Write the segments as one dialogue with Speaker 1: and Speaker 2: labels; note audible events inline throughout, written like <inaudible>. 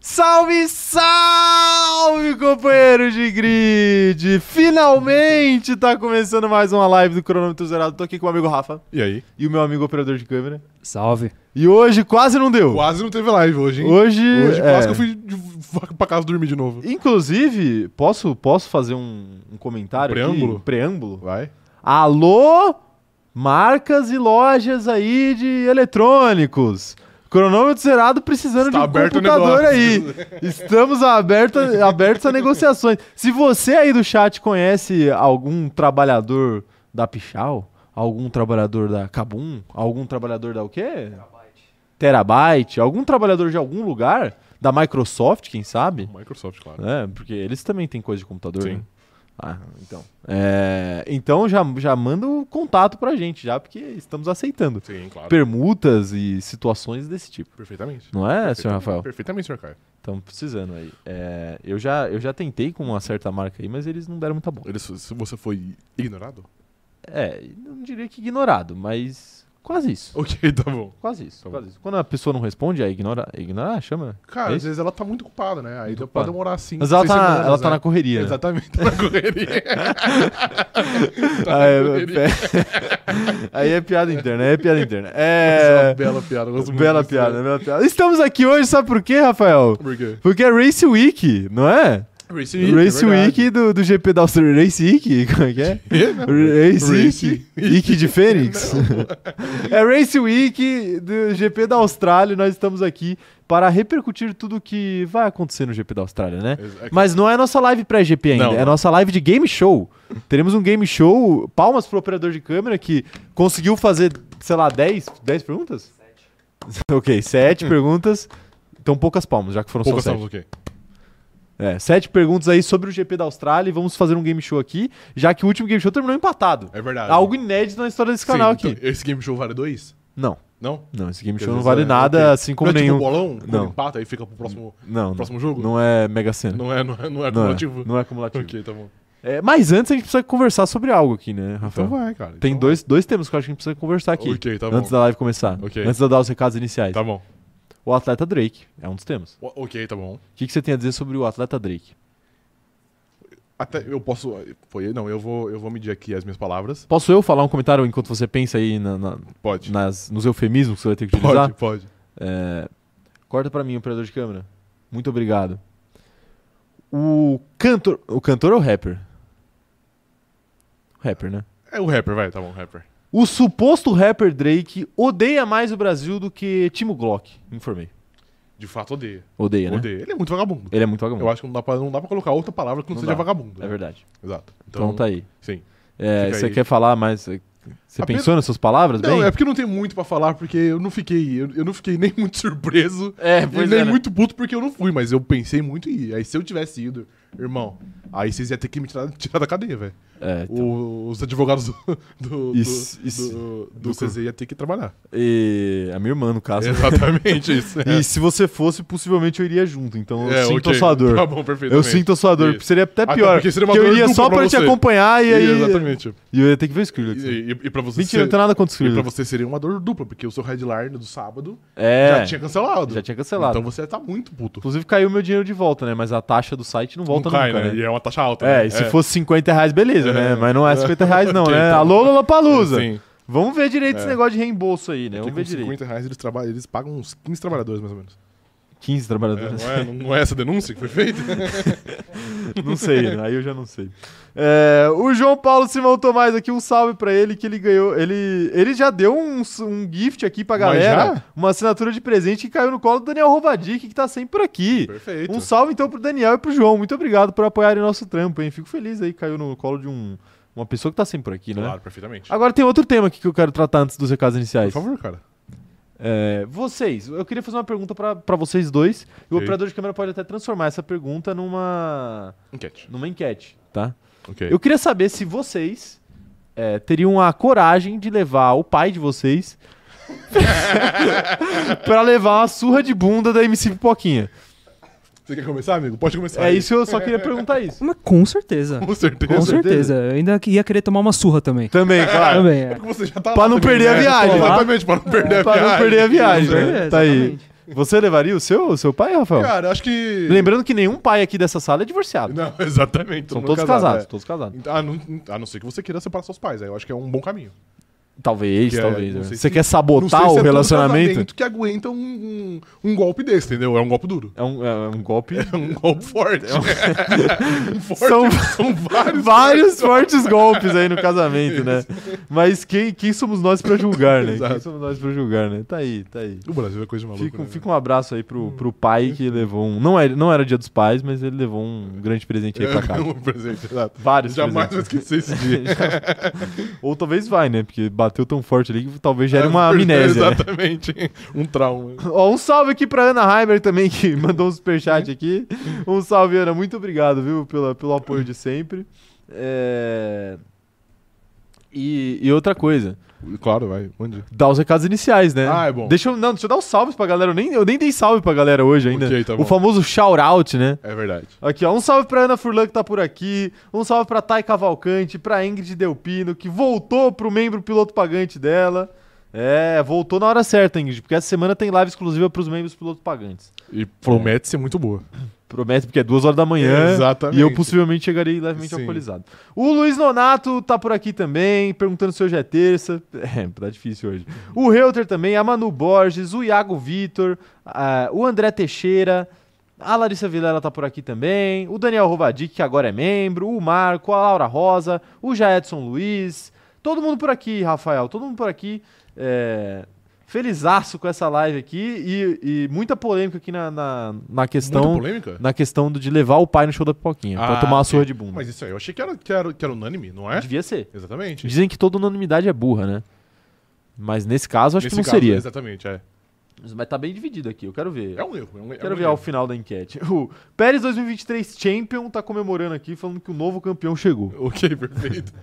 Speaker 1: Salve, salve, companheiros de grid! Finalmente tá começando mais uma live do Cronômetro Zerado. Tô aqui com o amigo Rafa
Speaker 2: E aí?
Speaker 1: e o meu amigo operador de câmera.
Speaker 3: Salve.
Speaker 1: E hoje quase não deu.
Speaker 2: Quase não teve live hoje, hein?
Speaker 1: Hoje,
Speaker 2: Hoje
Speaker 1: é.
Speaker 2: quase que eu fui de vaca pra casa dormir de novo.
Speaker 1: Inclusive, posso, posso fazer um, um comentário aqui?
Speaker 2: Preâmbulo?
Speaker 1: Preâmbulo?
Speaker 2: Vai.
Speaker 1: Alô, marcas e lojas aí de eletrônicos. Cronômetro zerado precisando de
Speaker 2: Está
Speaker 1: um
Speaker 2: aberto o
Speaker 1: computador
Speaker 2: negócio.
Speaker 1: aí. Estamos aberto, abertos a negociações. Se você aí do chat conhece algum trabalhador da Pichal, algum trabalhador da Cabum, algum trabalhador da o quê? Terabyte, algum trabalhador de algum lugar, da Microsoft, quem sabe?
Speaker 2: Microsoft, claro.
Speaker 1: É, porque eles também têm coisa de computador,
Speaker 2: Sim.
Speaker 1: né? Ah, então. É, então já, já manda o contato pra gente, já, porque estamos aceitando
Speaker 2: Sim, claro.
Speaker 1: permutas e situações desse tipo.
Speaker 2: Perfeitamente.
Speaker 1: Não é,
Speaker 2: Perfeitamente.
Speaker 1: senhor Rafael?
Speaker 2: Perfeitamente, senhor Caio.
Speaker 1: Estamos precisando aí. É, eu, já, eu já tentei com uma certa marca aí, mas eles não deram muita bola.
Speaker 2: Ele- se se você foi ignorado? <laughs>
Speaker 1: É, não diria que ignorado, mas quase isso.
Speaker 2: Ok, tá bom.
Speaker 1: Quase isso,
Speaker 2: Tá
Speaker 1: quase isso. Quando a pessoa não responde, é ignora, ignora chama. É
Speaker 2: Cara, às
Speaker 1: isso?
Speaker 2: vezes ela tá muito ocupada, né? Aí
Speaker 1: Muito
Speaker 2: deu pra
Speaker 1: ocupada.
Speaker 2: demorar assim.
Speaker 1: mas ela tá, na- ela tá na correria. né?
Speaker 2: Exatamente, tá
Speaker 1: <laughs>
Speaker 2: na correria. Tá
Speaker 1: Ah, é, pe- aí é piada interna, aí é piada interna.
Speaker 2: Essa é uma
Speaker 1: É.
Speaker 2: bela piada. eu gosto muito
Speaker 1: Bela
Speaker 2: disso,
Speaker 1: piada,
Speaker 2: né?
Speaker 1: bela piada. Estamos aqui hoje, sabe por quê, Rafael?
Speaker 2: Por quê?
Speaker 1: Porque é Race Week, não é?
Speaker 2: Race é
Speaker 1: Race Week do, do GP da Austrália. Race Week? <laughs> Como é que é? Race
Speaker 2: Race
Speaker 1: Week. Ike de <laughs> Fênix? é Race Week do GP da Austrália. Nós estamos aqui para repercutir tudo o que vai acontecer no GP da Austrália, né? Mas não é a nossa live pré-GP ainda,
Speaker 2: Não,
Speaker 1: é a
Speaker 2: não.
Speaker 1: nossa live de game show. Teremos um game show, palmas pro operador de câmera que conseguiu fazer, sei lá, 10, 10 perguntas? 7. <laughs> ok, 7 perguntas. Então poucas palmas, já que foram
Speaker 2: Poucas
Speaker 1: só 7.
Speaker 2: salvas, ok.
Speaker 1: É, sete perguntas aí sobre o GP da Austrália e vamos fazer um game show aqui, já que o último game show terminou empatado.
Speaker 2: É verdade.
Speaker 1: Algo inédito na história desse
Speaker 2: Sim,
Speaker 1: canal
Speaker 2: então,
Speaker 1: aqui.
Speaker 2: Esse game show vale dois?
Speaker 1: Não,
Speaker 2: Não?
Speaker 1: não, esse game
Speaker 2: Porque
Speaker 1: show não
Speaker 2: às
Speaker 1: vale
Speaker 2: vezes é-
Speaker 1: nada,
Speaker 2: ok.
Speaker 1: assim como
Speaker 2: não é
Speaker 1: nenhum.
Speaker 2: Tipo bolão, quando
Speaker 1: Não.
Speaker 2: empata e fica pro próximo,
Speaker 1: não, não,
Speaker 2: próximo jogo?
Speaker 1: não é Mega Sena.
Speaker 2: Não é, não é, não
Speaker 1: Não é,
Speaker 2: é acumulativo?
Speaker 1: não é acumulativo.
Speaker 2: Ok, tá bom.
Speaker 1: É, mas antes a gente precisa conversar sobre algo aqui, né, Rafael?
Speaker 2: Então vai, cara.
Speaker 1: Tem
Speaker 2: então
Speaker 1: dois, dois temas que eu acho que a gente precisa conversar aqui.
Speaker 2: Ok, tá bom.
Speaker 1: antes da live começar.
Speaker 2: Ok.
Speaker 1: Antes de eu dar os recados iniciais.
Speaker 2: vai. Tá bom.
Speaker 1: O atleta Drake é um dos temas.
Speaker 2: O- Ok, tá bom.
Speaker 1: O que, que você tem a dizer sobre o atleta Drake?
Speaker 2: Até eu posso. Foi, não, eu vou, eu vou medir aqui as minhas palavras.
Speaker 1: Posso eu falar um comentário enquanto você pensa aí na- na-
Speaker 2: Pode.
Speaker 1: nas, nos eufemismos que você vai ter que utilizar?
Speaker 2: Pode, pode.
Speaker 1: É, Corta pra mim, operador de câmera. Muito obrigado. O cantor. O cantor ou rapper? Rapper, né?
Speaker 2: É o rapper, vai, tá bom, rapper.
Speaker 1: O suposto rapper Drake odeia mais o Brasil do que Timo Glock. Informei.
Speaker 2: De fato, odeia.
Speaker 1: Odeia, né?
Speaker 2: Odeia. Ele é muito vagabundo.
Speaker 1: Ele é muito vagabundo.
Speaker 2: Eu acho que não dá pra, não dá pra colocar outra palavra que não,
Speaker 1: Não
Speaker 2: seja
Speaker 1: dá.
Speaker 2: vagabundo.
Speaker 1: É
Speaker 2: né?
Speaker 1: verdade.
Speaker 2: Exato.
Speaker 1: Então, tá aí.
Speaker 2: Sim.
Speaker 1: É,
Speaker 2: fica
Speaker 1: você
Speaker 2: aí.
Speaker 1: quer falar mais? Você
Speaker 2: Apenas-
Speaker 1: pensou nas suas palavras
Speaker 2: Não,
Speaker 1: bem?
Speaker 2: é porque não tem muito pra falar, porque eu não fiquei. Eu, eu não fiquei <laughs> nem muito surpreso.
Speaker 1: <laughs> É,
Speaker 2: E nem muito puto porque eu não fui, mas eu pensei muito e aí se eu tivesse ido, irmão, aí vocês iam ter que me tirar, tirar da cadeia, velho.
Speaker 1: É, então.
Speaker 2: O- Os advogados do, do, do-
Speaker 1: Isso, isso.
Speaker 2: do, do,
Speaker 1: Do
Speaker 2: CZ ia ter que trabalhar.
Speaker 1: E a minha irmã, no caso. né?
Speaker 2: <laughs>
Speaker 1: <laughs>
Speaker 2: Exatamente isso.
Speaker 1: E se você fosse, possivelmente eu iria junto. Então eu
Speaker 2: É,
Speaker 1: sinto
Speaker 2: ok.
Speaker 1: a sua dor.
Speaker 2: Tá bom,
Speaker 1: eu
Speaker 2: perfeitamente.
Speaker 1: sinto a sua dor.
Speaker 2: Isso.
Speaker 1: Seria até
Speaker 2: Até
Speaker 1: pior.
Speaker 2: porque
Speaker 1: Porque,
Speaker 2: seria uma
Speaker 1: eu
Speaker 2: dor
Speaker 1: iria
Speaker 2: dupla
Speaker 1: só
Speaker 2: pra
Speaker 1: pra, te
Speaker 2: você.
Speaker 1: acompanhar e aí.
Speaker 2: Exatamente.
Speaker 1: E eu ia ter que ver o Skrillex.
Speaker 2: E, e, e pra você.
Speaker 1: Mentira, não tem nada contra o
Speaker 2: e pra
Speaker 1: Skrillex.
Speaker 2: você seria uma dor dupla, porque o seu headliner do sábado
Speaker 1: É.
Speaker 2: já tinha cancelado.
Speaker 1: já tinha cancelado.
Speaker 2: Então você ia tá muito puto.
Speaker 1: Inclusive caiu meu dinheiro de volta, né? Mas a taxa do site não volta
Speaker 2: não cai,
Speaker 1: nunca,
Speaker 2: né?
Speaker 1: né?
Speaker 2: E é uma taxa alta.
Speaker 1: É,
Speaker 2: né?
Speaker 1: e se fosse 50 reais, beleza,
Speaker 2: É.
Speaker 1: né? Mas não é 50 reais, não,
Speaker 2: <laughs> Ok,
Speaker 1: né?
Speaker 2: então.
Speaker 1: Alô, Lollapalooza.
Speaker 2: Sim.
Speaker 1: Vamos ver direito esse
Speaker 2: É.
Speaker 1: negócio de reembolso aí, né? Vamos
Speaker 2: Porque com
Speaker 1: ver direito.
Speaker 2: 50 reais eles, trabalham, eles pagam uns 15 trabalhadores, mais ou menos.
Speaker 1: 15
Speaker 2: É,
Speaker 1: trabalhadores.
Speaker 2: não, é, não é essa denúncia que
Speaker 1: <laughs>
Speaker 2: foi feita? É.
Speaker 1: Não sei, né? aí eu já não sei. É, o João Paulo Simão Tomás aqui, um salve pra ele que ele ganhou. Ele, ele já deu um, s- um gift aqui pra
Speaker 2: Mas
Speaker 1: galera,
Speaker 2: já?
Speaker 1: uma assinatura de presente que caiu no colo do Daniel Rovadic, que tá sempre por aqui.
Speaker 2: Perfeito.
Speaker 1: Um salve então pro Daniel e pro João. Muito obrigado por apoiarem nosso trampo, hein? Fico feliz aí, caiu no colo de um, uma pessoa que tá sempre por aqui, né?
Speaker 2: Claro, perfeitamente.
Speaker 1: Agora tem outro tema aqui que eu quero tratar antes dos recados
Speaker 2: Por
Speaker 1: iniciais.
Speaker 2: favor, cara.
Speaker 1: É, vocês, eu queria fazer uma pergunta pra pra vocês dois. E o
Speaker 2: Ok.
Speaker 1: operador de câmera pode até transformar essa pergunta numa,
Speaker 2: Enquete.
Speaker 1: numa enquete, tá?
Speaker 2: Ok.
Speaker 1: Eu queria saber se vocês é, teriam a coragem de levar o pai de vocês <laughs> pra levar uma surra de bunda da MC Pipoquinha.
Speaker 2: Você quer começar, amigo? Pode começar.
Speaker 1: É
Speaker 2: aí.
Speaker 1: isso, eu só queria perguntar isso.
Speaker 3: Mas com certeza.
Speaker 2: <laughs> Com certeza. Tá.
Speaker 3: Com
Speaker 1: certeza.
Speaker 3: certeza. Eu ainda que- ia querer tomar uma surra também.
Speaker 1: Também, claro.
Speaker 3: Também, é.
Speaker 2: Porque você já tá
Speaker 1: Pra
Speaker 2: lá
Speaker 1: não
Speaker 2: também,
Speaker 1: perder a
Speaker 2: né?
Speaker 1: viagem. É,
Speaker 2: Exatamente, pra não perder a
Speaker 1: Pra
Speaker 2: viagem.
Speaker 1: não perder a viagem,
Speaker 2: É,
Speaker 3: Com
Speaker 1: né?
Speaker 3: certeza,
Speaker 1: Tá aí.
Speaker 3: exatamente.
Speaker 1: Você levaria o seu, o seu pai, Rafael?
Speaker 2: Cara, acho que.
Speaker 1: Lembrando que nenhum pai aqui dessa sala é divorciado.
Speaker 2: Não, <laughs> exatamente.
Speaker 1: São
Speaker 2: todo mundo
Speaker 1: todos
Speaker 2: casado,
Speaker 1: casados,
Speaker 2: é.
Speaker 1: todos casados.
Speaker 2: Então, A não, a não ser que você queira separar seus pais, aí eu acho que é um bom caminho.
Speaker 1: Talvez,
Speaker 2: Que é,
Speaker 1: talvez.
Speaker 2: não
Speaker 1: né?
Speaker 2: sei
Speaker 1: Você
Speaker 2: se-
Speaker 1: quer
Speaker 2: Não sei
Speaker 1: sabotar
Speaker 2: se
Speaker 1: o
Speaker 2: é todo
Speaker 1: relacionamento?
Speaker 2: casamento que aguenta um, um, um golpe desse, entendeu? É um golpe duro.
Speaker 1: É um, é um golpe.
Speaker 2: É um golpe forte. Um <laughs> forte-
Speaker 1: Então, São-
Speaker 2: são <laughs> <laughs>
Speaker 1: <laughs>
Speaker 2: vários.
Speaker 1: Vários fortes golpes aí no casamento, né? Mas quem, quem somos nós pra julgar, né? Quem
Speaker 2: Exato.
Speaker 1: somos nós pra julgar, né? Tá aí, tá aí.
Speaker 2: O Brasil é coisa de maluco.
Speaker 1: Fica,
Speaker 2: né?
Speaker 1: fica um abraço aí pro, pro pai que levou um. Não era, não era dia dos pais, mas ele levou um grande presente
Speaker 2: <laughs>
Speaker 1: aí pra
Speaker 2: É,
Speaker 1: casa.
Speaker 2: um presente, exato.
Speaker 1: Vários
Speaker 2: Jamais vou
Speaker 1: presentes.
Speaker 2: esquecer
Speaker 1: <laughs>
Speaker 2: esse dia.
Speaker 1: Ou talvez vai, né? Porque bateu tão forte ali que talvez gere uma
Speaker 2: <laughs> É,
Speaker 1: amnésia. né?
Speaker 2: Exatamente. Um trauma.
Speaker 1: <laughs> Ó, um salve aqui pra Ana Heimer também, que <laughs> mandou um superchat aqui. Um salve, Ana. Muito obrigado, viu, pela, pelo apoio de sempre. É, E, e outra coisa,
Speaker 2: Claro, vai. Onde?
Speaker 1: dá os recados iniciais, né?
Speaker 2: Ah, é bom.
Speaker 1: Deixa eu, não, deixa eu dar os salves pra galera. Eu nem, eu nem dei salve pra galera hoje ainda.
Speaker 2: Ok, tá
Speaker 1: o
Speaker 2: bom.
Speaker 1: famoso shout-out, né?
Speaker 2: É verdade.
Speaker 1: Aqui, ó. Um salve pra Ana Furlan, que tá por aqui. Um salve pra Thay Cavalcante, pra Ingrid Delpino, que voltou pro membro piloto pagante dela. É, voltou na hora certa, Ingrid, porque essa semana tem live exclusiva pros membros piloto pagantes.
Speaker 2: E promete ser muito boa.
Speaker 1: Promete, porque é duas horas da manhã.
Speaker 2: Exatamente.
Speaker 1: E eu possivelmente chegarei levemente
Speaker 2: Sim.
Speaker 1: alcoolizado. O Luiz Nonato tá por aqui também, perguntando se hoje é terça. <laughs> É, tá difícil hoje. O Reuter também, a Manu Borges, o Iago Vitor, ah, o André Teixeira, a Larissa Vilela tá por aqui também, o Daniel Rovadic, que agora é membro, o Marco, a Laura Rosa, o Jaedson Luiz. Todo mundo por aqui, Rafael, todo mundo por aqui. É... Felizaço com essa live aqui e, e muita polêmica aqui na, na, na
Speaker 2: Muita
Speaker 1: questão
Speaker 2: polêmica?
Speaker 1: na questão do- de levar o pai no show da pipoquinha pra
Speaker 2: Ah,
Speaker 1: tomar uma
Speaker 2: ok.
Speaker 1: surra de bunda.
Speaker 2: Mas isso aí, eu achei que era, que era, que era unânime, não é?
Speaker 1: Hum. Devia ser.
Speaker 2: Exatamente.
Speaker 1: Dizem que toda unanimidade é burra, né? Mas nesse caso, acho
Speaker 2: Nesse
Speaker 1: que não
Speaker 2: caso,
Speaker 1: seria.
Speaker 2: Exatamente, é.
Speaker 1: Mas tá bem dividido aqui, eu quero ver.
Speaker 2: É um erro. É um, é
Speaker 1: Quero
Speaker 2: um
Speaker 1: ver ao
Speaker 2: erro.
Speaker 1: final da enquete. <laughs> O Pérez 2023 Champion tá comemorando aqui, falando que o novo campeão chegou.
Speaker 2: <laughs> Ok, perfeito.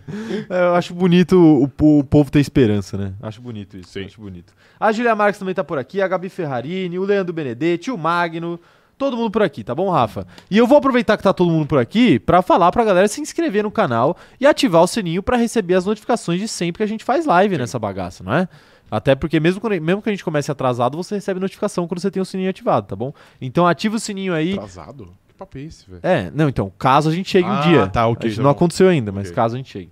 Speaker 1: É, eu acho bonito o, po- o povo ter esperança, né? Acho bonito isso.
Speaker 2: Sim.
Speaker 1: Acho bonito. A Julia Marques também tá por aqui, a Gabi Ferrarini, o Leandro Benedetti, o Magno. Todo mundo por aqui, tá bom, Rafa? E eu vou aproveitar que tá todo mundo por aqui pra falar pra galera se inscrever no canal e ativar o sininho pra receber as notificações de sempre que a gente faz live nessa bagaça, não é? Até porque mesmo, quando- mesmo que a gente comece atrasado, você recebe notificação quando você tem o sininho ativado, tá bom? Então ativa o sininho aí.
Speaker 2: Atrasado? Que papo é esse, velho?
Speaker 1: É, não, então, caso a gente chegue um
Speaker 2: Ah,
Speaker 1: dia.
Speaker 2: tá, ok,
Speaker 1: A gente
Speaker 2: tá
Speaker 1: não
Speaker 2: bom.
Speaker 1: aconteceu ainda, mas
Speaker 2: Ok.
Speaker 1: caso a gente chegue.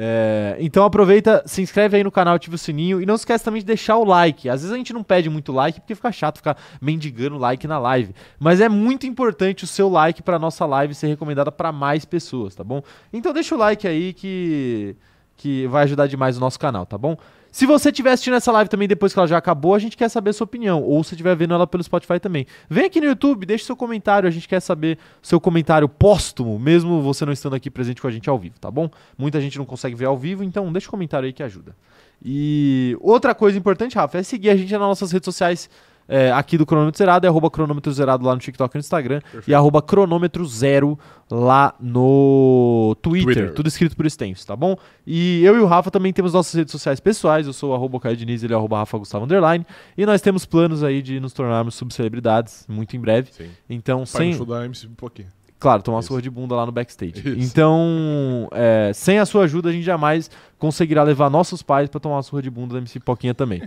Speaker 1: É, então aproveita, se inscreve aí no canal, ativa o sininho e não esquece também de deixar o like. Às vezes a gente não pede muito like porque fica chato ficar mendigando like na live, mas é muito importante o seu like pra nossa live ser recomendada pra mais pessoas, tá bom? Então deixa o like aí que que vai ajudar demais o nosso canal, tá bom? Se você estiver assistindo essa live também depois que ela já acabou, a gente quer saber a sua opinião. Ou se estiver vendo ela pelo Spotify também. Vem aqui no YouTube, deixa seu comentário. A gente quer saber seu comentário póstumo, mesmo você não estando aqui presente com a gente ao vivo, tá bom? Muita gente não consegue ver ao vivo, então deixa o comentário aí que ajuda. E outra coisa importante, Rafa, é seguir a gente nas nossas redes sociais é, aqui do Cronômetro Zerado. É arroba cronômetro zerado lá no TikTok e no Instagram. E arroba cronômetro zero lá no Twitter.
Speaker 2: Twitter.
Speaker 1: Tudo escrito por extenso, tá bom? E eu e o Rafa também temos nossas redes sociais pessoais. Eu sou o arroba Caio Diniz, ele é o arroba Rafa Gustavo Underline. E nós temos planos aí de nos tornarmos subcelebridades muito em breve.
Speaker 2: Sim.
Speaker 1: Então,
Speaker 2: Pai
Speaker 1: sem.
Speaker 2: no um show da MC Pipoquinha.
Speaker 1: Claro, tomar
Speaker 2: Isso.
Speaker 1: surra de bunda lá no backstage.
Speaker 2: Isso.
Speaker 1: Então, é, sem a sua ajuda, a gente jamais conseguirá levar nossos pais pra tomar uma surra de bunda da MC Poquinha
Speaker 2: <laughs>
Speaker 1: também.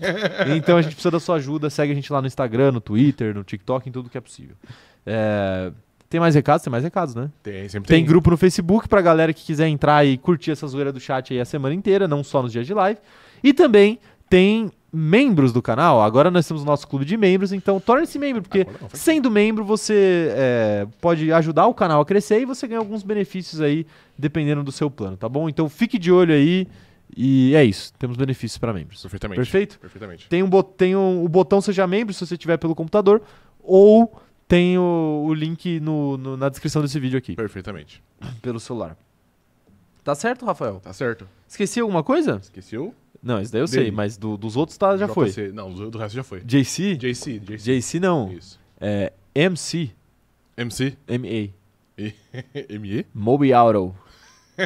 Speaker 1: então a gente precisa da sua ajuda. Segue a gente lá no Instagram, no Twitter, no TikTok, em tudo que é possível. É, Tem mais recados? Tem mais recados, né?
Speaker 2: Tem, sempre
Speaker 1: Tem
Speaker 2: tem.
Speaker 1: grupo no Facebook pra galera que quiser entrar e curtir essa zoeira do chat aí a semana inteira, não só nos dias de live. E também tem membros do canal. Agora nós temos o nosso clube de membros, então torne-se membro, porque
Speaker 2: Ah, Agora não, faz
Speaker 1: sendo membro você é, pode ajudar o canal a crescer e você ganha alguns benefícios aí, dependendo do seu plano, tá bom? Então fique de olho aí e é isso. Temos benefícios pra membros.
Speaker 2: Perfeitamente.
Speaker 1: Perfeito?
Speaker 2: Perfeitamente.
Speaker 1: Tem, um, bo- tem um- o botão Seja Membro, se você tiver pelo computador, ou tem o, o link no- no- na descrição desse vídeo aqui
Speaker 2: Perfeitamente.
Speaker 1: pelo celular. Tá certo, Rafael?
Speaker 2: Tá certo.
Speaker 1: Esqueci alguma coisa?
Speaker 2: Esqueceu?
Speaker 1: Não, isso daí eu
Speaker 2: Dele.
Speaker 1: sei, mas do- dos outros tá, já
Speaker 2: JC.
Speaker 1: foi.
Speaker 2: Não, do do resto já foi.
Speaker 1: JC?
Speaker 2: JC, JC.
Speaker 1: JC não.
Speaker 2: Isso.
Speaker 1: É MC.
Speaker 2: MC,
Speaker 1: MA.
Speaker 2: <laughs> ME.
Speaker 1: Moby Auto. <laughs>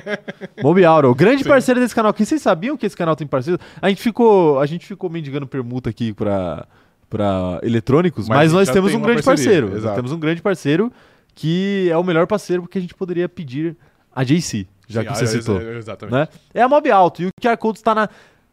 Speaker 1: Moby Auto, grande parceiro desse canal aqui. Vocês sabiam que esse canal tem parceiro? A gente ficou, a gente ficou mendigando permuta aqui pra, pra eletrônicos,
Speaker 2: Mas
Speaker 1: mas,
Speaker 2: a gente
Speaker 1: nós
Speaker 2: já
Speaker 1: temos
Speaker 2: tem
Speaker 1: um
Speaker 2: uma
Speaker 1: grande
Speaker 2: parceria,
Speaker 1: parceiro. Nós
Speaker 2: exato.
Speaker 1: temos um grande parceiro que é o melhor parceiro porque a gente poderia pedir a JC, já
Speaker 2: Sim,
Speaker 1: que
Speaker 2: ah,
Speaker 1: você
Speaker 2: exa-
Speaker 1: citou. É
Speaker 2: Exatamente.
Speaker 1: né? É a Mob Alto. E o QR Code está na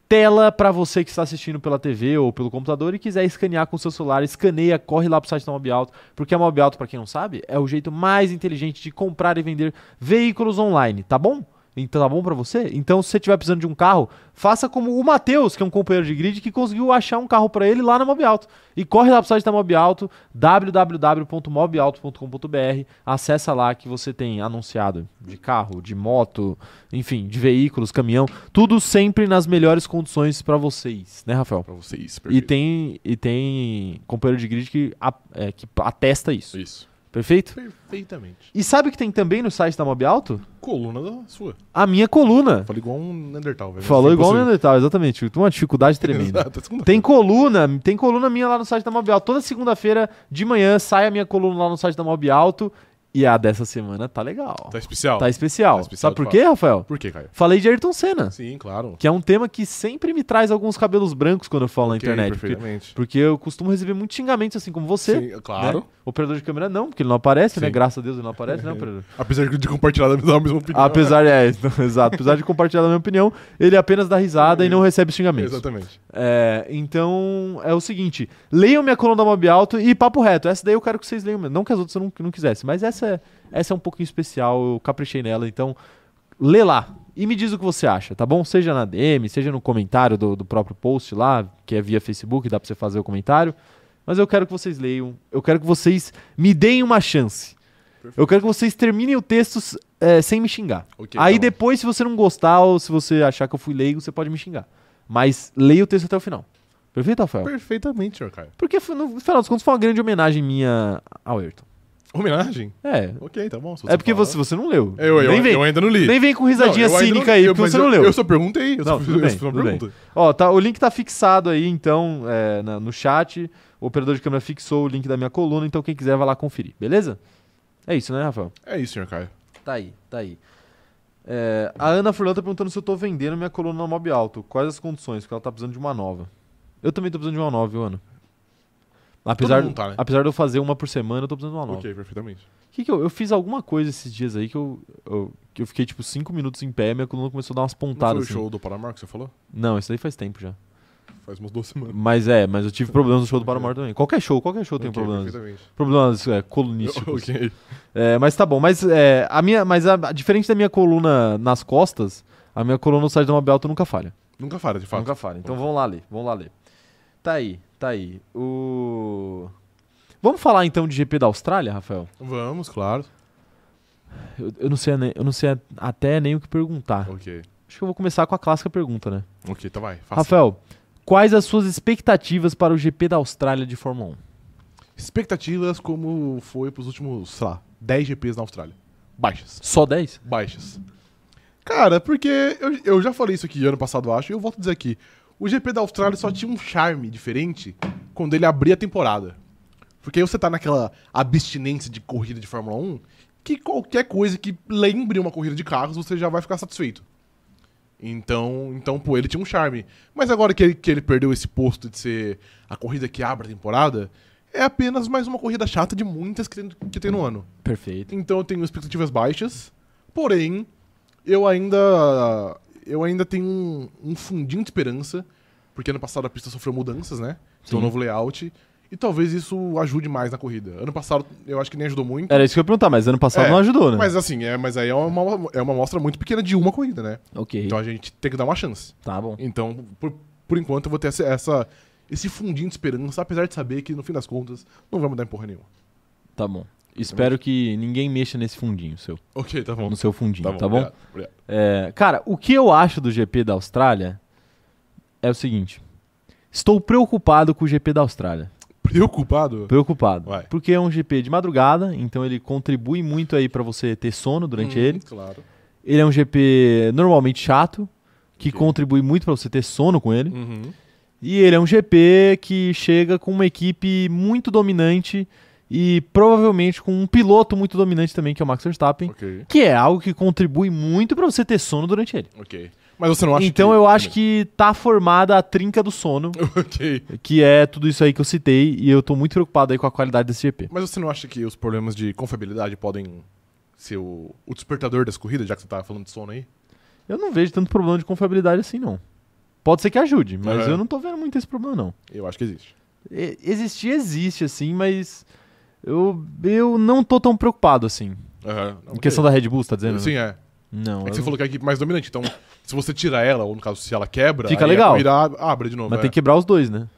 Speaker 1: tela pra você que está assistindo pela TV ou pelo computador e quiser escanear com o seu celular, escaneia, corre lá pro site da Mob Alto, porque a Mob Alto, pra quem não sabe, é o jeito mais inteligente de comprar e vender veículos online, tá bom? Então tá bom pra você? Então se você estiver precisando de um carro, faça como o Matheus, que é um companheiro de grid que conseguiu achar um carro pra ele lá na Mob Alto. E corre lá pro site da Mob Alto, www.mobalto.com.br, acessa lá que você tem anunciado de carro, de moto, enfim, de veículos, caminhão, tudo sempre nas melhores condições pra vocês, né, Rafael?
Speaker 2: Pra vocês,
Speaker 1: E
Speaker 2: perfeito.
Speaker 1: tem, e tem companheiro de grid que, a- é, que atesta isso.
Speaker 2: Isso.
Speaker 1: Perfeito?
Speaker 2: Perfeitamente.
Speaker 1: E sabe o que tem também no site da Mob Alto?
Speaker 2: Coluna da sua.
Speaker 1: A minha coluna.
Speaker 2: Falei igual um Neandertal, velho.
Speaker 1: Falou
Speaker 2: Foi
Speaker 1: igual um o
Speaker 2: impossível.
Speaker 1: Neandertal, exatamente. Tem uma dificuldade tremenda.
Speaker 2: <laughs> Exato, é segunda
Speaker 1: né? Tem coluna, tem coluna minha lá no site da Mob Alto. Toda segunda-feira de manhã sai a minha coluna lá no site da Mob Alto. E a dessa semana tá legal.
Speaker 2: Tá especial.
Speaker 1: Tá especial.
Speaker 2: Tá especial,
Speaker 1: Sabe por
Speaker 2: de
Speaker 1: quê, Rafael?
Speaker 2: Por quê, Caio?
Speaker 1: Falei de Ayrton Senna,
Speaker 2: Sim, claro.
Speaker 1: que é um tema que sempre me traz alguns cabelos brancos quando eu falo
Speaker 2: Ok,
Speaker 1: na internet. Porque,
Speaker 2: Perfeitamente.
Speaker 1: porque eu costumo receber muitos xingamentos assim como você.
Speaker 2: Sim, é claro.
Speaker 1: né? Operador de câmera não, porque ele não aparece, né?
Speaker 2: Sim.
Speaker 1: Graças a Deus ele não aparece, né,
Speaker 2: <laughs>
Speaker 1: operador?
Speaker 2: Apesar de compartilhar da mesma, da mesma opinião.
Speaker 1: Apesar, é, <laughs> então, exato. Apesar de compartilhar a minha opinião, ele apenas dá risada e não recebe xingamentos.
Speaker 2: <laughs> Exatamente.
Speaker 1: É, então, é o seguinte: leiam minha coluna da Mob Alto e papo reto. Essa daí eu quero que vocês leiam mesmo. Não que as outras eu não, não quisesse, mas essa, é- essa é um pouquinho especial. Eu caprichei nela, então lê lá. E me diz o que você acha, tá bom? Seja na DM, seja no comentário do, do próprio post lá, que é via Facebook, dá pra você fazer o comentário. Mas eu quero que vocês leiam, eu quero que vocês me deem uma chance. Eu quero que vocês terminem o texto é, sem me xingar.
Speaker 2: Ok,
Speaker 1: Aí
Speaker 2: tá bom.
Speaker 1: depois, se você não gostar ou se você achar que eu fui leigo, você pode me xingar. Mas leia o texto até o final. Perfeito, Rafael?
Speaker 2: Perfeitamente, senhor Caio.
Speaker 1: Porque foi- no final dos contos foi uma grande homenagem minha ao Ayrton.
Speaker 2: Homenagem?
Speaker 1: É.
Speaker 2: Ok, tá bom. se
Speaker 1: É porque
Speaker 2: falar.
Speaker 1: você, você não leu.
Speaker 2: Eu, eu,
Speaker 1: nem vem,
Speaker 2: eu ainda não li.
Speaker 1: nem vem com risadinha
Speaker 2: Não, eu ainda
Speaker 1: cínica
Speaker 2: não-
Speaker 1: aí,
Speaker 2: eu-
Speaker 1: porque
Speaker 2: mas
Speaker 1: você
Speaker 2: eu-
Speaker 1: não leu.
Speaker 2: Eu só perguntei. Eu
Speaker 1: Não,
Speaker 2: só
Speaker 1: tudo
Speaker 2: fiz
Speaker 1: bem,
Speaker 2: eu só fiz
Speaker 1: tudo
Speaker 2: uma
Speaker 1: bem.
Speaker 2: pergunta.
Speaker 1: Ó, tá, o link tá fixado aí, então, é, na- no chat. O operador de câmera fixou o link da minha coluna, então quem quiser vai lá conferir, beleza? É isso, né, Rafael?
Speaker 2: É isso, senhor Caio.
Speaker 1: Tá aí, tá aí. É, a Ana Furlan tá perguntando se eu tô vendendo minha coluna na Mob Alto. Quais as condições? Porque ela tá precisando de uma nova. Eu também tô precisando de uma nova, viu, Ana? Apesar,
Speaker 2: mundo tá, né?
Speaker 1: apesar de eu fazer uma por semana, eu tô precisando de uma nova.
Speaker 2: Ok, perfeitamente.
Speaker 1: Que que eu, eu fiz alguma coisa esses dias aí que eu, eu- que eu fiquei tipo 5 minutos em pé e minha coluna começou a dar umas
Speaker 2: Não foi
Speaker 1: pontadas.
Speaker 2: o
Speaker 1: assim.
Speaker 2: show do Paramar que você falou?
Speaker 1: Não, isso daí faz tempo já.
Speaker 2: Faz umas duas semanas.
Speaker 1: Mas é, mas eu tive problemas no show do Paramore também. Qualquer show, qualquer show tem
Speaker 2: Ok,
Speaker 1: problemas.
Speaker 2: Perfeitamente.
Speaker 1: Problemas é, colunísticos.
Speaker 2: <laughs> Ok.
Speaker 1: É, mas tá bom, mas é, a minha, mas a, a- diferente da minha coluna nas costas, a minha coluna no site da Mabelto nunca falha.
Speaker 2: Nunca falha, de fato.
Speaker 1: Nunca falha. Então vamos lá ler, vamos lá ler. Tá aí, tá aí. O Vamos falar então de GP da Austrália, Rafael?
Speaker 2: Vamos, claro.
Speaker 1: Eu, eu não sei, nem- eu não sei até nem o que perguntar.
Speaker 2: Ok.
Speaker 1: Acho que eu vou começar com a clássica pergunta, né?
Speaker 2: Ok, tá vai. Faça.
Speaker 1: Rafael, quais as suas expectativas para o GP da Austrália de Fórmula 1?
Speaker 2: Expectativas como foi pros últimos, sei lá, 10 GPs na Austrália. Baixas.
Speaker 1: Só 10?
Speaker 2: Baixas. Cara, porque eu, eu já falei isso aqui ano passado, eu acho, e eu volto a dizer aqui. O GP da Austrália só tinha um charme diferente quando ele abria a temporada. Porque aí você tá naquela abstinência de corrida de Fórmula 1, que qualquer coisa que lembre uma corrida de carros, você já vai ficar satisfeito. Então, então pô, ele tinha um charme. Mas agora que ele, que ele perdeu esse posto de ser a corrida que abre a temporada, é apenas mais uma corrida chata de muitas que tem, que tem no ano.
Speaker 1: Perfeito.
Speaker 2: Então eu tenho expectativas baixas, porém, eu ainda. Eu ainda tenho um, um fundinho de esperança, porque ano passado a pista sofreu mudanças, né? Tem um
Speaker 1: Sim.
Speaker 2: novo layout. E talvez isso ajude mais na corrida. Ano passado eu acho que nem ajudou muito.
Speaker 1: Era isso que eu ia perguntar, mas ano passado
Speaker 2: É,
Speaker 1: não ajudou, né?
Speaker 2: Mas assim, é, mas aí é uma, é uma amostra muito pequena de uma corrida, né?
Speaker 1: Ok,
Speaker 2: Então a gente tem que dar uma chance.
Speaker 1: tá bom.
Speaker 2: Então, por, por enquanto, eu vou ter essa, essa- esse fundinho de esperança, apesar de saber que no fim das contas não vai mudar em porra nenhuma.
Speaker 1: Tá bom. Espero que ninguém mexa nesse fundinho seu.
Speaker 2: Ok, tá bom.
Speaker 1: No seu fundinho, tá bom?
Speaker 2: obrigado, obrigado.
Speaker 1: É, cara, o que eu acho do GP da Austrália é o seguinte. Estou preocupado com o GP da Austrália.
Speaker 2: Preocupado?
Speaker 1: Preocupado.
Speaker 2: Vai.
Speaker 1: Porque é um GP de madrugada, então ele contribui muito aí pra você ter sono durante
Speaker 2: Hum,
Speaker 1: ele.
Speaker 2: Claro.
Speaker 1: Ele é um GP normalmente chato, que
Speaker 2: Ok.
Speaker 1: contribui muito pra você ter sono com ele. E ele é um GP que chega com uma equipe muito dominante e provavelmente com um piloto muito dominante também, que é o Max Verstappen,
Speaker 2: Uhum. Ok,
Speaker 1: que é algo que contribui muito pra você ter sono durante ele.
Speaker 2: ok. Mas você não acha
Speaker 1: então eu acho que tá formada a trinca do sono,
Speaker 2: <laughs> ok.
Speaker 1: que é tudo isso aí que eu citei, e eu tô muito preocupado aí com a qualidade desse GP.
Speaker 2: Mas você não acha que os problemas de confiabilidade podem ser o, o despertador das corridas, já que você tava falando de tá sono aí?
Speaker 1: Eu não vejo tanto problema de confiabilidade assim, não. Pode ser que ajude, mas
Speaker 2: É.
Speaker 1: eu não tô vendo muito esse problema, não.
Speaker 2: Eu acho que existe.
Speaker 1: E- Existir existe, assim, mas eu, eu não tô tão preocupado, assim.
Speaker 2: Uhum.
Speaker 1: Em questão da Red Bull, você tá dizendo? né?
Speaker 2: Sim, é.
Speaker 1: Não.
Speaker 2: É que
Speaker 1: eu
Speaker 2: você
Speaker 1: não-
Speaker 2: falou que é a equipe mais dominante. Então, se você tira ela, ou no caso, se ela quebra,
Speaker 1: Fica
Speaker 2: aí
Speaker 1: legal.
Speaker 2: a corrida ab- abre de novo.
Speaker 1: Mas
Speaker 2: é.
Speaker 1: tem que quebrar os dois, né?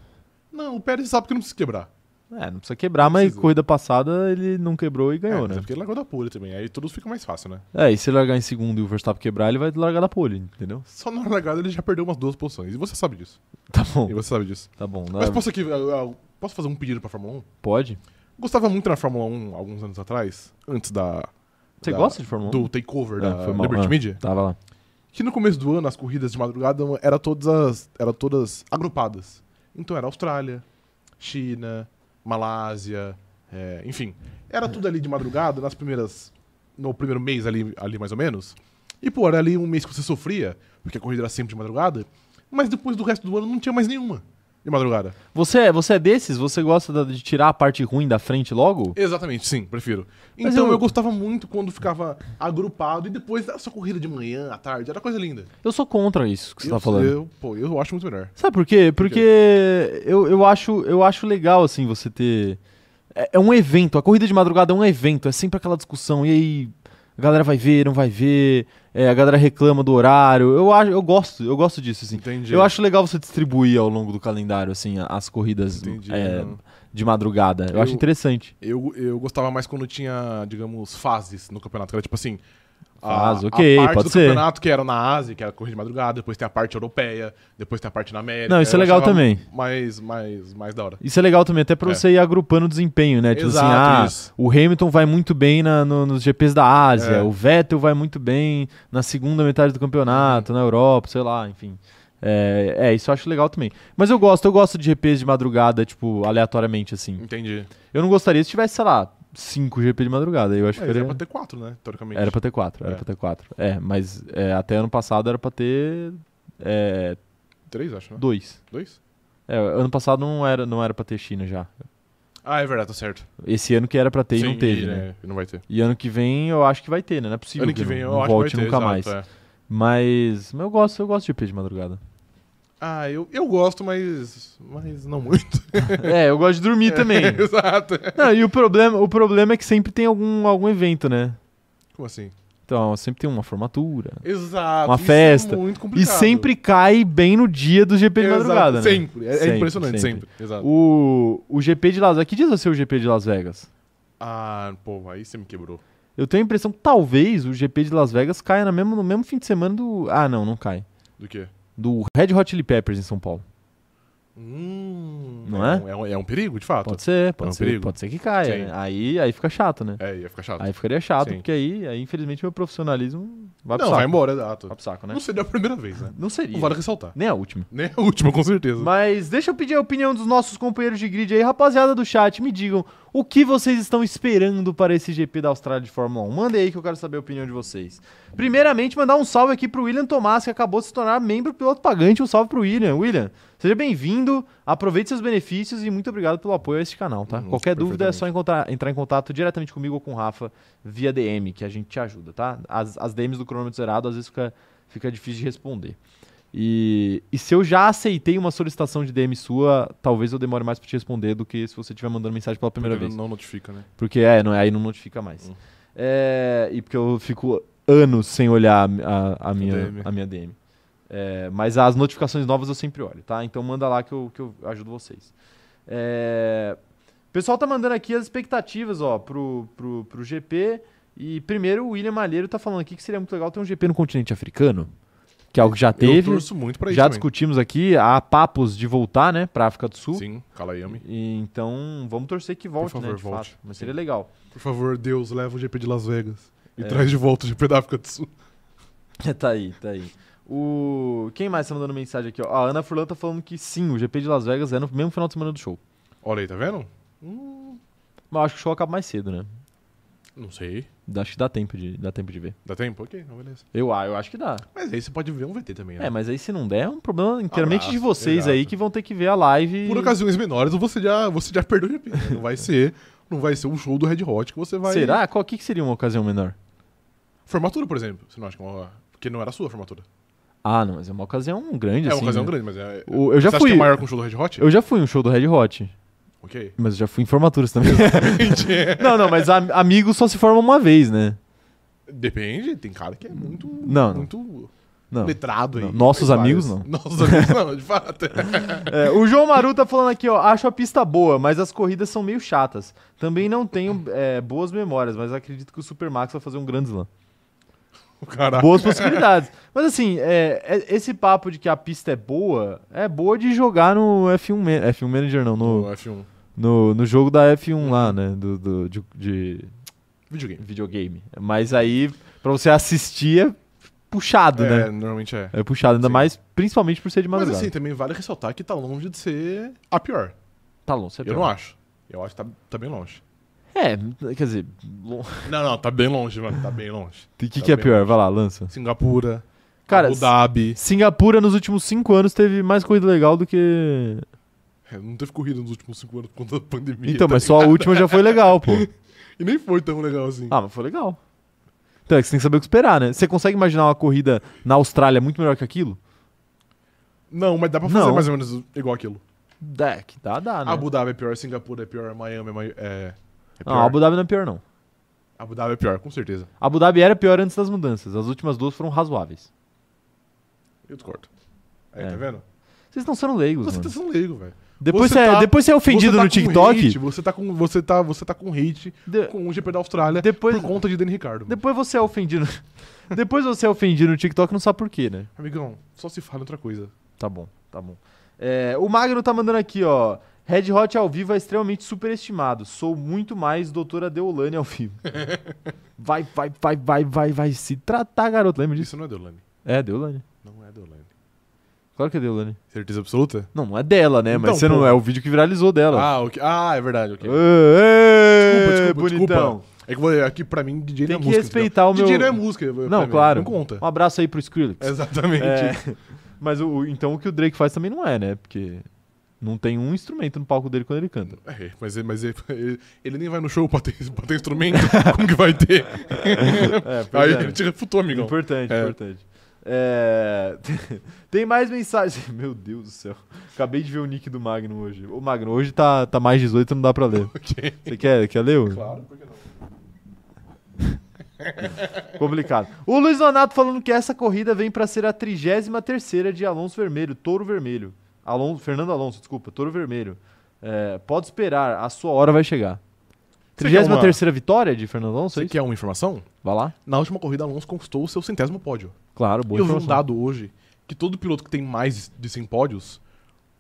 Speaker 2: Não, o Pérez sabe que não precisa quebrar.
Speaker 1: É, não precisa quebrar, mas
Speaker 2: precisa.
Speaker 1: corrida passada ele não quebrou e ganhou,
Speaker 2: é, mas é
Speaker 1: né?
Speaker 2: porque ele largou da pole também. Aí tudo fica mais fácil, né?
Speaker 1: É, e se ele largar em segundo e o Verstappen quebrar, ele vai largar da pole, entendeu? <laughs>
Speaker 2: Só na largada ele já perdeu umas duas posições. E você sabe disso.
Speaker 1: Tá bom,
Speaker 2: E você sabe disso.
Speaker 1: tá bom.
Speaker 2: Mas
Speaker 1: né?
Speaker 2: posso aqui. eu- eu- posso fazer um pedido pra Fórmula 1?
Speaker 1: Pode?
Speaker 2: Gostava muito da Fórmula 1 alguns anos atrás, antes da.
Speaker 1: Você
Speaker 2: da-
Speaker 1: gosta de Fórmula 1?
Speaker 2: Do takeover
Speaker 1: Ah,
Speaker 2: da
Speaker 1: foi mal.
Speaker 2: Liberty
Speaker 1: Ah,
Speaker 2: Media.
Speaker 1: Tava lá.
Speaker 2: Que no começo do ano as corridas de madrugada eram todas, as- eram todas agrupadas. Então era Austrália, China, Malásia, é, enfim. Era tudo ali de madrugada, nas primeiras. No primeiro mês ali, ali mais ou menos. E, pô, era ali um mês que você sofria, porque a corrida era sempre de madrugada, mas depois do resto do ano não tinha mais nenhuma de madrugada.
Speaker 1: Você é, você é desses? Você gosta da- de tirar a parte ruim da frente logo?
Speaker 2: Exatamente, sim, prefiro.
Speaker 1: Mas
Speaker 2: Então eu...
Speaker 1: eu-
Speaker 2: gostava muito quando ficava agrupado e depois era só corrida de manhã, à tarde, era coisa linda.
Speaker 1: Eu sou contra isso que você
Speaker 2: eu,
Speaker 1: tá falando.
Speaker 2: Eu, pô, eu acho muito melhor.
Speaker 1: Sabe por quê? Porque eu, eu, acho, eu acho legal, assim, você ter. É, é um evento, a corrida de madrugada é um evento, é sempre aquela discussão. E aí, a galera vai ver, não vai ver, é, a galera reclama do horário. Eu, acho, eu gosto, eu gosto disso, assim.
Speaker 2: Entendi.
Speaker 1: Eu acho legal você distribuir ao longo do calendário, assim, a- as corridas
Speaker 2: Entendi.
Speaker 1: é,
Speaker 2: não.
Speaker 1: de madrugada. Eu,
Speaker 2: Eu-
Speaker 1: acho interessante.
Speaker 2: Eu, eu gostava mais quando tinha, digamos, fases no campeonato. que Era tipo assim.
Speaker 1: Fase, ok,
Speaker 2: parte
Speaker 1: pode
Speaker 2: do
Speaker 1: ser.
Speaker 2: campeonato que era na Ásia, que era corrida de madrugada, depois tem a parte europeia, depois tem a parte na América.
Speaker 1: Não, isso é
Speaker 2: Eu
Speaker 1: legal
Speaker 2: achava
Speaker 1: também.
Speaker 2: Mais, mais, mais da hora.
Speaker 1: Isso é legal também, até pra
Speaker 2: É.
Speaker 1: você ir agrupando o desempenho, né? Tipo
Speaker 2: Exato,
Speaker 1: assim, ah,
Speaker 2: isso.
Speaker 1: o Hamilton vai muito bem na- no- nos GPs da Ásia,
Speaker 2: É.
Speaker 1: o Vettel vai muito bem na segunda metade do campeonato,
Speaker 2: Uhum.
Speaker 1: na Europa, sei lá, enfim. É, é, isso eu acho legal também. Mas eu gosto, eu gosto de GPs de madrugada, tipo, aleatoriamente, assim.
Speaker 2: Entendi.
Speaker 1: Eu não gostaria se tivesse, sei lá, cinco GP de madrugada, eu acho
Speaker 2: Mas
Speaker 1: que
Speaker 2: era
Speaker 1: era...
Speaker 2: pra ter quatro, né? Teoricamente.
Speaker 1: Era pra ter quatro, era
Speaker 2: É.
Speaker 1: pra ter quatro. É, mas é, até ano passado era pra ter é,
Speaker 2: Três, acho, né?
Speaker 1: dois.
Speaker 2: Dois?
Speaker 1: É, ano passado não era, não era pra ter China já.
Speaker 2: Ah, é verdade, tá certo. Sim,
Speaker 1: Esse ano que era pra ter e não teve, né?
Speaker 2: é, Não vai ter.
Speaker 1: E ano que vem eu acho que vai ter, né? Não é possível
Speaker 2: ano que vem
Speaker 1: não,
Speaker 2: eu
Speaker 1: não
Speaker 2: acho
Speaker 1: volte
Speaker 2: que vai ter.
Speaker 1: nunca
Speaker 2: exato,
Speaker 1: mais.
Speaker 2: é.
Speaker 1: Mas, mas eu gosto, eu gosto de GP de
Speaker 2: <laughs>
Speaker 1: madrugada.
Speaker 2: Ah, eu, eu gosto, mas. Mas não muito.
Speaker 1: é, eu gosto de dormir também.
Speaker 2: <laughs> Exato.
Speaker 1: Não, e o problema, o problema é que sempre tem algum, algum evento, né?
Speaker 2: Como assim?
Speaker 1: Então, sempre tem uma formatura.
Speaker 2: Exato.
Speaker 1: Uma
Speaker 2: isso é
Speaker 1: festa.
Speaker 2: muito
Speaker 1: E
Speaker 2: complicado.
Speaker 1: sempre cai bem no dia do GP de
Speaker 2: Exato,
Speaker 1: madrugada, né?
Speaker 2: Sempre. É, é
Speaker 1: Sempre,
Speaker 2: impressionante, sempre.
Speaker 1: sempre.
Speaker 2: Exato.
Speaker 1: O, o GP de Las Vegas. Que diz você o GP de Las Vegas?
Speaker 2: Ah, pô, aí você me quebrou.
Speaker 1: Eu tenho a impressão que talvez o GP de Las Vegas caia no mesmo, no mesmo fim de semana do. Ah, não, não cai.
Speaker 2: Do quê?
Speaker 1: Do Red Hot Chili Peppers em São Paulo.
Speaker 2: Hum,
Speaker 1: Não
Speaker 2: é?
Speaker 1: é?
Speaker 2: um- É um, é um perigo, de fato.
Speaker 1: Pode ser,
Speaker 2: É um
Speaker 1: pode ser.
Speaker 2: perigo.
Speaker 1: Pode ser que
Speaker 2: Sim.
Speaker 1: caia. né? Aí, aí fica chato, né?
Speaker 2: É, ia ficar chato.
Speaker 1: Aí ficaria chato,
Speaker 2: Sim.
Speaker 1: porque aí, aí, infelizmente, meu profissionalismo vai pro
Speaker 2: não,
Speaker 1: saco.
Speaker 2: vai embora, exato.
Speaker 1: Vai pro saco, né?
Speaker 2: Não seria a primeira vez,
Speaker 1: <laughs>
Speaker 2: né?
Speaker 1: Não seria.
Speaker 2: Não vale ressaltar.
Speaker 1: Nem a última.
Speaker 2: Nem <laughs> a última, com certeza.
Speaker 1: Mas deixa eu pedir a opinião dos nossos companheiros de grid aí, rapaziada do chat, me digam o que vocês estão esperando para esse GP da Austrália de Fórmula 1. Mandem aí que eu quero saber a opinião de vocês. Primeiramente, mandar um salve aqui pro William Tomás, que acabou de se tornar membro piloto pagante. Um salve pro William. William, seja bem-vindo, aproveite seus benefícios e muito obrigado pelo apoio a este canal, tá?
Speaker 2: Hum,
Speaker 1: Qualquer dúvida é
Speaker 2: perfeitamente.
Speaker 1: só encontrar- entrar em contato diretamente comigo ou com o Rafa via DM, que a gente te ajuda, tá? As, as DMs do cronômetro zerado às vezes fica, fica difícil de responder. E, e se eu já aceitei uma solicitação de DM sua, talvez eu demore mais pra te responder do que se você estiver mandando mensagem pela primeira
Speaker 2: Porque
Speaker 1: vez.
Speaker 2: Não notifica, né?
Speaker 1: Porque é, não, aí não notifica mais.
Speaker 2: Hum.
Speaker 1: É, e porque eu fico anos sem olhar a, a- a minha,
Speaker 2: DM.
Speaker 1: a minha DM. É, mas as notificações novas eu sempre olho, tá? Então manda lá que eu, que eu ajudo vocês. É, o pessoal tá mandando aqui as expectativas ó, pro, pro, pro GP. E primeiro o William Malheiro tá falando aqui que seria muito legal ter um GP no continente africano. Que é algo que já
Speaker 2: Eu
Speaker 1: teve.
Speaker 2: torço muito pra isso.
Speaker 1: Já
Speaker 2: também.
Speaker 1: discutimos aqui, há papos de voltar, né, pra África do Sul.
Speaker 2: Sim, Kalayami.
Speaker 1: E, então, vamos torcer que volte,
Speaker 2: favor,
Speaker 1: né, de
Speaker 2: volte.
Speaker 1: fato. Mas seria legal.
Speaker 2: Por favor, Deus, leva o GP de Las Vegas. E
Speaker 1: É.
Speaker 2: traz de volta o GP da África do Sul.
Speaker 1: <laughs> tá aí, tá aí. O... Quem mais tá mandando mensagem aqui? Ó? A Ana Furlan tá falando que sim, o GP de Las Vegas é no mesmo final de semana do show.
Speaker 2: Olha aí, tá vendo?
Speaker 1: Mas eu acho que o show acaba mais cedo, né?
Speaker 2: Não sei.
Speaker 1: Acho que dá tempo de, dá tempo de ver.
Speaker 2: Dá tempo? Ok, não, beleza.
Speaker 1: Eu, ah, eu acho que dá.
Speaker 2: Mas aí você pode ver um VT também, né?
Speaker 1: É, mas aí se não der, é um problema inteiramente de
Speaker 2: Abraço,
Speaker 1: vocês aí
Speaker 2: exato.
Speaker 1: que vão ter que ver a live.
Speaker 2: Por ocasiões menores, você já, você já perdeu o GP. né? Não vai ser, não vai ser um show do Red Hot que você vai.
Speaker 1: É. Será? Qual que que seria uma ocasião menor?
Speaker 2: Formatura, por exemplo. Você não acha que é uma. Porque não era a sua formatura.
Speaker 1: Ah, não, mas é uma ocasião grande,
Speaker 2: É uma
Speaker 1: assim.
Speaker 2: ocasião
Speaker 1: né?
Speaker 2: grande, mas é.
Speaker 1: O- eu já
Speaker 2: Você acha
Speaker 1: fui-
Speaker 2: que é maior que um show do Red Hot?
Speaker 1: Eu já fui em um show do Red Hot,
Speaker 2: Ok.
Speaker 1: mas eu já fui em formaturas
Speaker 2: <laughs>
Speaker 1: também. não, não, mas am- amigos só se formam uma vez, né?
Speaker 2: Depende, tem cara que é muito.
Speaker 1: Não, não.
Speaker 2: Muito
Speaker 1: Não.
Speaker 2: letrado aí.
Speaker 1: Não. Nossos
Speaker 2: Tem
Speaker 1: amigos,
Speaker 2: vários. Nossos amigos não, de fato. <laughs>
Speaker 1: É, o João Maru tá falando aqui, ó. Acho a pista boa, mas as corridas são meio chatas. Também não tenho é, boas memórias, mas acredito que o Super Max vai fazer um grande slam.
Speaker 2: Caraca.
Speaker 1: Boas possibilidades. Mas assim, é, é- esse papo de que a pista é boa, é boa de jogar no F1, Man- F1 Manager, não,
Speaker 2: O
Speaker 1: no,
Speaker 2: F1.
Speaker 1: no, no jogo da F1 lá, né? Do, do- de, de
Speaker 2: Videogame.
Speaker 1: videogame. Mas aí, pra você assistir, é puxado,
Speaker 2: É,
Speaker 1: né?
Speaker 2: normalmente é.
Speaker 1: É puxado, ainda
Speaker 2: Sim.
Speaker 1: mais, principalmente por ser de
Speaker 2: Mas
Speaker 1: madrugada.
Speaker 2: assim, também vale ressaltar que tá longe de ser a pior.
Speaker 1: tá longe, você é
Speaker 2: Eu
Speaker 1: pior.
Speaker 2: não acho. Eu acho que tá, tá bem longe.
Speaker 1: É, quer dizer, <laughs> lo-
Speaker 2: Não, não, tá bem longe, mano. Tá bem longe.
Speaker 1: o que, que
Speaker 2: Tá
Speaker 1: é
Speaker 2: bem
Speaker 1: pior? Vai lá, lança.
Speaker 2: Singapura,
Speaker 1: Cara,
Speaker 2: Abu Dhabi.
Speaker 1: Singapura nos últimos cinco anos teve mais corrida legal do que.
Speaker 2: É, não teve corrida nos últimos cinco anos por conta da pandemia.
Speaker 1: Então,
Speaker 2: tá
Speaker 1: mas só a última já foi legal,
Speaker 2: <laughs>
Speaker 1: pô.
Speaker 2: ligado? E nem foi tão legal assim.
Speaker 1: Ah, mas foi legal. Então, é que você tem que saber o que esperar, né? Você consegue imaginar uma corrida na Austrália muito melhor que aquilo?
Speaker 2: Não, mas dá pra fazer
Speaker 1: Não.
Speaker 2: mais ou menos igual aquilo.
Speaker 1: Dá, que dá, dá, né?
Speaker 2: Abu Dhabi é pior, Singapura é pior, Miami é, mai- é, é pior.
Speaker 1: não, Abu Dhabi não é pior, não.
Speaker 2: Abu Dhabi é pior, com certeza.
Speaker 1: Abu Dhabi era pior antes das mudanças. As últimas duas foram razoáveis.
Speaker 2: Eu discordo. Aí,
Speaker 1: É.
Speaker 2: tá vendo?
Speaker 1: Vocês estão sendo leigos,
Speaker 2: Você
Speaker 1: mano.
Speaker 2: tá sendo leigo, velho.
Speaker 1: Depois
Speaker 2: você
Speaker 1: você,
Speaker 2: tá-
Speaker 1: depois você é ofendido
Speaker 2: Você tá
Speaker 1: no
Speaker 2: com
Speaker 1: TikTok.
Speaker 2: hate, você, tá com, você, tá, você tá com hate
Speaker 1: de-
Speaker 2: com o GP da Austrália
Speaker 1: Depois-
Speaker 2: por conta de Dani Ricardo. mano.
Speaker 1: Depois você é ofendido. <laughs> depois você é ofendido no TikTok, não sabe por quê, né?
Speaker 2: Amigão, só se fala em outra coisa.
Speaker 1: Tá bom, tá bom. É, o Magno tá mandando aqui, ó. Red Hot ao vivo é extremamente superestimado. Sou muito mais doutora Deolane ao
Speaker 2: <laughs>
Speaker 1: vivo. vai, vai, vai, vai, vai, vai se tratar, garoto. Lembra disso?
Speaker 2: Isso não é Deolane.
Speaker 1: É, Deolane.
Speaker 2: Não é Deolane.
Speaker 1: Claro que é Deolane.
Speaker 2: Certeza absoluta?
Speaker 1: Não, não é dela, né? Mas
Speaker 2: Então,
Speaker 1: você não
Speaker 2: pô.
Speaker 1: é o vídeo que viralizou dela.
Speaker 2: Ah, ok. ah, é verdade. ok.
Speaker 1: Ê,
Speaker 2: Desculpa, desculpa,
Speaker 1: bonitão.
Speaker 2: É que vou- aqui pra mim, DJ
Speaker 1: Tem
Speaker 2: não é
Speaker 1: que
Speaker 2: música.
Speaker 1: respeitar o
Speaker 2: entendeu? DJ
Speaker 1: meu-
Speaker 2: não é música. pra
Speaker 1: Não,
Speaker 2: mim,
Speaker 1: claro.
Speaker 2: Não conta.
Speaker 1: Um abraço aí pro Skrillex.
Speaker 2: Exatamente.
Speaker 1: É, <laughs> mas o- o- então o que o Drake faz também não é, né? Porque não tem um instrumento no palco dele quando ele
Speaker 2: <laughs>
Speaker 1: canta.
Speaker 2: É, mas, ele- mas ele, ele- ele nem vai no show pra ter, pra ter instrumento. <laughs> Como que vai ter?
Speaker 1: É, pois
Speaker 2: Aí
Speaker 1: é.
Speaker 2: ele te refutou, amigão.
Speaker 1: Importante,
Speaker 2: É.
Speaker 1: importante. É, <laughs> Tem mais mensagens. <laughs> Meu Deus do céu. Acabei de ver o nick do Magno hoje. Ô, Magno, hoje tá, tá mais 18, não dá pra ler.
Speaker 2: Ok.
Speaker 1: Você quer, quer ler? Hugo?
Speaker 2: Claro, por que não?
Speaker 1: Complicado. O Luiz Donato falando que essa corrida vem pra ser a 33 de Alonso Vermelho, Touro Vermelho. Alonso, Fernando Alonso, desculpa, Touro Vermelho. É, pode esperar, a sua hora vai chegar.
Speaker 2: Você quer uma-
Speaker 1: 33 vitória de Fernando Alonso? é
Speaker 2: Você
Speaker 1: isso?
Speaker 2: quer uma informação?
Speaker 1: Vai lá.
Speaker 2: Na última corrida, Alonso conquistou o seu centésimo pódio.
Speaker 1: Claro, boa
Speaker 2: eu vi um
Speaker 1: informação.
Speaker 2: dado hoje que todo piloto que tem mais de 100 pódios,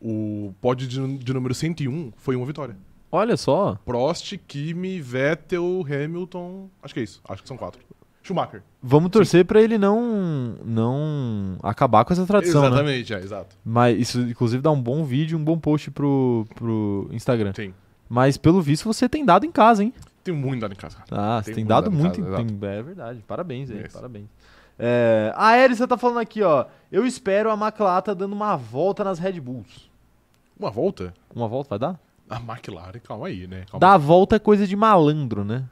Speaker 2: o pódio de, de número 101 foi uma vitória.
Speaker 1: Olha só.
Speaker 2: Prost, Kimi, Vettel, Hamilton. Acho que é isso. Acho que são quatro. Schumacher.
Speaker 1: Vamos torcer pra ele não não acabar com essa tradição, né?
Speaker 2: Exatamente, é, exato.
Speaker 1: Mas isso inclusive dá um bom vídeo, um bom post pro, pro Instagram.
Speaker 2: Tem.
Speaker 1: Mas pelo visto você tem dado em casa, hein?
Speaker 2: Tem muito dado em casa, cara.
Speaker 1: Ah, você
Speaker 2: Tem
Speaker 1: tem
Speaker 2: muito
Speaker 1: dado
Speaker 2: dado em
Speaker 1: muito.
Speaker 2: casa,
Speaker 1: em- tem- é verdade. Parabéns aí,
Speaker 2: Isso.
Speaker 1: parabéns. É, a Erissa tá falando aqui, ó. Eu espero a Maclata dando uma volta nas Red Bulls.
Speaker 2: Uma volta?
Speaker 1: Uma volta vai dar?
Speaker 2: A McLaren, calma aí, né? Calma.
Speaker 1: Dar a volta é coisa de malandro, né?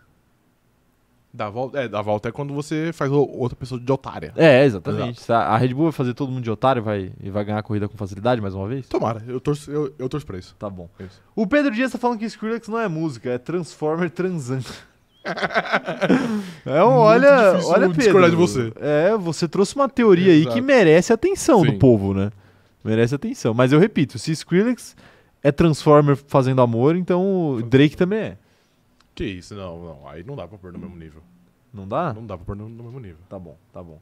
Speaker 2: Dá a volta, é, dá a volta é quando você faz o- outra pessoa de otária.
Speaker 1: É, exatamente. A a Red Bull vai fazer todo mundo de otário vai, e vai ganhar a corrida com facilidade mais uma vez?
Speaker 2: Tomara, eu torço, eu, eu torço pra isso.
Speaker 1: Tá bom.
Speaker 2: Isso.
Speaker 1: O Pedro Dias tá falando que Skrillex não é música, é Transformer
Speaker 2: <laughs>
Speaker 1: transando. é um,
Speaker 2: Muito
Speaker 1: olha,
Speaker 2: difícil
Speaker 1: olha Pedro.
Speaker 2: discordar de você.
Speaker 1: É, você trouxe uma teoria aí
Speaker 2: Exato.
Speaker 1: que merece atenção do
Speaker 2: Sim.
Speaker 1: povo, né? Merece atenção. Mas eu repito, se Skrillex é Transformer fazendo amor, então o Drake também é.
Speaker 2: Que isso, não, não. Aí não dá pra pôr no mesmo nível.
Speaker 1: Não dá?
Speaker 2: Não dá pra pôr no, no mesmo nível.
Speaker 1: Tá bom, tá bom.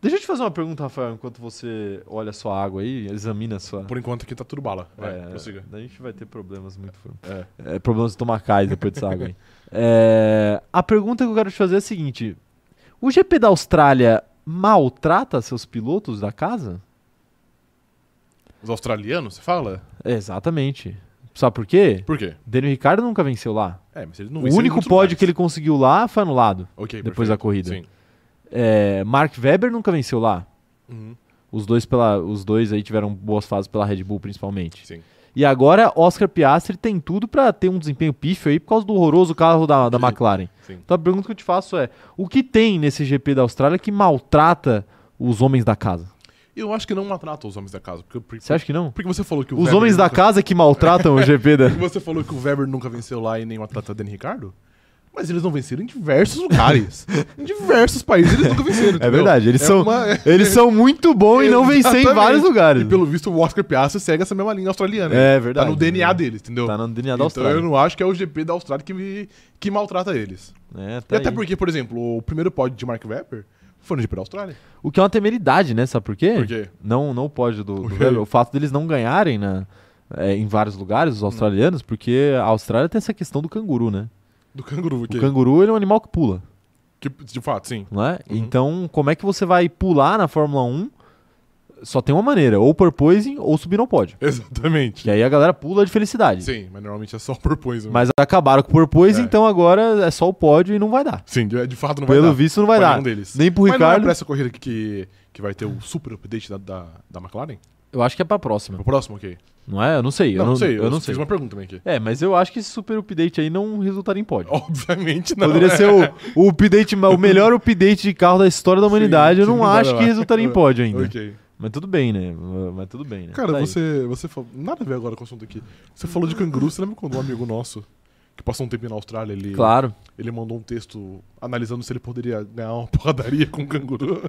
Speaker 1: Deixa eu te fazer uma pergunta, Rafael, enquanto você olha a sua água aí, examina a sua.
Speaker 2: Por enquanto aqui tá tudo bala. Vai,
Speaker 1: É,
Speaker 2: prossiga.
Speaker 1: daí a gente vai ter problemas muito fortes.
Speaker 2: É.
Speaker 1: É, problemas estomacais depois dessa água aí. <laughs> É, a pergunta que eu quero te fazer é a seguinte: o GP da Austrália maltrata seus pilotos da casa?
Speaker 2: Os australianos, você fala?
Speaker 1: É, exatamente. Sabe por quê?
Speaker 2: Por quê?
Speaker 1: Daniel Ricardo nunca venceu lá.
Speaker 2: É, mas eles não
Speaker 1: o único pódio que ele conseguiu lá foi anulado. depois da corrida.
Speaker 2: Sim.
Speaker 1: É, Mark Webber nunca venceu lá.
Speaker 2: Uhum,
Speaker 1: Os dois, pela, os dois aí tiveram boas fases pela Red Bull, principalmente.
Speaker 2: sim.
Speaker 1: E agora, Oscar Piastri tem tudo pra ter um desempenho pífio aí por causa do horroroso carro da, da
Speaker 2: Sim.
Speaker 1: McLaren.
Speaker 2: Sim.
Speaker 1: Então a pergunta que eu te faço é: o que tem nesse GP da Austrália que maltrata os homens da casa?
Speaker 2: Eu acho que não maltrata os homens da casa. Porque, porque,
Speaker 1: Você acha que não?
Speaker 2: porque você falou que o
Speaker 1: Os
Speaker 2: Weber
Speaker 1: homens da
Speaker 2: nunca-
Speaker 1: casa que maltratam o GP da.
Speaker 2: <laughs> Porque você falou que o Weber nunca venceu lá e nem o atleta Dani Ricardo. Mas eles não venceram em diversos
Speaker 1: <laughs>
Speaker 2: lugares. em diversos países eles nunca venceram.
Speaker 1: É
Speaker 2: entendeu?
Speaker 1: verdade, eles
Speaker 2: É
Speaker 1: são,
Speaker 2: uma-
Speaker 1: eles são muito bons e não vencer em
Speaker 2: Exatamente.
Speaker 1: vários lugares.
Speaker 2: E pelo visto o Oscar Piastri segue essa mesma linha australiana.
Speaker 1: É
Speaker 2: né?
Speaker 1: verdade.
Speaker 2: Tá no DNA deles, entendeu?
Speaker 1: Tá no DNA da
Speaker 2: então
Speaker 1: Austrália.
Speaker 2: eu não acho que é o GP da Austrália que, me- que maltrata eles.
Speaker 1: É,
Speaker 2: e
Speaker 1: tá
Speaker 2: até
Speaker 1: aí.
Speaker 2: porque, por exemplo, o primeiro pódio de Mark Webber foi no GP da Austrália.
Speaker 1: O que é uma temeridade, né? Sabe por quê?
Speaker 2: Por quê?
Speaker 1: Não, não pode do, do
Speaker 2: quê?
Speaker 1: Weber. O fato deles não ganharem na, é, em vários lugares, os australianos, porque a Austrália tem essa questão do canguru, né?
Speaker 2: Do canguru, que,
Speaker 1: O canguru ele é um animal que pula,
Speaker 2: que de fato, sim. <laughs>
Speaker 1: não é?
Speaker 2: Uhum.
Speaker 1: Então, como é que você vai pular na Fórmula 1? Só tem uma maneira, ou porpoising ou subir no pódio.
Speaker 2: Exatamente.
Speaker 1: Que aí a galera pula de felicidade.
Speaker 2: Sim, mas normalmente é só <laughs> por poison.
Speaker 1: Mas acabaram com o porpoise,
Speaker 2: É.
Speaker 1: então agora é só o pódio e não vai dar.
Speaker 2: Sim, de de fato não
Speaker 1: Pelo
Speaker 2: vai dar.
Speaker 1: visto, não vai
Speaker 2: pra
Speaker 1: dar.
Speaker 2: nenhum deles.
Speaker 1: Nem pro
Speaker 2: Mas não é
Speaker 1: Ricardo.
Speaker 2: pra essa corrida que, que, que vai ter o super update da, da, da McLaren?
Speaker 1: Eu acho que é pra próxima.
Speaker 2: Pro próximo, ok.
Speaker 1: Não é? Eu não sei. Eu não, sei. Eu não
Speaker 2: fiz
Speaker 1: sei.
Speaker 2: uma pergunta também aqui. <laughs>
Speaker 1: É, mas eu acho que esse super update aí não resultaria em pódio.
Speaker 2: Obviamente Oh, não.
Speaker 1: Poderia
Speaker 2: né? <laughs>
Speaker 1: ser o, o update, o melhor update de carro da história da humanidade. eu
Speaker 2: sim,
Speaker 1: não,
Speaker 2: não vai
Speaker 1: acho que
Speaker 2: lá.
Speaker 1: resultaria em pódio ainda.
Speaker 2: Ok.
Speaker 1: Mas tudo bem, né? Mas tudo bem, né?
Speaker 2: Cara,
Speaker 1: Tá aí.
Speaker 2: você, você falou. Nada a ver agora com o assunto aqui. Você falou de canguru, você lembra quando um amigo nosso, que passou um tempo na Austrália, ele,
Speaker 1: Claro.
Speaker 2: ele mandou um texto analisando se ele poderia ganhar uma <laughs> porradaria com um canguru?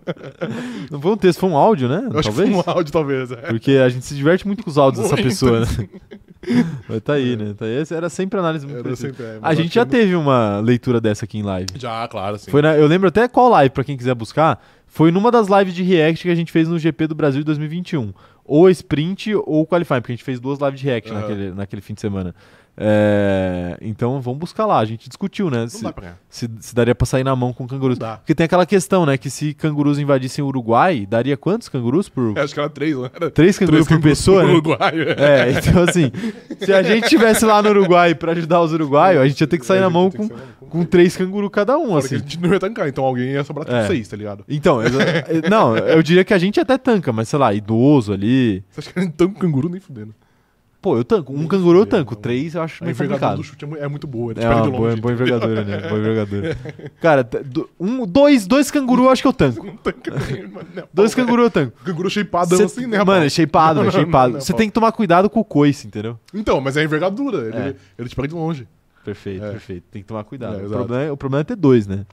Speaker 1: Não foi um texto, foi um áudio, né?
Speaker 2: Eu acho que
Speaker 1: Talvez.
Speaker 2: foi um áudio, talvez. É.
Speaker 1: Porque a gente se diverte muito com os áudios dessa
Speaker 2: Muito.
Speaker 1: pessoa, né? <laughs> Mas tá aí, né? Tá aí. Essa Era sempre análise muito
Speaker 2: Era
Speaker 1: precisa.
Speaker 2: sempre, é, mas
Speaker 1: A
Speaker 2: acho
Speaker 1: gente
Speaker 2: que
Speaker 1: já
Speaker 2: não-
Speaker 1: teve uma leitura dessa aqui em live.
Speaker 2: Já, claro, sim.
Speaker 1: Foi na- eu lembro até qual live, pra quem quiser buscar. Foi numa das lives de react que a gente fez no GP do Brasil de 2021. Ou sprint ou qualifying, porque a gente fez duas lives de react
Speaker 2: Aham.
Speaker 1: naquele, naquele fim de semana. É, então vamos buscar lá. A gente discutiu, né?
Speaker 2: Não
Speaker 1: Se,
Speaker 2: dá pra ganhar.
Speaker 1: se- se daria pra sair na mão com cangurus.
Speaker 2: Não dá.
Speaker 1: Porque tem aquela questão, né? Que se cangurus invadissem o Uruguai, daria quantos cangurus por.
Speaker 2: É, acho que era três, né? Era
Speaker 1: Três cangurus por pessoa, né?
Speaker 2: Uruguai.
Speaker 1: É, então assim, se a gente tivesse lá no Uruguai pra ajudar os uruguaios, a gente ia ter que sair na mão com, com três cangurus cada um,
Speaker 2: Fora que
Speaker 1: assim.
Speaker 2: a gente não ia tancar, então alguém ia sobrar tipo
Speaker 1: É.
Speaker 2: seis, tá ligado?
Speaker 1: Então, eu- eu- não, eu diria que a gente até tanca, mas sei lá, idoso ali.
Speaker 2: Você acha que a gente tanca um canguru nem fudendo?
Speaker 1: Pô, eu tanco. Um
Speaker 2: Não
Speaker 1: canguru eu
Speaker 2: sei,
Speaker 1: tanco.
Speaker 2: não.
Speaker 1: Três eu acho
Speaker 2: A
Speaker 1: meio
Speaker 2: envergadura do
Speaker 1: complicado.
Speaker 2: chute é mu- é muito boa, ele te
Speaker 1: É,
Speaker 2: pega de
Speaker 1: uma boa,
Speaker 2: longe.
Speaker 1: boa
Speaker 2: <laughs> entendeu?
Speaker 1: envergadura, né? Boa envergadura. Cara, t- do- um, dois, dois canguru eu acho que eu tanco. <laughs>
Speaker 2: Não tanca nem, Um mano. Não,
Speaker 1: Dois
Speaker 2: pô, é.
Speaker 1: canguru eu tanco.
Speaker 2: Canguru shapeadão
Speaker 1: Cê-
Speaker 2: assim,
Speaker 1: Mano,
Speaker 2: né,
Speaker 1: é
Speaker 2: rapaz?
Speaker 1: shapeado,
Speaker 2: Não,
Speaker 1: velho,
Speaker 2: não, não,
Speaker 1: shapeado.
Speaker 2: não,
Speaker 1: Você
Speaker 2: não,
Speaker 1: tem que tomar cuidado com o coice, entendeu?
Speaker 2: Então, mas é a envergadura, ele,
Speaker 1: É.
Speaker 2: ele te pega de longe. <laughs>
Speaker 1: Perfeito,
Speaker 2: É.
Speaker 1: perfeito. Tem que tomar cuidado.
Speaker 2: É,
Speaker 1: o,
Speaker 2: exato.
Speaker 1: problema é, o problema é ter dois, né?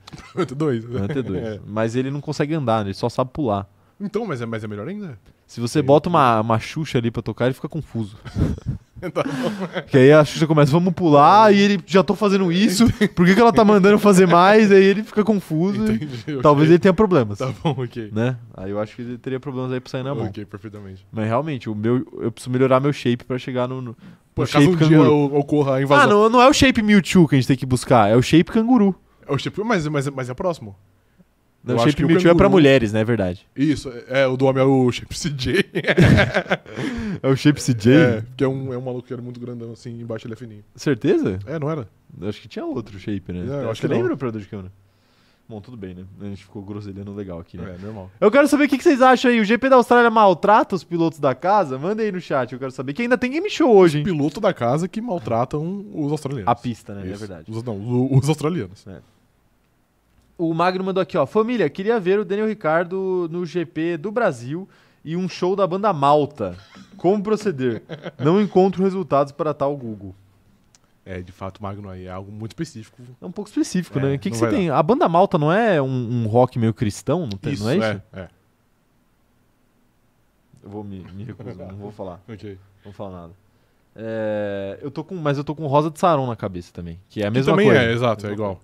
Speaker 2: Dois.
Speaker 1: O problema é ter dois.
Speaker 2: <laughs> É.
Speaker 1: Mas ele não consegue andar, né? ele só sabe pular.
Speaker 2: Então, mas é, mas é melhor ainda?
Speaker 1: <laughs> Se você
Speaker 2: Eu-
Speaker 1: bota uma, uma Xuxa ali pra tocar, ele fica confuso.
Speaker 2: <laughs> Tá bom.
Speaker 1: Que aí a Xuxa começa, vamos pular, e ele já tô fazendo isso, por que, que ela tá mandando eu fazer mais? Aí ele fica confuso. e
Speaker 2: Entendi. ok.
Speaker 1: Talvez ele tenha problemas.
Speaker 2: <laughs> Tá bom, ok.
Speaker 1: Né? Aí eu acho que ele teria problemas aí pra sair na mão.
Speaker 2: Ok, perfeitamente.
Speaker 1: Mas realmente, o meu, eu preciso melhorar meu shape pra chegar no. no
Speaker 2: Por
Speaker 1: no
Speaker 2: acaso um dia o- ocorra a invasão.
Speaker 1: Ah, não, não é o shape Mewtwo que a gente tem que buscar, é o shape canguru.
Speaker 2: É o shape, mas, mas, mas é próximo.
Speaker 1: Não,
Speaker 2: Eu
Speaker 1: o
Speaker 2: acho
Speaker 1: shape
Speaker 2: que o
Speaker 1: Mewtwo é pra
Speaker 2: canguru-
Speaker 1: mulheres, né? É verdade.
Speaker 2: Isso, é, é, o do homem é o shape CJ.
Speaker 1: É o shape CJ?
Speaker 2: <laughs> É, porque é um, é um maluco que era muito grandão assim, embaixo ele é fininho.
Speaker 1: Certeza?
Speaker 2: É, não era?
Speaker 1: Eu acho que tinha outro shape, né?
Speaker 2: Não, eu
Speaker 1: Até-
Speaker 2: acho que
Speaker 1: Você
Speaker 2: não.
Speaker 1: lembra, operador de câmera? Bom, tudo bem, né? A gente ficou groselhando legal aqui, né?
Speaker 2: É, normal.
Speaker 1: Eu quero saber o que que vocês acham aí. O GP da Austrália maltrata os pilotos da casa? Manda aí no chat, eu quero saber. Que ainda tem game show hoje, hein?
Speaker 2: Piloto da casa que maltratam os australianos.
Speaker 1: A pista, né? É
Speaker 2: Isso.
Speaker 1: verdade.
Speaker 2: Os, não, o- os australianos.
Speaker 1: O Magno mandou aqui, ó. Família, queria ver o Daniel Ricardo no GP do Brasil e um show da banda Malta. Como proceder? Não encontro resultados para tal Google.
Speaker 2: É, de fato, Magno aí é algo muito específico.
Speaker 1: É um pouco específico,
Speaker 2: É,
Speaker 1: né? O que, que
Speaker 2: não
Speaker 1: você
Speaker 2: vai
Speaker 1: tem? A banda Malta não é um, um rock meio cristão? Não, tem, não é isso?
Speaker 2: É, é.
Speaker 1: Eu vou me, me recusar, não vou falar.
Speaker 2: Ok.
Speaker 1: Não vou falar nada. É, eu tô com, mas eu tô com Rosa de Saron na cabeça também, que é a
Speaker 2: Que
Speaker 1: mesma
Speaker 2: também
Speaker 1: coisa.
Speaker 2: é, exato, é
Speaker 1: Mesma
Speaker 2: igual.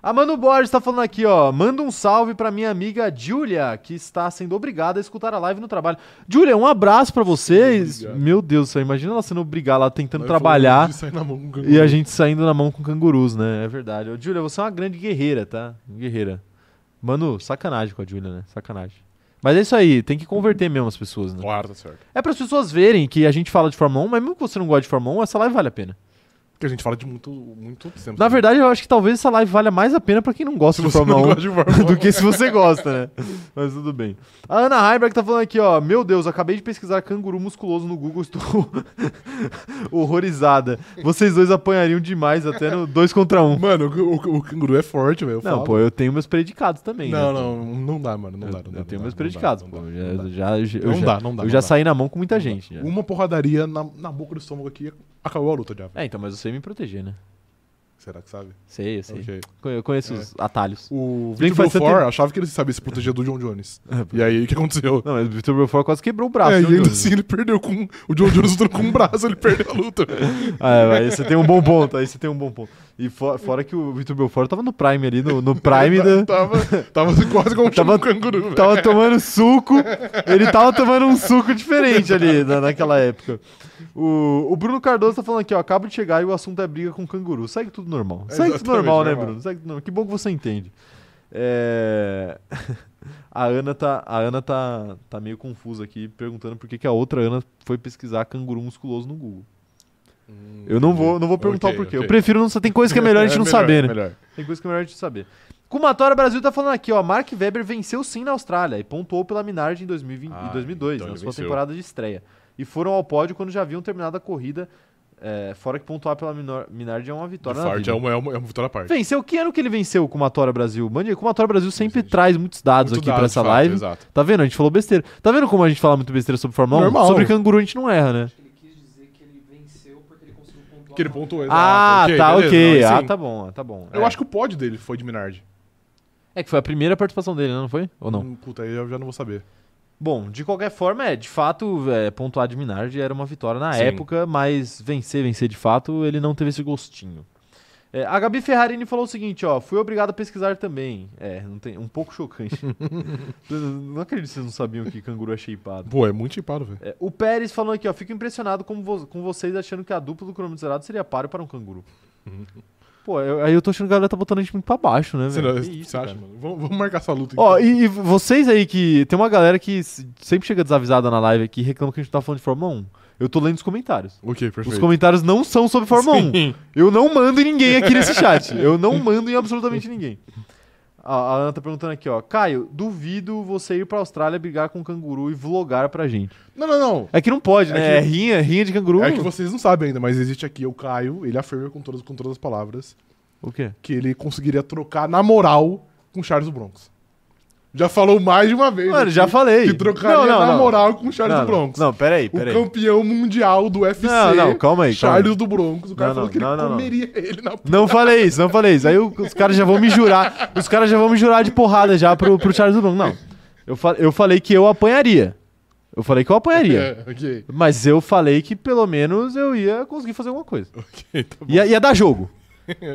Speaker 1: A Mano Borges tá falando aqui, ó. Manda um salve pra minha amiga Julia, que está sendo obrigada a escutar a live no trabalho. Julia, um abraço pra vocês.
Speaker 2: Obrigado.
Speaker 1: Meu Deus do céu, imagina ela sendo obrigada, ela tentando
Speaker 2: Aí
Speaker 1: trabalhar
Speaker 2: falou de sair na mão com um canguru.
Speaker 1: e a gente saindo na mão com cangurus, né? É verdade. Ô, Julia, você é uma grande guerreira, tá? Guerreira. Mano, sacanagem com a Julia, né? Sacanagem. Mas é isso aí, tem que converter mesmo as pessoas, né?
Speaker 2: Claro, tá certo.
Speaker 1: um, É para as pessoas verem que a gente fala de Fórmula 1, mas mesmo que você não gosta de Fórmula 1, essa live um, vale a pena.
Speaker 2: Porque a gente fala de muito, muito tempo.
Speaker 1: Na verdade, eu acho que talvez essa live valha mais a pena pra quem não gosta
Speaker 2: se
Speaker 1: do
Speaker 2: você não
Speaker 1: Fórmula 1 <laughs>
Speaker 2: gosta de Fórmula 1.
Speaker 1: do que se você gosta, né? Mas tudo bem. A Ana Heimberg tá falando aqui, ó. Meu Deus, acabei de pesquisar canguru musculoso no Google, estou <laughs> horrorizada. Vocês dois apanhariam demais até no 2 contra 1. Um.
Speaker 2: Mano, o, o- o canguru é forte, velho. eu
Speaker 1: Não,
Speaker 2: falo.
Speaker 1: pô, eu tenho meus predicados também.
Speaker 2: Não,
Speaker 1: né?
Speaker 2: não, não dá, mano. Não
Speaker 1: Eu,
Speaker 2: dá, não dá.
Speaker 1: eu tenho
Speaker 2: não
Speaker 1: meus
Speaker 2: dá,
Speaker 1: predicados,
Speaker 2: não
Speaker 1: pô.
Speaker 2: dá,
Speaker 1: Eu
Speaker 2: não
Speaker 1: já,
Speaker 2: dá.
Speaker 1: eu já, eu
Speaker 2: Não
Speaker 1: já-
Speaker 2: dá, não dá,
Speaker 1: Eu
Speaker 2: não
Speaker 1: já
Speaker 2: dá.
Speaker 1: saí na mão com muita
Speaker 2: Não dá. Um.
Speaker 1: gente. já.
Speaker 2: Uma porradaria na, na boca do estômago aqui acabou a luta já. velho.
Speaker 1: É, então, mas eu sei me proteger, né?
Speaker 2: Será que sabe?
Speaker 1: Sei, eu sei.
Speaker 2: Ok.
Speaker 1: Co- Eu conheço
Speaker 2: É.
Speaker 1: os atalhos.
Speaker 2: O
Speaker 1: Bem que
Speaker 2: Victor
Speaker 1: faz tanto
Speaker 2: Belfort achava que ele sabia se proteger do
Speaker 1: <laughs>
Speaker 2: John Jones.
Speaker 1: É,
Speaker 2: E aí, o que aconteceu?
Speaker 1: Não, mas o Vitor Belfort quase quebrou o braço.
Speaker 2: é, e
Speaker 1: viu,
Speaker 2: ainda
Speaker 1: Ah, Jones? <laughs>
Speaker 2: assim ele perdeu com... O John Jones lutou com um braço, ele perdeu a luta. velho.
Speaker 1: Ah, aí você tem um bom ponto, aí você tem um bom ponto. E fo- fora que o Vitor Belfort tava no Prime ali, no, no
Speaker 2: <laughs>
Speaker 1: Prime da.
Speaker 2: tava, tava quase como
Speaker 1: Tava-
Speaker 2: um canguru, velho.
Speaker 1: Tava tomando suco, ele tava tomando um suco diferente ali na- naquela época. O, o Bruno Cardoso tá falando aqui, ó, acabo de chegar e o assunto é briga com canguru. Segue tudo normal.
Speaker 2: É
Speaker 1: Segue tudo
Speaker 2: exatamente,
Speaker 1: normal, né,
Speaker 2: normal.
Speaker 1: Bruno? Segue tudo normal. Que bom que você entende. É, <laughs> A Ana, tá, a Ana tá, tá meio confusa aqui, perguntando por que, que a outra Ana foi pesquisar canguru musculoso no Google. Eu não vou, não vou perguntar
Speaker 2: Uhum. Ok,
Speaker 1: o porquê.
Speaker 2: ok.
Speaker 1: Eu prefiro não. sa- Tem coisa que é melhor a gente não
Speaker 2: Hum. melhor,
Speaker 1: saber, né?
Speaker 2: melhor.
Speaker 1: Tem coisa que é melhor a gente saber. Kumatora Brasil tá falando aqui, ó. Mark Webber venceu sim na Austrália e pontuou pela Minardi em 2020,
Speaker 2: Ah,
Speaker 1: e 2002,
Speaker 2: então
Speaker 1: na
Speaker 2: ele
Speaker 1: sua
Speaker 2: venceu.
Speaker 1: temporada de estreia. E foram ao pódio quando já haviam terminado a corrida. é, fora que pontuar pela Minor- Minardi é uma vitória na
Speaker 2: Fart
Speaker 1: vida.
Speaker 2: é uma, é, uma, é uma vitória à parte.
Speaker 1: Venceu. Que ano que ele venceu o Kumatora Brasil? Mano, o Kumatora Brasil sempre traz muitos dados
Speaker 2: Muito
Speaker 1: aqui
Speaker 2: dado,
Speaker 1: pra
Speaker 2: de
Speaker 1: essa
Speaker 2: fato,
Speaker 1: live.
Speaker 2: Exato.
Speaker 1: Tá vendo? A gente falou besteira. Tá vendo como a gente fala muito besteira sobre Fórmula 1?
Speaker 2: Normal.
Speaker 1: Sobre canguru a gente não erra, né?
Speaker 3: Ele quis dizer que ele venceu porque ele conseguiu pontuar.
Speaker 2: Que ele pontuou, exato.
Speaker 1: ah, tá,
Speaker 2: beleza,
Speaker 1: ok.
Speaker 2: não, aí
Speaker 1: Ah,
Speaker 2: sim.
Speaker 1: tá bom, ah, tá bom.
Speaker 2: Eu
Speaker 1: É.
Speaker 2: acho que o pod dele foi de Minardi.
Speaker 1: É que foi a primeira participação dele, né? não foi? Ou não?
Speaker 2: Hum, Puta, aí eu já não vou saber.
Speaker 1: Bom, de qualquer forma, é, de fato, é, pontuar de Minardi era uma vitória na
Speaker 2: Sim.
Speaker 1: época, mas vencer, vencer de fato, ele não teve esse gostinho. É, a Gabi Ferrarini falou o seguinte, ó, fui obrigado a pesquisar também. É, não tem, um pouco chocante.
Speaker 2: <laughs>
Speaker 1: Eu não acredito que vocês não sabiam que canguru é shapeado.
Speaker 2: Pô, é muito chipado, velho.
Speaker 1: É, o Pérez falou aqui, ó, fico impressionado com, vo- com vocês achando que a dupla do cronômetro zerado seria páreo para um
Speaker 2: <laughs>
Speaker 1: canguru. Pô, eu- aí eu tô achando que a galera tá botando a gente muito pra baixo, né,
Speaker 2: Você,
Speaker 1: velho?
Speaker 2: não-
Speaker 1: Que
Speaker 2: você
Speaker 1: isso,
Speaker 2: acha,
Speaker 1: cara?
Speaker 2: mano? Vamos, vamos marcar essa luta.
Speaker 1: Ó,
Speaker 2: então.
Speaker 1: e, e vocês aí que. Tem uma galera que se- sempre chega desavisada na live aqui e reclama que a gente tá falando de Fórmula 1. Eu tô lendo os comentários.
Speaker 2: Ok, perfeito.
Speaker 1: Os comentários não são sobre Fórmula 1.
Speaker 2: Sim.
Speaker 1: Eu não mando em ninguém aqui
Speaker 2: <laughs>
Speaker 1: nesse chat. Eu não mando em absolutamente ninguém. A, a Ana tá perguntando aqui, ó. Caio, duvido você ir pra Austrália brigar com um canguru e vlogar pra gente.
Speaker 2: Não, não, não.
Speaker 1: É que não pode,
Speaker 2: É
Speaker 1: né?
Speaker 2: que-
Speaker 1: É rinha, rinha de canguru.
Speaker 2: É que vocês não sabem ainda, mas existe aqui o Caio, ele afirma com todas, com todas as palavras
Speaker 1: O quê?
Speaker 2: que ele conseguiria trocar na moral com Charles do Bronx. Já falou mais de uma vez.
Speaker 1: Mano,
Speaker 2: aqui
Speaker 1: já falei.
Speaker 2: Que trocaria na moral com Charles
Speaker 1: não,
Speaker 2: do Bronx.
Speaker 1: Não, não, peraí,
Speaker 2: o
Speaker 1: peraí.
Speaker 2: campeão mundial do UFC.
Speaker 1: Não, não, calma aí. calma aí.
Speaker 2: Charles do Bronx. O cara
Speaker 1: Não,
Speaker 2: falou
Speaker 1: não,
Speaker 2: que ele
Speaker 1: não, não, não.
Speaker 2: comeria ele na
Speaker 1: Não falei isso, não falei isso. Aí o- os caras já vão me jurar. Os caras já vão me jurar de porrada já pro, pro Charles Bronco. Não. Eu, fa- eu falei que eu apanharia. Eu falei que eu apanharia.
Speaker 2: É, ok.
Speaker 1: Mas eu falei que pelo menos eu ia conseguir fazer alguma coisa.
Speaker 2: Ok, tá bom.
Speaker 1: Ia, ia dar jogo.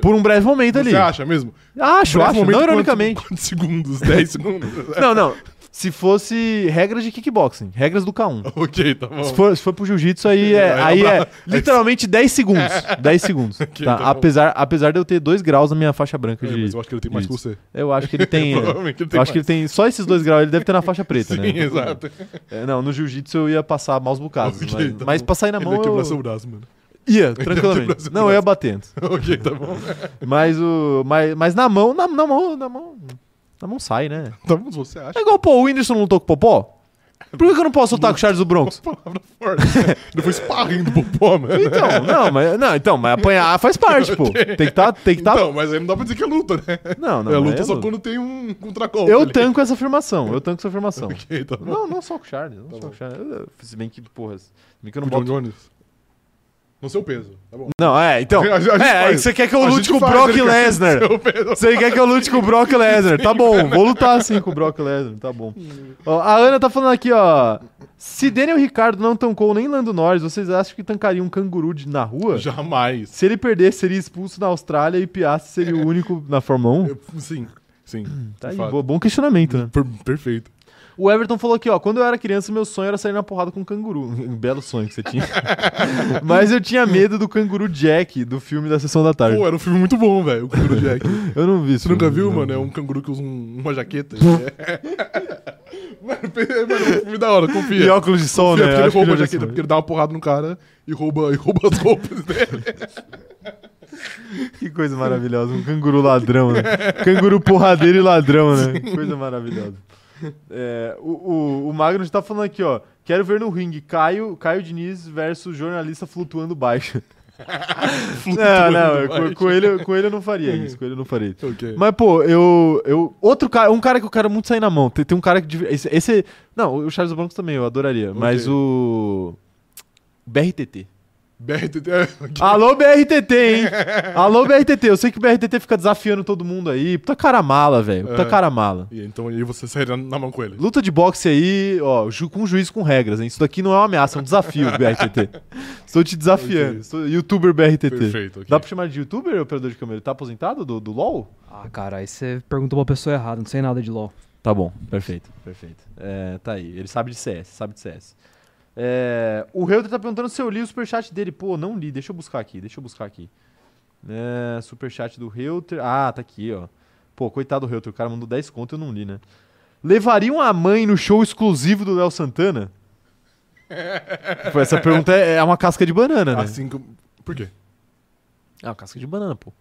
Speaker 1: Por um breve momento ali.
Speaker 2: Você acha mesmo?
Speaker 1: Acho,
Speaker 2: Breve
Speaker 1: acho.
Speaker 2: momento,
Speaker 1: Não
Speaker 2: quantos-
Speaker 1: ironicamente.
Speaker 2: <laughs> Quantos segundos? 10 segundos? <laughs>
Speaker 1: Não, não. Se fosse regras de kickboxing, regras do K1.
Speaker 2: ok, tá bom.
Speaker 1: Se for, se for pro jiu-jitsu, aí é,
Speaker 2: Aí um não
Speaker 1: aí
Speaker 2: dá.
Speaker 1: é literalmente 10 segundos. 10
Speaker 2: <laughs>
Speaker 1: segundos. tá?
Speaker 2: tá É. bom.
Speaker 1: apesar, apesar de eu ter 2 graus na minha faixa branca
Speaker 2: É,
Speaker 1: de.
Speaker 2: mas eu acho que ele tem mais que
Speaker 1: Isso.
Speaker 2: você.
Speaker 1: Eu acho que ele
Speaker 2: <laughs>
Speaker 1: tem.
Speaker 2: Provavelmente ele
Speaker 1: eu acho que ele
Speaker 2: mais.
Speaker 1: tem só esses dois graus, ele deve ter na faixa preta, né?
Speaker 2: <laughs> Sim, exato.
Speaker 1: É, não, no jiu-jitsu eu ia passar maus bocados.
Speaker 2: Ok,
Speaker 1: mas,
Speaker 2: tá
Speaker 1: mas
Speaker 2: bom.
Speaker 1: pra sair na
Speaker 2: Ele
Speaker 1: mão.
Speaker 2: vai quebrar
Speaker 1: Eu...
Speaker 2: seu braço, mano. <laughs>
Speaker 1: Ia,
Speaker 2: quebrar
Speaker 1: tranquilamente.
Speaker 2: seu
Speaker 1: Não, eu ia batendo.
Speaker 2: ok, tá bom.
Speaker 1: Mas o. Mas, mas na mão, na, na mão, na mão. Na mão sai, né?
Speaker 2: Tá bom, se você acha.
Speaker 1: É igual pô, o Whindersson não lutou com o Popó? Por que, que eu não posso lutar com o Charles do Bronx?
Speaker 2: Palavra é forte. Depois sparring do popó, mano.
Speaker 1: Então,
Speaker 2: <laughs>
Speaker 1: não, mas. Não, então, mas apanhar faz parte, pô. Tem que tá, tem que tá.
Speaker 2: Então, mas aí não dá pra dizer que é luta, né?
Speaker 1: não, não.
Speaker 2: é
Speaker 1: mas
Speaker 2: luta
Speaker 1: eu-
Speaker 2: só quando tem um contragolpe.
Speaker 1: Eu
Speaker 2: ali.
Speaker 1: tanco essa afirmação, eu tanco essa afirmação.
Speaker 2: Ok, tá bom.
Speaker 1: Não, não só com o Charles, não só
Speaker 2: Tá bom.
Speaker 1: com o Charles. Eu- Se bem que, porra, se bem que eu
Speaker 2: O
Speaker 1: não
Speaker 2: John
Speaker 1: boto
Speaker 2: Jones. No seu peso, tá bom.
Speaker 1: Não, é, então.
Speaker 2: A gente- a gente
Speaker 1: é, aí
Speaker 2: faz.
Speaker 1: você quer que eu
Speaker 2: A
Speaker 1: lute
Speaker 2: gente
Speaker 1: com o
Speaker 2: faz,
Speaker 1: Brock
Speaker 2: né, cara?
Speaker 1: Lesnar.
Speaker 2: Seu peso.
Speaker 1: Você quer que eu lute com o Brock Lesnar? Tá bom, vou lutar sim com o Brock Lesnar, tá bom. Ó, a Ana tá falando aqui, ó. Se Daniel Ricardo não tancou nem Lando Norris, vocês acham que tancaria um canguru de- na rua?
Speaker 2: Jamais.
Speaker 1: Se ele perder, seria expulso na Austrália e Piastri seria o único na Fórmula 1?
Speaker 2: É. Eu- sim, sim.
Speaker 1: Tá aí,
Speaker 2: de fato.
Speaker 1: bo- bom questionamento, né?
Speaker 2: Per- perfeito.
Speaker 1: O Everton falou aqui, ó, quando eu era criança, meu sonho era sair na porrada com um canguru. <laughs> Um belo sonho que você tinha. <laughs> Mas eu tinha medo do canguru Jack, do filme da Sessão da Tarde.
Speaker 2: Pô, era um filme muito bom, velho. O
Speaker 1: <laughs>
Speaker 2: Canguru Jack.
Speaker 1: Eu não vi.
Speaker 2: Você nunca viu, mano? É um canguru que usa um- uma jaqueta.
Speaker 1: <laughs>
Speaker 2: mano, pe- mano, é um filme da hora, confia.
Speaker 1: E óculos de sol,
Speaker 2: Confia,
Speaker 1: né?
Speaker 2: porque ele
Speaker 1: Acho que
Speaker 2: rouba
Speaker 1: já
Speaker 2: a
Speaker 1: vi esse
Speaker 2: jaqueta,
Speaker 1: filme.
Speaker 2: né?
Speaker 1: <laughs>
Speaker 2: porque ele dá uma porrada no cara e rouba, e rouba as roupas dele.
Speaker 1: Que coisa maravilhosa. Um canguru ladrão,
Speaker 2: <laughs>
Speaker 1: né? Canguru porradeiro e ladrão, né? Que Coisa maravilhosa. É, o, o, o Magnus tá falando aqui, ó. Quero ver no ringue Caio, Caio Diniz versus jornalista flutuando
Speaker 2: <laughs>
Speaker 1: baixo. não, não,
Speaker 2: baixo.
Speaker 1: co- Coelho, coelho eu não faria isso. Coelho eu não faria isso.
Speaker 2: Então, Ok.
Speaker 1: Mas, pô, eu, eu. Outro cara, um cara que eu quero muito sair na mão. Tem, tem um cara que. devia- Esse, esse- Não, o Charles Broncos também, eu adoraria. Mas o. BRTT.
Speaker 2: BRTT. <laughs> é, ok.
Speaker 1: Alô, BRTT,
Speaker 2: <laughs>
Speaker 1: hein? Alô, BRTT. Eu sei que o BRTT fica desafiando todo mundo aí. Puta cara mala, velho. Puta
Speaker 2: É.
Speaker 1: cara mala.
Speaker 2: E então aí você sairia na mão com ele.
Speaker 1: Luta de boxe aí, ó, ju- com juiz com regras, hein? Isso daqui não é uma ameaça, é um
Speaker 2: <laughs>
Speaker 1: desafio, BRTT. Estou te desafiando.
Speaker 2: Ok.
Speaker 1: Sou youtuber BRTT.
Speaker 2: Perfeito, ok.
Speaker 1: Dá pra chamar de youtuber, operador de câmera? Ele tá aposentado do, do LOL?
Speaker 4: Ah, cara, aí você perguntou pra pessoa errada, não sei nada de LOL.
Speaker 1: Tá bom, perfeito, perfeito. É, tá aí, ele sabe de CS, sabe de CS. É, o Helder tá perguntando se eu li o superchat dele. Pô, não li, deixa eu buscar aqui, deixa eu buscar aqui. É, superchat do Helder. Ah, tá aqui, ó. Pô, coitado do Helder, o cara mandou 10 conto e eu não li, né? Levariam a mãe no show exclusivo do Léo Santana? <laughs> Pô, Essa pergunta é, é uma casca de banana, né?
Speaker 2: Assim como. Por quê?
Speaker 1: É uma casca de banana, pô.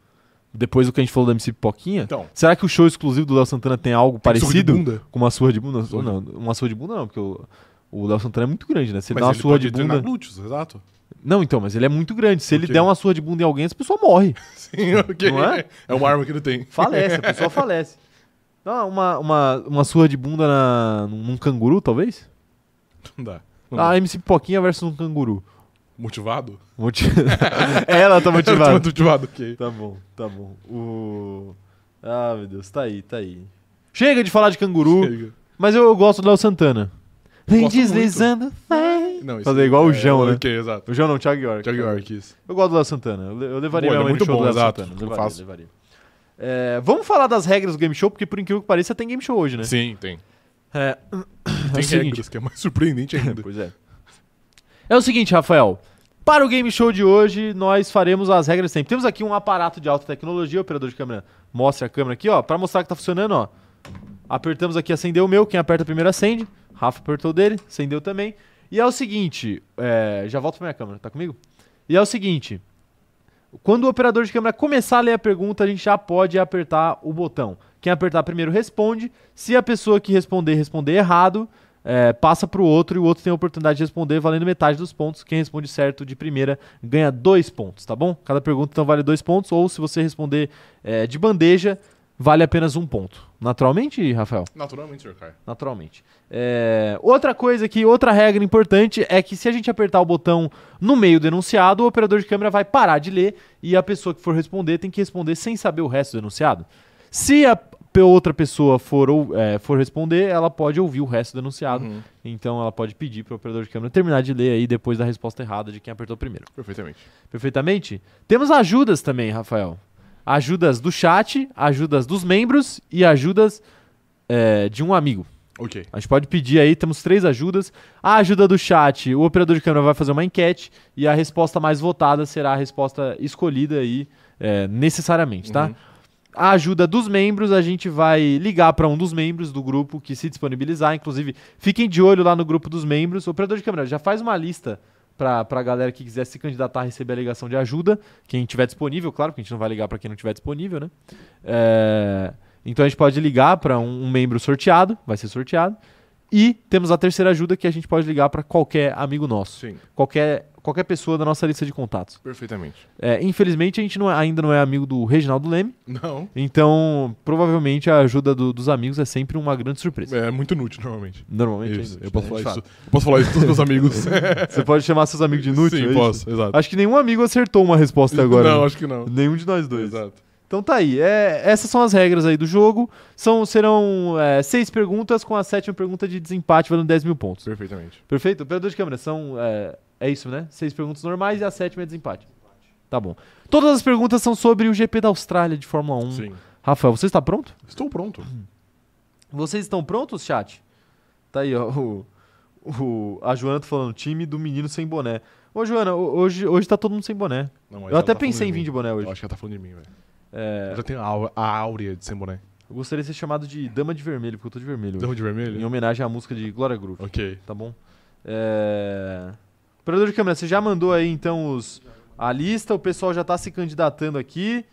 Speaker 1: Depois do que a gente falou da MC Pipoquinha,
Speaker 2: Então.
Speaker 1: será que o show exclusivo do Léo Santana tem algo
Speaker 2: Surra de
Speaker 1: É. parecido?
Speaker 2: bunda?
Speaker 1: Com uma surra de bunda? Ou não, uma surra de bunda não, porque o, o Léo Santana é muito grande, né? Se ele
Speaker 2: Mas
Speaker 1: dá uma
Speaker 2: ele
Speaker 1: surra
Speaker 2: pode
Speaker 1: de
Speaker 2: treinar
Speaker 1: bunda.
Speaker 2: glúteos, exato. <laughs>
Speaker 1: Não, então, mas ele é muito grande. Se ele
Speaker 2: Ok.
Speaker 1: der uma surra de bunda em alguém, essa pessoa morre.
Speaker 2: Sim, ok.
Speaker 1: Não é?
Speaker 2: é uma arma que ele tem.
Speaker 1: Falece, a <laughs> pessoa falece. Não, uma, uma, uma surra de bunda na, num canguru, talvez?
Speaker 2: Não dá. Não
Speaker 1: Ah,
Speaker 2: dá.
Speaker 1: MC Pipoquinha versus um canguru.
Speaker 2: Motivado?
Speaker 1: Motiv- <laughs> Ela tá
Speaker 2: Eu
Speaker 1: motivada.
Speaker 2: <laughs> tô motivado, ok.
Speaker 1: Tá bom, tá bom. O. Ah, meu Deus, tá aí, tá aí. Chega de falar de canguru,
Speaker 2: Chega.
Speaker 1: mas eu gosto do Léo Santana. Vem
Speaker 2: Gosto
Speaker 1: deslizando, vai.
Speaker 2: Não, isso
Speaker 1: Fazer igual o
Speaker 2: é-
Speaker 1: Jão, né? Tá.
Speaker 2: Ok, exato.
Speaker 1: O João não, o Thiago York.
Speaker 2: Thiago York, isso.
Speaker 1: Eu gosto do Léo Santana. Eu, le- eu levaria minha
Speaker 2: Bom, ele é
Speaker 1: mãe no
Speaker 2: muito
Speaker 1: show
Speaker 2: bom,
Speaker 1: do Léo
Speaker 2: exato.
Speaker 1: Santana.
Speaker 2: Eu
Speaker 1: Levaria,
Speaker 2: faço.
Speaker 1: levaria. É, vamos falar das regras do game show, porque por incrível que pareça tem game show hoje, né?
Speaker 2: Sim, tem.
Speaker 1: É,
Speaker 2: Tem
Speaker 1: é o seguinte,
Speaker 2: regras, que é mais surpreendente
Speaker 1: <laughs>
Speaker 2: ainda.
Speaker 1: Pois é. É o seguinte, Rafael. Para o game show de hoje, nós faremos as regras sempre. Temos aqui um aparato de alta tecnologia, operador de câmera. Mostra a câmera aqui, ó, para mostrar que tá funcionando, ó. Apertamos aqui, acendeu o meu. Quem aperta primeiro acende. Rafa apertou o dele, acendeu também. E é o seguinte, é, já volto pra minha câmera, tá comigo? E é o seguinte, quando o operador de câmera começar a ler a pergunta, a gente já pode apertar o botão. Quem apertar primeiro responde. Se a pessoa que responder responder errado, é, passa pro outro e o outro tem a oportunidade de responder valendo metade dos pontos. Quem responde certo de primeira ganha dois pontos, tá bom? Cada pergunta então vale dois pontos, ou se você responder é, de bandeja, vale apenas um ponto. Naturalmente, Rafael?
Speaker 2: Naturalmente, Sr. Kai.
Speaker 1: naturalmente. É, outra coisa que, outra regra importante é que se a gente apertar o botão no meio do enunciado, o operador de câmera vai parar de ler e a pessoa que for responder tem que responder sem saber o resto do enunciado. Se a p- outra pessoa for, ou- é, for responder, ela pode ouvir o resto do enunciado. Então ela pode pedir para o operador de câmera terminar de ler aí depois da resposta errada de quem apertou primeiro.
Speaker 2: Perfeitamente.
Speaker 1: Perfeitamente? Temos ajudas também, Rafael. Ajudas do chat, ajudas dos membros e ajudas é, de um amigo.
Speaker 2: Ok.
Speaker 1: A gente pode pedir aí, temos três ajudas. A ajuda do chat, o operador de câmera vai fazer uma enquete e a resposta mais votada será a resposta escolhida aí, é, necessariamente, tá?
Speaker 2: Uhum.
Speaker 1: A ajuda dos membros, a gente vai ligar para um dos membros do grupo que se disponibilizar. Inclusive, fiquem de olho lá no grupo dos membros. O operador de câmera já faz uma lista para a galera que quiser se candidatar a receber a ligação de ajuda. Quem tiver disponível, claro, porque a gente não vai ligar para quem não tiver disponível, né? É, Então a gente pode ligar para um, um membro sorteado, vai ser sorteado. E temos a terceira ajuda que a gente pode ligar para qualquer amigo nosso,
Speaker 2: Sim,
Speaker 1: qualquer, qualquer pessoa da nossa lista de contatos.
Speaker 2: perfeitamente.
Speaker 1: É, infelizmente a gente não é- ainda não é amigo do Reginaldo Leme,
Speaker 2: Não.
Speaker 1: então provavelmente a ajuda do- dos amigos é sempre uma grande surpresa.
Speaker 2: É muito inútil, normalmente.
Speaker 1: Normalmente. é
Speaker 2: Isso,
Speaker 1: inútil,
Speaker 2: eu posso
Speaker 1: né?
Speaker 2: falar
Speaker 1: De
Speaker 2: isso.
Speaker 1: fato.
Speaker 2: Eu posso falar isso
Speaker 1: <laughs>
Speaker 2: pros meus amigos.
Speaker 1: Você pode chamar seus
Speaker 2: <laughs>
Speaker 1: amigos de inútil? é
Speaker 2: Sim,
Speaker 1: isso?
Speaker 2: posso, exato.
Speaker 1: Acho que nenhum amigo acertou uma resposta agora.
Speaker 2: Não,
Speaker 1: né?
Speaker 2: acho que não.
Speaker 1: Nenhum de nós dois.
Speaker 2: Exato.
Speaker 1: Então tá aí. É, essas são as regras aí do jogo. São, serão é, seis perguntas com a sétima pergunta de desempate valendo 10 mil pontos.
Speaker 2: Perfeitamente.
Speaker 1: Perfeito? Operador de câmera, são. É, é isso, né? Seis perguntas normais e a sétima é desempate. Tá bom. Todas as perguntas são sobre o GP da Austrália de Fórmula 1.
Speaker 2: Sim.
Speaker 1: Rafael, você está pronto?
Speaker 2: Estou pronto.
Speaker 1: Vocês estão prontos, chat? Tá aí, ó. O, o- a Joana tá falando, time do menino sem boné. Ô, Joana, ho- hoje, hoje tá todo mundo sem boné.
Speaker 2: Não, mas
Speaker 1: Eu
Speaker 2: ela
Speaker 1: até
Speaker 2: tá
Speaker 1: pensei
Speaker 2: falando
Speaker 1: em vir de
Speaker 2: mim.
Speaker 1: boné hoje.
Speaker 2: Eu acho que ela tá falando de mim, velho.
Speaker 1: É,
Speaker 2: Eu já tenho a, au- a áurea de sem boné.
Speaker 1: eu gostaria de ser chamado de Dama de Vermelho, porque eu tô de vermelho. hoje.
Speaker 2: Dama de
Speaker 1: Em um
Speaker 2: vermelho?
Speaker 1: homenagem à música de Glória Groove.
Speaker 2: Ok.
Speaker 1: Tá bom? É... Operador de câmera, você já mandou aí então os, a lista, o pessoal já tá se candidatando aqui.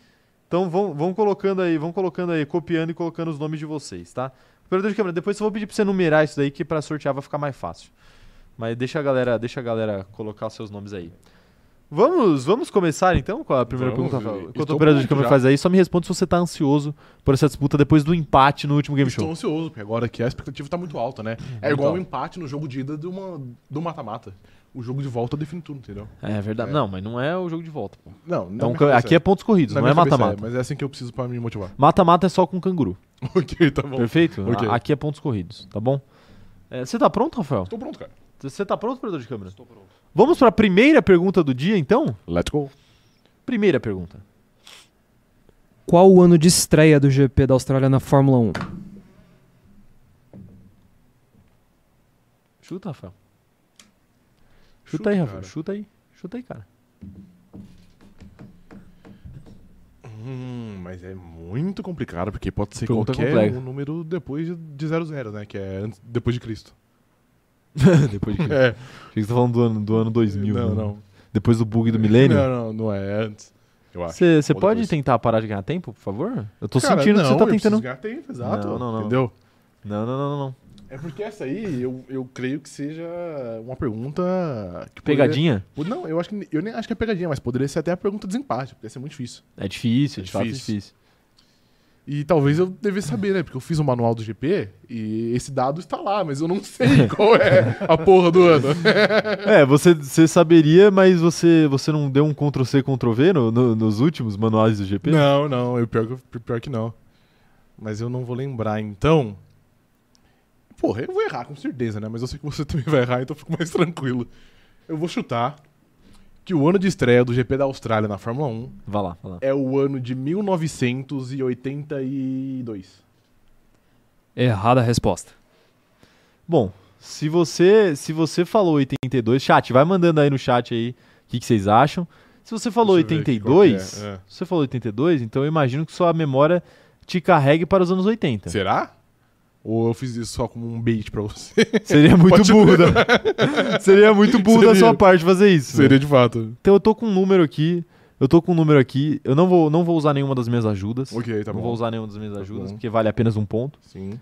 Speaker 1: Então vão, vão colocando aí, vão colocando aí, copiando e colocando os nomes de vocês, tá? Operador de câmera, depois eu vou pedir pra você numerar isso daí que pra sortear vai ficar mais fácil. Mas deixa a galera, deixa a galera colocar os seus nomes aí. Vamos, vamos começar então com a primeira
Speaker 2: Vamos,
Speaker 1: pergunta.
Speaker 2: eu
Speaker 1: Enquanto o
Speaker 2: estou
Speaker 1: operador de
Speaker 2: muito
Speaker 1: câmera
Speaker 2: já.
Speaker 1: faz aí, só me responde se você tá ansioso por essa disputa depois do empate no último game
Speaker 2: Estou
Speaker 1: show.
Speaker 2: ansioso, porque agora aqui a expectativa tá muito alta, né? É
Speaker 1: Muito
Speaker 2: igual o
Speaker 1: alta.
Speaker 2: empate no jogo de ida de uma- do mata-mata. O jogo de volta define tudo, entendeu?
Speaker 1: É verdade.
Speaker 2: É.
Speaker 1: Não, mas não é o jogo de volta. pô.
Speaker 2: Não, na
Speaker 1: Então
Speaker 2: minha cabeça
Speaker 1: aqui é pontos corridos,
Speaker 2: Na
Speaker 1: não é
Speaker 2: minha cabeça
Speaker 1: mata-mata.
Speaker 2: mas é assim que eu preciso pra me motivar.
Speaker 1: Mata-mata é só com canguru.
Speaker 2: <laughs> ok, tá bom.
Speaker 1: Perfeito?
Speaker 2: ok.
Speaker 1: A- Aqui é pontos corridos, tá bom? É, Você tá pronto, Rafael?
Speaker 2: Tô pronto, cara.
Speaker 1: Você tá pronto, operador de câmera?
Speaker 3: Estou pronto.
Speaker 1: Vamos pra primeira pergunta do dia, então?
Speaker 2: Let's go.
Speaker 1: Primeira pergunta.
Speaker 4: Qual o ano de estreia do GP da Austrália na Fórmula 1?
Speaker 1: Chuta, Rafael. Chuta, aí, Rafael. Chuta aí. Chuta aí,
Speaker 2: <laughs>
Speaker 1: cara.
Speaker 2: Hum, mas é muito complicado, porque pode ser
Speaker 1: Pergunta
Speaker 2: qualquer
Speaker 1: complexa.
Speaker 2: um número depois de- de 00, né? Que é antes, depois
Speaker 1: <laughs>
Speaker 2: de Cristo.
Speaker 1: Depois de...
Speaker 2: É.
Speaker 1: <laughs> Achei que você tá falando do ano, do ano 2000.
Speaker 2: não,
Speaker 1: né?
Speaker 2: não.
Speaker 1: Depois do bug do milênio.
Speaker 2: Não, não, não é antes. Eu acho.
Speaker 1: Você você
Speaker 2: Ou
Speaker 1: pode
Speaker 2: depois.
Speaker 1: tentar parar de ganhar tempo, por favor? Eu tô
Speaker 2: Cara,
Speaker 1: sentindo
Speaker 2: não,
Speaker 1: que você tá
Speaker 2: eu preciso
Speaker 1: tentando...
Speaker 2: ganhar tempo, exato.
Speaker 1: Não, não, não.
Speaker 2: Entendeu?
Speaker 1: Não, não, não, não, não.
Speaker 2: É porque essa aí, eu, eu creio que seja uma pergunta... Que poderia-
Speaker 1: Pegadinha?
Speaker 2: Pô, Não, eu acho que eu nem acho que é pegadinha, mas poderia ser até a pergunta de desempate, porque ia ser muito difícil.
Speaker 1: É difícil,
Speaker 2: É
Speaker 1: de fato é
Speaker 2: difícil.
Speaker 1: difícil.
Speaker 2: E talvez eu devesse saber, né? Porque eu fiz o manual do GP e esse dado está lá, mas eu não <laughs> sei qual é a porra do ano.
Speaker 1: É, você, você saberia, mas você, você não deu um Ctrl-C, Ctrl-V no- no- nos últimos manuais do GP?
Speaker 2: não, não, eu pior, que- pior que não. Mas eu não vou lembrar, então. Porra, eu vou errar, com certeza, né? Mas eu sei que você <laughs> também vai errar, então eu fico mais tranquilo. Eu vou chutar que o ano de estreia do GP da Austrália na Fórmula 1
Speaker 1: Vai lá, vai lá.
Speaker 2: é o ano de 1982.
Speaker 4: Errada a resposta.
Speaker 1: Bom, se você, se você falou 82, chat, vai mandando aí no chat aí o que, que vocês acham. Se você falou
Speaker 2: Deixa eu ver aqui qual que
Speaker 1: 82,
Speaker 2: é, é.
Speaker 1: se você falou 82, então eu imagino que sua memória te carregue para os anos 80.
Speaker 2: Será? Ou eu fiz isso só como um bait pra você?
Speaker 1: Seria <laughs> muito
Speaker 2: Pode-
Speaker 1: burro. né? Da... Seria muito burro da
Speaker 2: Seria.
Speaker 1: sua parte fazer isso. né?
Speaker 2: <laughs> Seria de fato.
Speaker 1: Então eu tô com um número aqui. Eu tô com um número aqui. Eu não vou, não vou usar nenhuma das minhas ajudas.
Speaker 2: Ok, tá
Speaker 1: não
Speaker 2: bom.
Speaker 1: vou usar nenhuma das minhas ajudas,
Speaker 2: bom.
Speaker 1: porque vale apenas um ponto.
Speaker 2: Sim.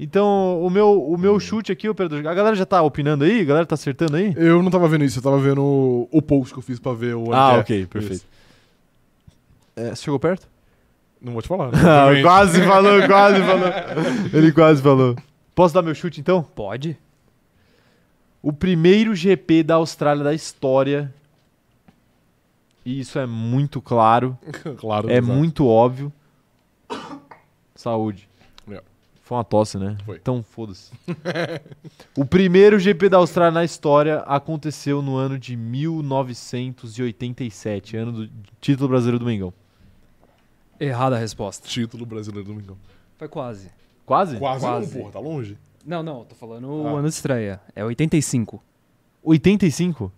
Speaker 1: Então, o meu, o meu chute aqui, operador. A galera já tá opinando aí? A galera tá acertando aí?
Speaker 2: Eu não tava vendo isso, eu tava vendo o- o post que eu fiz pra ver o ano
Speaker 1: Ah,
Speaker 2: que é.
Speaker 1: ok, perfeito. É, você chegou perto?
Speaker 2: Não vou te
Speaker 1: <laughs>
Speaker 2: falar. né?
Speaker 1: Ah,
Speaker 2: obviamente.
Speaker 1: quase falou, quase <laughs> falou. Ele quase falou. Posso dar meu chute então?
Speaker 4: Pode?
Speaker 1: O primeiro GP da Austrália da história. E isso é muito claro,
Speaker 2: <laughs> claro.
Speaker 1: é
Speaker 2: exato.
Speaker 1: muito óbvio. Saúde.
Speaker 2: Meu.
Speaker 1: Foi uma tosse, né?
Speaker 2: É. Foi.
Speaker 1: Então foda-se. <laughs> o primeiro GP da Austrália na história aconteceu no ano de 1987, ano do título brasileiro do Mengão.
Speaker 4: Errada a resposta.
Speaker 2: Título brasileiro do Domingão.
Speaker 4: Foi quase.
Speaker 1: Quase?
Speaker 2: Quase,
Speaker 4: Quase.
Speaker 2: não, porra, tá longe.
Speaker 4: Não, não, tô falando
Speaker 2: Ah.
Speaker 4: o ano de estreia. É 85.
Speaker 1: 85?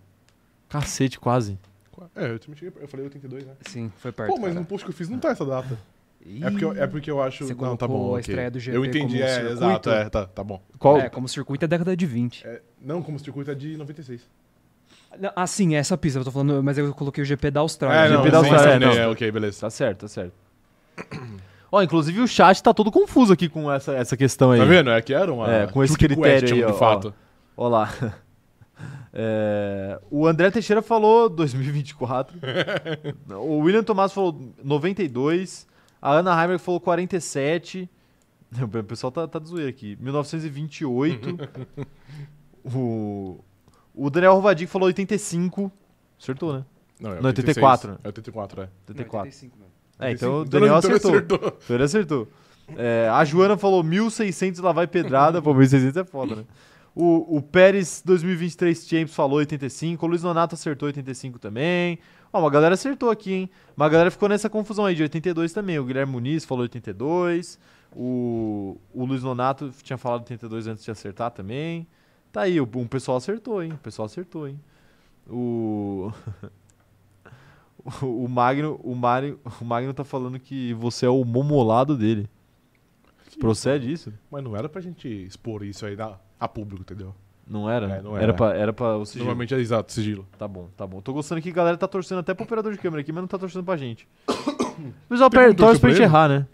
Speaker 1: Cacete, quase.
Speaker 2: Qua- É, eu também cheguei. Eu falei 82, né?
Speaker 4: Sim, foi perto.
Speaker 2: Pô, mas no post que eu fiz não tá essa data. É porque eu, é porque eu acho.
Speaker 4: Você
Speaker 2: não, tá
Speaker 4: colocou
Speaker 2: bom.
Speaker 4: a
Speaker 2: ok.
Speaker 4: estreia do GP
Speaker 2: Eu entendi,
Speaker 4: como
Speaker 2: é,
Speaker 4: circuito?
Speaker 2: exato. É, tá, tá bom.
Speaker 1: Qual?
Speaker 4: É, como circuito é década de 20.
Speaker 2: É, não, como circuito é de 96.
Speaker 4: Não, Ah, sim, é essa pista, eu tô falando, mas eu coloquei o GP da Austrália.
Speaker 2: É,
Speaker 1: GP
Speaker 2: não,
Speaker 1: da
Speaker 2: sim,
Speaker 1: Austrália,
Speaker 2: sim,
Speaker 1: não.
Speaker 2: né, é, ok, beleza.
Speaker 1: Tá certo, tá certo. Ó, inclusive o chat tá todo confuso aqui com essa, essa questão aí.
Speaker 2: Tá vendo? É que era uma.
Speaker 1: É, com esse
Speaker 2: trick
Speaker 1: critério
Speaker 2: question,
Speaker 1: aí, ó,
Speaker 2: de fato.
Speaker 1: Ó lá. <laughs> É, o André Teixeira falou 2024. o William Tomás falou 92. A Ana Heimer falou 47. <laughs> O pessoal tá, tá de zoeira aqui. 1928. o, o Daniel Rovadic falou 85. Acertou, né?
Speaker 2: Não, é
Speaker 1: Não,
Speaker 2: 86.
Speaker 1: 84.
Speaker 2: É 84, é.
Speaker 1: 84.
Speaker 4: 85 mesmo.
Speaker 1: É, então o
Speaker 2: 85.
Speaker 1: Daniel
Speaker 2: Então ele
Speaker 1: acertou. Então ele acertou. É, a Joana falou 1.600 lá vai pedrada. Pô, 1.600 é foda, né? O, o Pérez 2023 Champs falou 85. O Luiz Nonato acertou 85 também. Ó, uma galera acertou aqui, hein? Uma galera ficou nessa confusão aí de 82 também. O Guilherme Muniz falou 82. O, o Luiz Nonato tinha falado 82 antes de acertar também. Tá aí, o, um pessoal acertou, hein? O pessoal acertou, hein? O. <laughs> O Magno, o, Mário, o Magno tá falando que você é o momolado dele. Procede isso?
Speaker 2: Mas não era pra gente expor isso aí na, a público, entendeu?
Speaker 1: Não era?
Speaker 2: É, não
Speaker 1: era.
Speaker 2: era.
Speaker 1: pra, era pra o sigilo.
Speaker 2: Normalmente é exato, sigilo. <laughs>
Speaker 1: Tá bom, tá bom. Tô gostando que a galera tá torcendo até pro operador de câmera aqui, mas não tá torcendo pra <coughs> gente. O pessoal
Speaker 2: Tem como
Speaker 1: per- torce pra
Speaker 2: torcer pra
Speaker 1: gente
Speaker 2: ele?
Speaker 1: errar, né?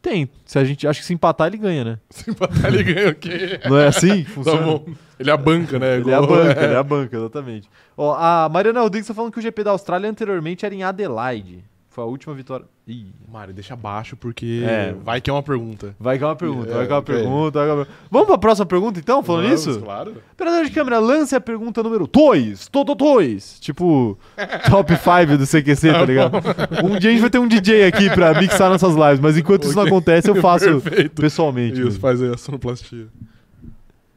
Speaker 1: Tem. Se a gente, acho que se empatar, ele ganha, né?
Speaker 2: Se empatar, ele ganha Tá o quê?
Speaker 1: <laughs> Não é <laughs> assim? que
Speaker 2: Tá
Speaker 1: Funciona?
Speaker 2: bom. Ele é a banca, né?
Speaker 1: Ele é a
Speaker 2: Igual- <laughs>
Speaker 1: banca, <laughs> ele é a banca, exatamente. Ó, a Mariana Rodrigues tá falando que o GP da Austrália anteriormente era em Adelaide. Foi a última vitória. Ih.
Speaker 2: Mário, deixa abaixo porque
Speaker 1: É.
Speaker 2: vai que é uma pergunta.
Speaker 1: Vai que é uma pergunta,
Speaker 2: É,
Speaker 1: vai que é uma
Speaker 2: ok.
Speaker 1: pergunta, vai que é uma pergunta. Vamos pra próxima pergunta então, falando
Speaker 2: Vamos,
Speaker 1: isso?
Speaker 2: Claro.
Speaker 1: Operador de câmera, lance a pergunta número 2. Todo 2. Tipo, top 5 do CQC, tá ligado? Um dia a gente vai ter um DJ aqui pra mixar nossas lives, mas enquanto isso não
Speaker 2: Ok.
Speaker 1: acontece, eu faço
Speaker 2: Perfeito.
Speaker 1: pessoalmente.
Speaker 2: Isso,
Speaker 1: mesmo.
Speaker 2: faz aí a sonoplastia.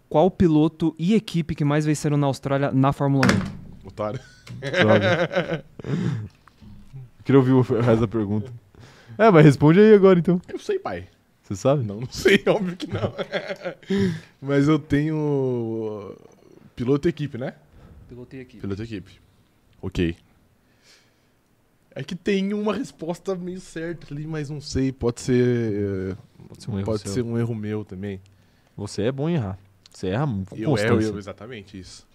Speaker 4: Qual piloto e equipe que mais venceram na Austrália na Fórmula 1?
Speaker 2: Otário.
Speaker 1: Droga. Queria ouvir o resto da pergunta. É, mas responde aí agora então.
Speaker 2: Eu sei, pai.
Speaker 1: Você sabe?
Speaker 2: Não, não sei, <laughs> óbvio que não. Mas eu tenho. Piloto e equipe, né?
Speaker 4: Piloto e equipe.
Speaker 2: Piloto e equipe. Ok. É que tem uma resposta meio certa ali, mas não sei. Pode ser. eh,
Speaker 1: Pode ser um erro.
Speaker 2: pode
Speaker 1: seu.
Speaker 2: ser um erro meu também.
Speaker 1: Você é bom em errar. Você erra assim. muito.
Speaker 2: Eu erro, eu, exatamente isso.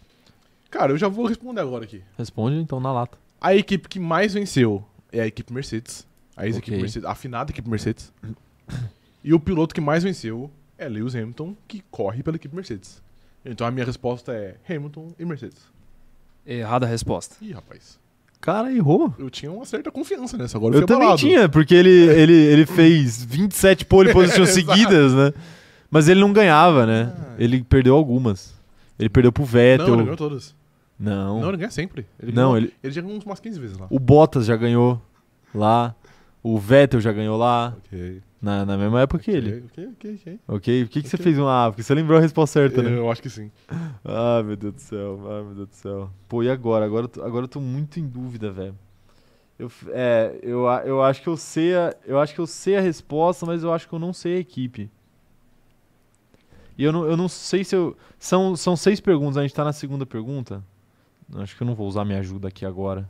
Speaker 2: Cara, eu já vou responder agora aqui.
Speaker 1: Responde então na lata.
Speaker 2: A equipe que mais venceu é a equipe Mercedes. A ex-equipe
Speaker 1: Ok.
Speaker 2: Mercedes, a afinada equipe Mercedes. e o piloto que mais venceu é Lewis Hamilton, que corre pela equipe Mercedes. Então a minha resposta é Hamilton e Mercedes.
Speaker 4: Errada a resposta.
Speaker 2: Ih, rapaz.
Speaker 1: Cara, errou.
Speaker 2: Eu tinha uma certa confiança nessa, agora
Speaker 1: Eu
Speaker 2: fui
Speaker 1: também
Speaker 2: abalado.
Speaker 1: tinha, porque ele, ele, ele fez 27 pole
Speaker 2: <laughs>
Speaker 1: positions seguidas, né? Mas ele não ganhava, né?
Speaker 2: Ah.
Speaker 1: Ele perdeu algumas. Ele perdeu pro
Speaker 2: Não, ele
Speaker 1: Vettel.
Speaker 2: ganhou todas.
Speaker 1: Não.
Speaker 2: Não, ele ganha sempre. Ele
Speaker 1: Não,
Speaker 2: ganhou-
Speaker 1: ele-
Speaker 2: ele já ganhou umas 15 vezes lá.
Speaker 1: O Bottas já ganhou lá. O Vettel já ganhou lá.
Speaker 2: Ok.
Speaker 1: Na, na mesma época que ele.
Speaker 2: Ok, ok, ok.
Speaker 1: Ok? Por que, que você
Speaker 2: Ok.
Speaker 1: fez uma. Ah, porque você lembrou a resposta certa, né?
Speaker 2: Eu acho que sim.
Speaker 1: Ah, meu Deus do céu, ah, meu Deus do céu. Pô, e agora? Agora, eu tô- agora eu tô muito em dúvida, velho. Eu, f- é, eu, a- eu acho que eu sei a, eu acho que eu sei a resposta, mas eu acho que eu não sei a equipe. E eu não, eu não sei se eu. São, são seis perguntas, a gente tá na segunda pergunta. Eu Acho que eu não vou usar minha ajuda aqui agora.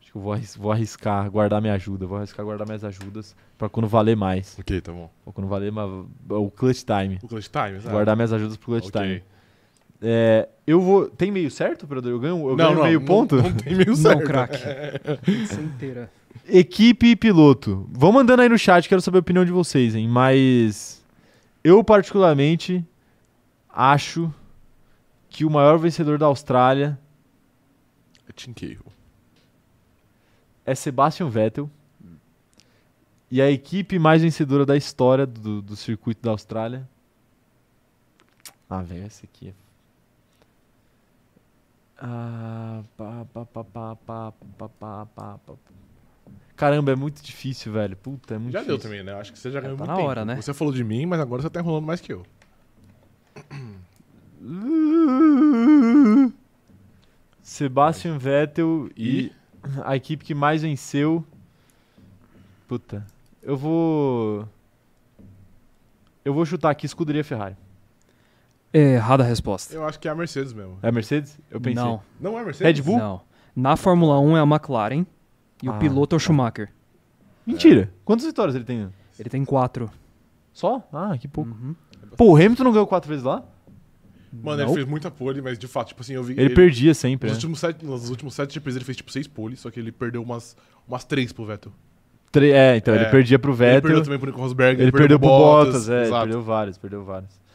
Speaker 1: Acho que eu vou, arris- vou arriscar guardar minha ajuda. Vou arriscar guardar minhas ajudas pra quando valer mais.
Speaker 2: Ok, tá bom.
Speaker 1: Ou quando valer ma- o clutch time.
Speaker 2: O Clutch Time, sabe?
Speaker 1: Guardar minhas ajudas pro clutch
Speaker 2: Ok.
Speaker 1: time. É, eu vou. Tem meio certo, operador? Eu ganho, eu ganho meio ponto?
Speaker 2: Não,
Speaker 1: <laughs>
Speaker 2: tem meio
Speaker 4: Não,
Speaker 2: certo.
Speaker 4: craque.
Speaker 2: <laughs>
Speaker 4: Sem inteira.
Speaker 1: Equipe e piloto. Vão mandando aí no chat, quero saber a opinião de vocês, hein? Mas. Eu, particularmente, acho que o maior vencedor da Austrália
Speaker 2: É Tim Cahill.
Speaker 1: é Sebastian Vettel. E a equipe mais vencedora da história do, do circuito da Austrália. Ah, velho, essa aqui é. Ah, pá, pá, pá, pá, pá, pá, pá, pá, pá. Caramba, é muito difícil, velho. Puta, é muito
Speaker 2: Já deu
Speaker 1: difícil. É,
Speaker 2: também, né? Acho que você já ganhou
Speaker 4: tá
Speaker 2: muito
Speaker 4: na
Speaker 2: tempo.
Speaker 4: hora, né?
Speaker 2: Você falou de mim, mas agora você tá enrolando mais que eu.
Speaker 1: Sebastian Vettel e
Speaker 2: E?
Speaker 1: a equipe que mais venceu. Puta, eu vou. Eu vou chutar aqui escuderia Ferrari.
Speaker 4: Errada a resposta.
Speaker 2: Eu acho que é a Mercedes mesmo.
Speaker 1: É a Mercedes? Eu pensei.
Speaker 4: Não,
Speaker 2: Não é a
Speaker 1: Red
Speaker 2: Mercedes?
Speaker 1: Bull?
Speaker 4: não. Na Fórmula 1 é a McLaren e
Speaker 1: Ah.
Speaker 4: o piloto é o Schumacher.
Speaker 1: Mentira. Quantas vitórias ele tem?
Speaker 4: Ele tem quatro.
Speaker 1: Só? Ah, que pouco.
Speaker 4: Uhum.
Speaker 1: Pô, o Hamilton não ganhou quatro vezes lá?
Speaker 2: Mano,
Speaker 4: Não.
Speaker 2: ele fez muita pole, mas de fato, tipo assim, eu vi.
Speaker 1: Ele, perdia sempre, né?
Speaker 2: Nos últimos, sete, nos últimos sete GPs ele fez tipo seis poles, só que ele perdeu umas, umas três pro Vettel.
Speaker 1: Tre- É, então, ele
Speaker 2: É.
Speaker 1: perdia pro
Speaker 2: ele
Speaker 1: Vettel.
Speaker 2: perdeu também pro Nico Rosberg,
Speaker 1: Ele, perdeu, pro Bottas, é, ele
Speaker 2: exato.
Speaker 1: perdeu vários, perdeu vários.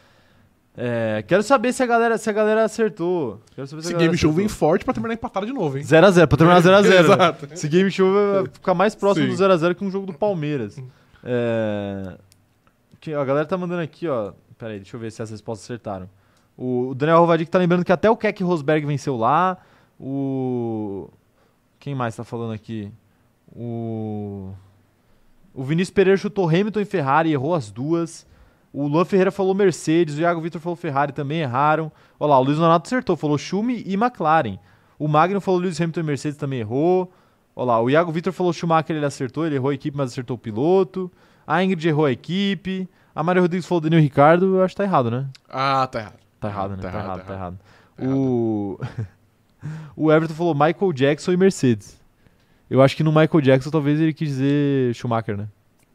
Speaker 1: É, quero saber se a galera, se a galera acertou. Quero saber se
Speaker 2: Esse
Speaker 1: a galera
Speaker 2: game show vem
Speaker 1: acertou.
Speaker 2: forte pra terminar empatado de novo, hein?
Speaker 1: 0x0, pra terminar
Speaker 2: <laughs>
Speaker 1: 0x0.
Speaker 2: Exato.
Speaker 1: Esse game show vai ficar mais próximo
Speaker 2: Sim.
Speaker 1: do 0x0 que um jogo do Palmeiras. É, que a galera tá mandando aqui, ó. Pera aí, deixa eu ver se as respostas acertaram. O o Daniel Rovadic tá lembrando que até o Keck Rosberg venceu lá. O. Quem mais tá falando aqui? O. O Vinícius Pereira chutou Hamilton e Ferrari, errou as duas. O Luan Ferreira falou Mercedes, o Iago Vitor falou Ferrari, também erraram. Olha lá, o Luiz Nonato acertou, falou Schumi e McLaren. O Magno falou Lewis Hamilton e Mercedes, também errou. Olha lá, o Iago Vitor falou Schumacher, ele acertou, ele errou a equipe, mas acertou o piloto. A Ingrid errou a equipe. A Maria Rodrigues falou Daniel Ricardo, eu acho que tá errado, né?
Speaker 2: Ah, tá errado.
Speaker 1: Tá errado, né? Tá,
Speaker 2: Tá
Speaker 1: errado,
Speaker 2: errado,
Speaker 1: tá
Speaker 2: tá
Speaker 1: errado.
Speaker 2: Tá errado.
Speaker 1: O... <laughs> o Everton falou Michael Jackson e Mercedes. Eu acho que no Michael Jackson talvez ele quis dizer Schumacher, né?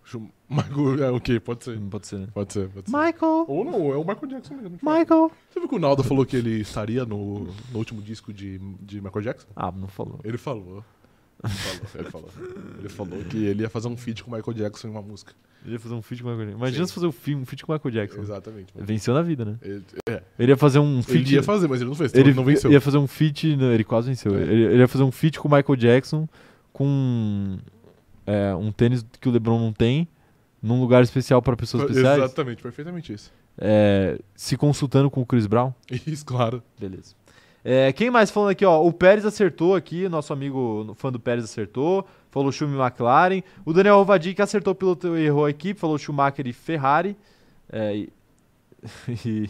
Speaker 2: Schum- Michael, é, o quê? Pode ser.
Speaker 1: Pode ser, né?
Speaker 2: Pode ser, pode ser.
Speaker 1: Michael!
Speaker 2: Ou não, é o Michael Jackson mesmo. tipo.
Speaker 1: Michael!
Speaker 2: Você viu que o Naldo falou que ele estaria no, no último disco de, de Michael Jackson?
Speaker 1: Ah, não falou.
Speaker 2: Ele falou. Ele falou, ele falou. Ele falou que ele ia fazer um feat com o Michael Jackson em uma música.
Speaker 1: Ele ia fazer um feat com o Michael Jackson. Imagina
Speaker 2: Sim.
Speaker 1: se fazer um filme, um feat com o Michael Jackson.
Speaker 2: Exatamente. mano.
Speaker 1: Venceu na vida, né?
Speaker 2: Ele, é,
Speaker 1: Ele ia fazer um feat.
Speaker 2: ele ia fazer, mas ele não fez. então
Speaker 1: ele
Speaker 2: Ele não venceu.
Speaker 1: ia fazer um feat. não, ele quase venceu.
Speaker 2: É.
Speaker 1: Ele, ele ia fazer um feat com o Michael Jackson com é, um tênis que o LeBron não tem, num lugar especial pra pessoas especiais.
Speaker 2: Exatamente, perfeitamente isso.
Speaker 1: é, se consultando com o Chris Brown.
Speaker 2: Isso, claro.
Speaker 1: Beleza. É, quem mais falando aqui, ó? O Pérez acertou aqui, nosso amigo fã do Pérez acertou. Falou Schumi e McLaren. O Daniel Rovadi que acertou o piloto e errou a equipe, falou Schumacher e Ferrari. É, e, <laughs> e-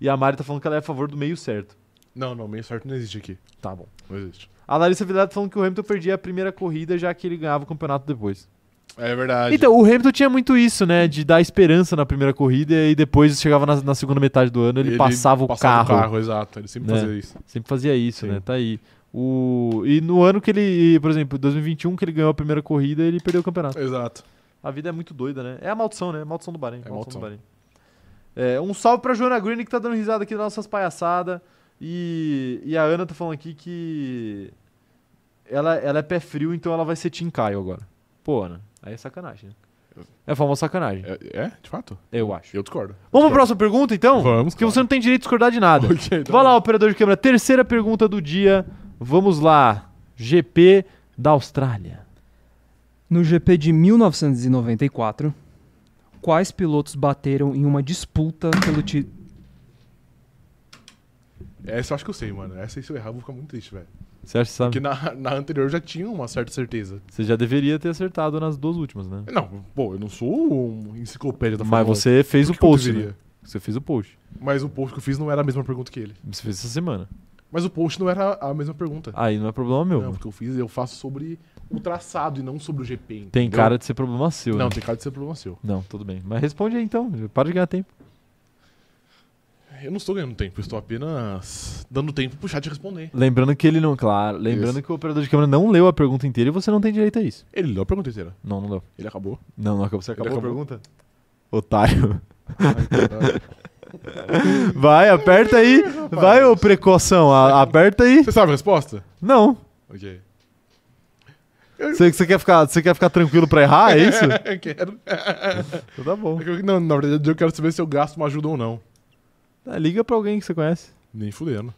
Speaker 1: e a Mari tá falando que ela é a favor do meio certo.
Speaker 2: Não, não, meio certo não existe aqui.
Speaker 1: Tá bom.
Speaker 2: Não existe.
Speaker 1: A Larissa Vilato falando que o Hamilton perdia a primeira corrida, já que ele ganhava o campeonato depois.
Speaker 2: É verdade.
Speaker 1: Então, o Hamilton tinha muito isso, né? De dar esperança na primeira corrida e depois chegava na, na segunda metade do ano, ele, passava o carro.
Speaker 2: exato. Ele sempre
Speaker 1: Né?
Speaker 2: fazia isso.
Speaker 1: Sempre fazia isso,
Speaker 2: Sim.
Speaker 1: né? Tá aí. O... E no ano que ele, por exemplo, 2021, que ele ganhou a primeira corrida, ele perdeu o campeonato.
Speaker 2: Exato.
Speaker 1: A vida é muito doida, né? É a maldição, né? Maldição do Bahrein.
Speaker 2: É
Speaker 1: maldição do
Speaker 2: maldição.
Speaker 1: Bahrein. É, um salve pra Joana Green que tá dando risada aqui das nossas palhaçadas. E, e a Ana tá falando aqui que ela, ela é pé frio, então ela vai ser Team Caio agora. Pô, Ana, aí é sacanagem, né? É a famosa sacanagem,
Speaker 2: É, é, de fato.
Speaker 1: eu acho.
Speaker 2: Eu discordo.
Speaker 1: Vamos pra próxima pergunta, então?
Speaker 2: Vamos,
Speaker 1: Porque você não tem direito de discordar de nada.
Speaker 2: Ok, tá
Speaker 1: Vai lá,
Speaker 2: bom.
Speaker 1: operador de câmera. Terceira pergunta do dia. Vamos lá. GP da Austrália.
Speaker 4: No GP de 1994, quais pilotos bateram em uma disputa pelo título.
Speaker 2: Essa eu acho que eu sei, mano. Essa aí se eu errar, eu vou ficar muito triste, velho.
Speaker 1: Você acha que sabe?
Speaker 2: Porque na, na anterior eu já tinha uma certa certeza.
Speaker 1: Você já deveria ter acertado nas duas últimas, né?
Speaker 2: Não, pô, eu não sou um enciclopédia da
Speaker 1: Mas
Speaker 2: Fórmula
Speaker 1: você
Speaker 2: um.
Speaker 1: fez
Speaker 2: Por
Speaker 1: o
Speaker 2: que que eu
Speaker 1: post,
Speaker 2: deveria?
Speaker 1: né? Você fez o post.
Speaker 2: Mas o post que eu fiz não era a mesma pergunta que ele.
Speaker 1: Você fez essa semana.
Speaker 2: Mas o post não era a mesma pergunta.
Speaker 1: Aí não é problema meu.
Speaker 2: Tá. Não, porque eu fiz, eu faço sobre o traçado e não sobre o GP.
Speaker 1: tem
Speaker 2: entendeu?
Speaker 1: cara de ser problema seu.
Speaker 2: Não,
Speaker 1: né?
Speaker 2: tem cara de ser problema seu.
Speaker 1: Não, tudo bem. Mas responde aí então. Para de ganhar tempo.
Speaker 2: Eu não estou ganhando tempo, eu estou apenas dando tempo pro chat responder.
Speaker 1: Lembrando que ele não. Claro. Lembrando
Speaker 2: Isso.
Speaker 1: que o operador de câmera não leu a pergunta inteira e você não tem direito a isso.
Speaker 2: Ele leu a pergunta inteira.
Speaker 1: Não, não leu.
Speaker 2: Ele acabou.
Speaker 1: Não, não acabou. Você acabou,
Speaker 2: acabou.
Speaker 1: a pergunta? Otário. <laughs> Vai, aperta aí. Vai, ô precoção. a- aperta aí.
Speaker 2: <laughs> Você sabe a resposta?
Speaker 1: Não.
Speaker 2: Ok.
Speaker 1: Você, você quer ficar, você quer ficar tranquilo pra errar, é
Speaker 2: <laughs>
Speaker 1: isso?
Speaker 2: Eu quero.
Speaker 1: Então tá bom.
Speaker 2: Não, na verdade, eu quero saber se eu gasto uma ajuda ou não.
Speaker 1: Ah, Liga pra alguém que você conhece.
Speaker 2: Nem fudendo.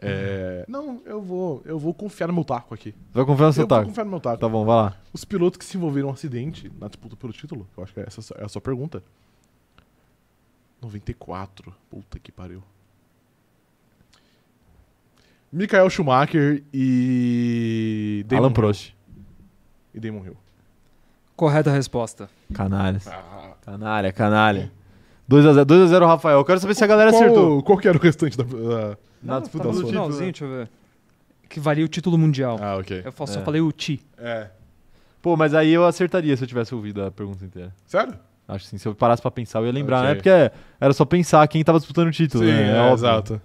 Speaker 2: É. Não, eu vou. Eu vou confiar no meu taco aqui.
Speaker 1: Vai confiar no seu
Speaker 2: eu vou
Speaker 1: taco.
Speaker 2: confiar no meu taco.
Speaker 1: Tá bom, vai lá.
Speaker 2: Os pilotos que se envolveram em um acidente na disputa pelo título, eu acho que essa é a sua pergunta. 94. Puta que pariu. Michael Schumacher e. Damon
Speaker 1: Alan
Speaker 2: Hill.
Speaker 1: Prost.
Speaker 2: E Damon Hill.
Speaker 4: Correta resposta.
Speaker 1: Canalhas.
Speaker 2: Ah,
Speaker 1: Canalha, canalha. 2x0, 2x0 Rafael. Eu quero saber se a galera
Speaker 2: qual,
Speaker 1: acertou.
Speaker 2: Qual que era o restante da. da-
Speaker 1: Na
Speaker 4: tá
Speaker 1: disputa
Speaker 4: no
Speaker 1: do título,
Speaker 4: finalzinho,
Speaker 1: né?
Speaker 4: deixa eu ver. Que valia o título mundial.
Speaker 2: Ah, ok.
Speaker 4: Eu fa- só
Speaker 1: É.
Speaker 4: falei o Ti.
Speaker 2: É.
Speaker 1: Pô, mas aí eu acertaria se eu tivesse ouvido a pergunta inteira.
Speaker 2: Sério?
Speaker 1: Acho que sim, se eu parasse pra pensar, eu ia lembrar,
Speaker 2: Ok.
Speaker 1: né? Porque é- era só pensar quem tava disputando o título, né? É óbvio.
Speaker 2: exato.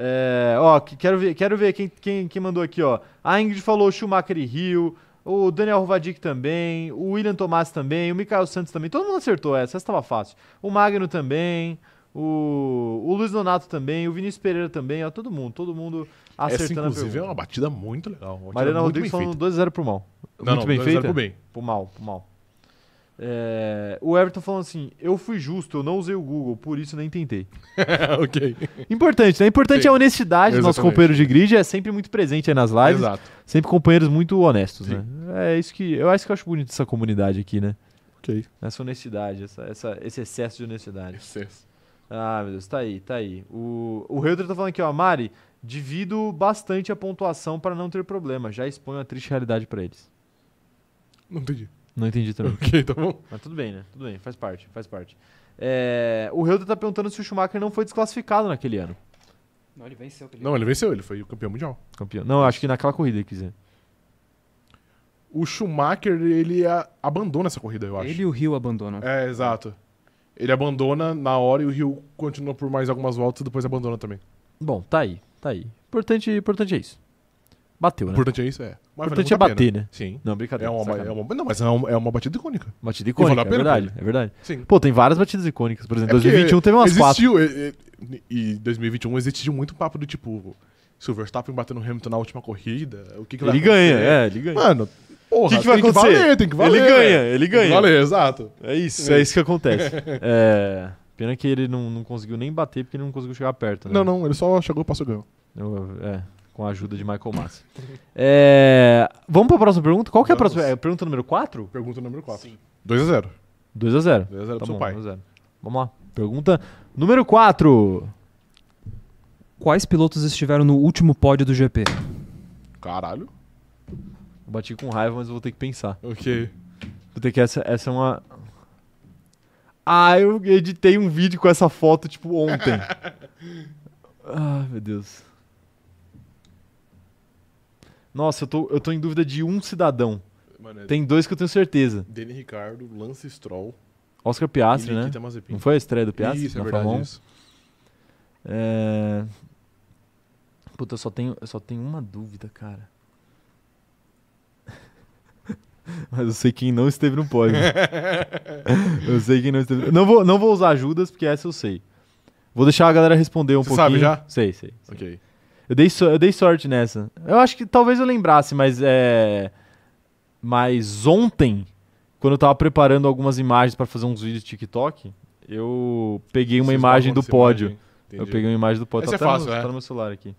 Speaker 1: É, ó, que- quero ver, quero ver quem, quem, quem mandou aqui, ó. A Ingrid falou Schumacher e Rio, o Daniel Rovadic também, o William Tomás também, o Mikael Santos também. Todo mundo acertou essa, essa tava fácil. O Magno também, o, o Luiz Donato também, o Vinícius Pereira também, ó, todo mundo, todo mundo
Speaker 2: Essa,
Speaker 1: acertando a
Speaker 2: inclusive, é
Speaker 1: pergunta.
Speaker 2: uma batida muito legal. Uma batida
Speaker 1: Mariana
Speaker 2: muito
Speaker 1: Rodrigues
Speaker 2: bem
Speaker 1: falando
Speaker 2: feita.
Speaker 1: 2x0 pro mal.
Speaker 2: Não,
Speaker 1: muito
Speaker 2: não,
Speaker 1: bem
Speaker 2: 2 a 0
Speaker 1: feita?
Speaker 2: pro bem.
Speaker 1: Pro mal, pro mal. É, o Everton falando assim, eu fui justo, eu não usei o Google, por isso nem tentei.
Speaker 2: <laughs> ok.
Speaker 1: Importante, né? Importante
Speaker 2: Sim.
Speaker 1: é a honestidade do nosso
Speaker 2: Exatamente.
Speaker 1: companheiro de grid, é sempre muito presente aí nas lives.
Speaker 2: Exato.
Speaker 1: Sempre companheiros muito honestos,
Speaker 2: Sim.
Speaker 1: né? É isso que. Eu acho que eu acho bonito essa comunidade aqui, né?
Speaker 2: Ok.
Speaker 1: Essa honestidade, essa, essa- esse excesso de honestidade.
Speaker 2: Excesso.
Speaker 1: Ah, meu Deus, tá aí, tá aí. O, o Helder tá falando aqui, ó, Mari, divido bastante a pontuação para não ter problema. Já exponho a triste realidade para eles.
Speaker 2: Não entendi.
Speaker 1: Não entendi também.
Speaker 2: Ok, tá bom.
Speaker 1: <laughs> Mas tudo bem, né? Tudo bem, faz parte, faz parte. É, o Helder tá perguntando se o Schumacher não foi desclassificado naquele ano.
Speaker 4: Não, ele venceu aquele.
Speaker 2: Não, ele venceu, ele foi o campeão mundial.
Speaker 1: Campeão. Não, acho que naquela corrida, quer dizer.
Speaker 2: O Schumacher, ele a- abandona essa corrida, eu acho.
Speaker 4: Ele e o Rio abandonam.
Speaker 2: É, exato. Ele abandona na hora e o Rio continua
Speaker 1: Né?
Speaker 2: por mais algumas voltas e depois abandona também.
Speaker 1: Bom, tá aí, tá aí. Importante, importante é isso. Bateu,
Speaker 2: O
Speaker 1: né?
Speaker 2: importante é isso, é. Mas
Speaker 1: importante é
Speaker 2: valeu muito a
Speaker 1: bater,
Speaker 2: pena.
Speaker 1: né?
Speaker 2: Sim.
Speaker 1: Não,
Speaker 2: É
Speaker 1: brincadeira.
Speaker 2: uma,
Speaker 1: sacanagem.
Speaker 2: é uma, não, mas é uma, é uma batida icônica.
Speaker 1: Batida
Speaker 2: valeu
Speaker 1: icônica,
Speaker 2: a
Speaker 1: é
Speaker 2: pena
Speaker 1: verdade, é verdade.
Speaker 2: Sim.
Speaker 1: Pô, tem várias batidas icônicas. Por exemplo,
Speaker 2: É porque
Speaker 1: 2021 teve um umas quatro.
Speaker 2: existiu, e- E, e 2021 existiu muito papo do tipo, se o Verstappen bater no Hamilton na última corrida, o que, que vai
Speaker 1: Ele ganha,
Speaker 2: acontecer?
Speaker 1: é, ele ganha.
Speaker 2: Mano,
Speaker 1: O
Speaker 2: porra,
Speaker 1: que, que vai
Speaker 2: tem
Speaker 1: acontecer?
Speaker 2: Que valer, tem Ah, que valer.
Speaker 1: ele ganha,
Speaker 2: velho.
Speaker 1: ele
Speaker 2: Tem que
Speaker 1: ganha.
Speaker 2: valer, exato.
Speaker 1: É isso, é isso que
Speaker 2: <laughs>
Speaker 1: acontece. É, Pena que ele não, não conseguiu nem bater porque ele não conseguiu chegar perto. Né?
Speaker 2: Não, não, ele só chegou e passou e ganhou.
Speaker 1: Eu- é, com a ajuda de Michael Massa. É, vamos pra próxima pergunta? Qual que é a
Speaker 2: Vamos.
Speaker 1: próxima? É a pergunta número 4?
Speaker 2: Pergunta número 4.
Speaker 3: Sim.
Speaker 2: 2x0.
Speaker 1: 2x0.
Speaker 2: 2x0 pro
Speaker 1: Tá
Speaker 2: seu
Speaker 1: bom,
Speaker 2: pai.
Speaker 1: 2 a 0. Vamos lá. Pergunta número 4.
Speaker 4: Quais pilotos estiveram no último pódio do GP?
Speaker 2: Caralho.
Speaker 1: Bati com raiva, mas eu vou ter que pensar.
Speaker 2: Ok.
Speaker 1: Vou ter que essa, essa é uma. Ah, eu editei um vídeo com essa foto, tipo,
Speaker 2: <laughs>
Speaker 1: ontem. ah, meu Deus. Nossa, eu tô, eu tô em dúvida de um cidadão.
Speaker 2: Mano, é
Speaker 1: Tem dois que eu tenho certeza.
Speaker 2: Dani Ricardo, Lance Stroll
Speaker 1: Oscar Piastri,
Speaker 2: e
Speaker 1: né?
Speaker 2: Nikita Mazepin.
Speaker 1: Não foi a estreia do Piastri?
Speaker 2: tá- Isso, é
Speaker 1: na
Speaker 2: verdade
Speaker 1: Fórmula 1?
Speaker 2: isso.
Speaker 1: É... Puta, eu só tenho, eu só tenho uma dúvida, cara. <laughs> Mas eu sei quem não esteve no
Speaker 2: <laughs>
Speaker 1: pódio. eu sei quem não esteve. Não vou, não vou usar ajudas, porque essa eu sei. Vou deixar a galera responder um
Speaker 2: Você
Speaker 1: pouquinho.
Speaker 2: sabe já?
Speaker 1: Sei, sei. sei.
Speaker 2: Ok.
Speaker 1: Eu, dei so- eu dei sorte nessa. Eu acho que talvez eu lembrasse, mas é. Mas ontem, quando eu tava preparando algumas imagens pra fazer uns vídeos de TikTok, eu peguei uma
Speaker 2: Vocês
Speaker 1: imagem
Speaker 2: falam
Speaker 1: do
Speaker 2: dessa
Speaker 1: pódio.
Speaker 2: imagem.
Speaker 1: Eu
Speaker 2: Entendi.
Speaker 1: peguei uma imagem do pódio.
Speaker 2: Essa
Speaker 1: tá
Speaker 2: é
Speaker 1: até
Speaker 2: fácil,
Speaker 1: no,
Speaker 2: né?
Speaker 1: tá no meu celular aqui.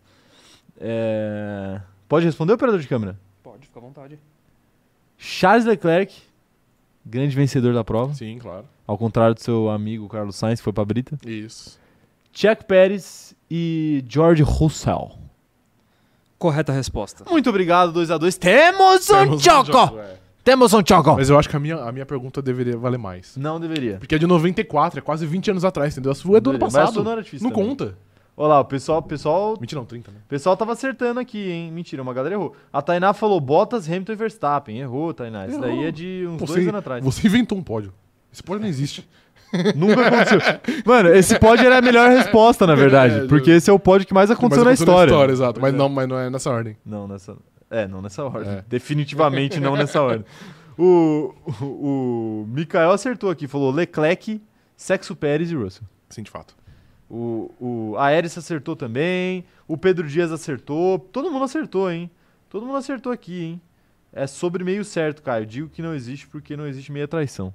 Speaker 1: É, Pode responder, operador de câmera?
Speaker 4: Pode, fica à vontade.
Speaker 1: Charles Leclerc, grande vencedor da prova.
Speaker 2: Sim, claro.
Speaker 1: Ao contrário do seu amigo Carlos Sainz, que foi pra Brita.
Speaker 2: Isso.
Speaker 1: Chuck Pérez e George Russell.
Speaker 4: Correta resposta.
Speaker 1: Muito obrigado, 2x2. Temos um
Speaker 2: Temos um
Speaker 1: choco!
Speaker 2: jogo, é.
Speaker 1: Temos um choco!
Speaker 2: Mas eu acho que a minha, a minha pergunta deveria valer mais.
Speaker 1: Não deveria.
Speaker 2: Porque é de 94, é quase 20 anos atrás, entendeu? A sua é do ano
Speaker 1: Mas a
Speaker 2: passado.
Speaker 1: sua não era difícil
Speaker 2: Não
Speaker 1: também.
Speaker 2: conta.
Speaker 1: Olha lá, o pessoal, o pessoal, o
Speaker 2: Mentira, não, 30, né?
Speaker 1: pessoal tava acertando aqui, hein? Mentira, uma galera errou. A Tainá falou Bottas, Hamilton e Verstappen. Errou, Tainá. Isso daí
Speaker 2: Errou.
Speaker 1: é de uns
Speaker 2: Você,
Speaker 1: dois anos atrás.
Speaker 2: você inventou um pódio. Esse pódio não existe.
Speaker 1: Nunca aconteceu. <laughs> Mano, esse pod era a melhor resposta, na
Speaker 2: É,
Speaker 1: verdade.
Speaker 2: é,
Speaker 1: Porque esse é o pod que mais aconteceu,
Speaker 2: Mas
Speaker 1: na história.
Speaker 2: exato. Mas
Speaker 1: Pois é.
Speaker 2: não, mas não é nessa ordem.
Speaker 1: Não, nessa. É, não nessa ordem.
Speaker 2: É.
Speaker 1: Definitivamente não nessa ordem. O, o, o Mikael acertou aqui, falou Leclerc, Sexo Pérez e Russell.
Speaker 2: Sim, de fato.
Speaker 1: O, o, a Eris acertou também. O Pedro Dias acertou. Todo mundo acertou, hein? Todo mundo acertou aqui, hein? É sobre meio certo, Caio. Digo que não existe porque não existe meia traição.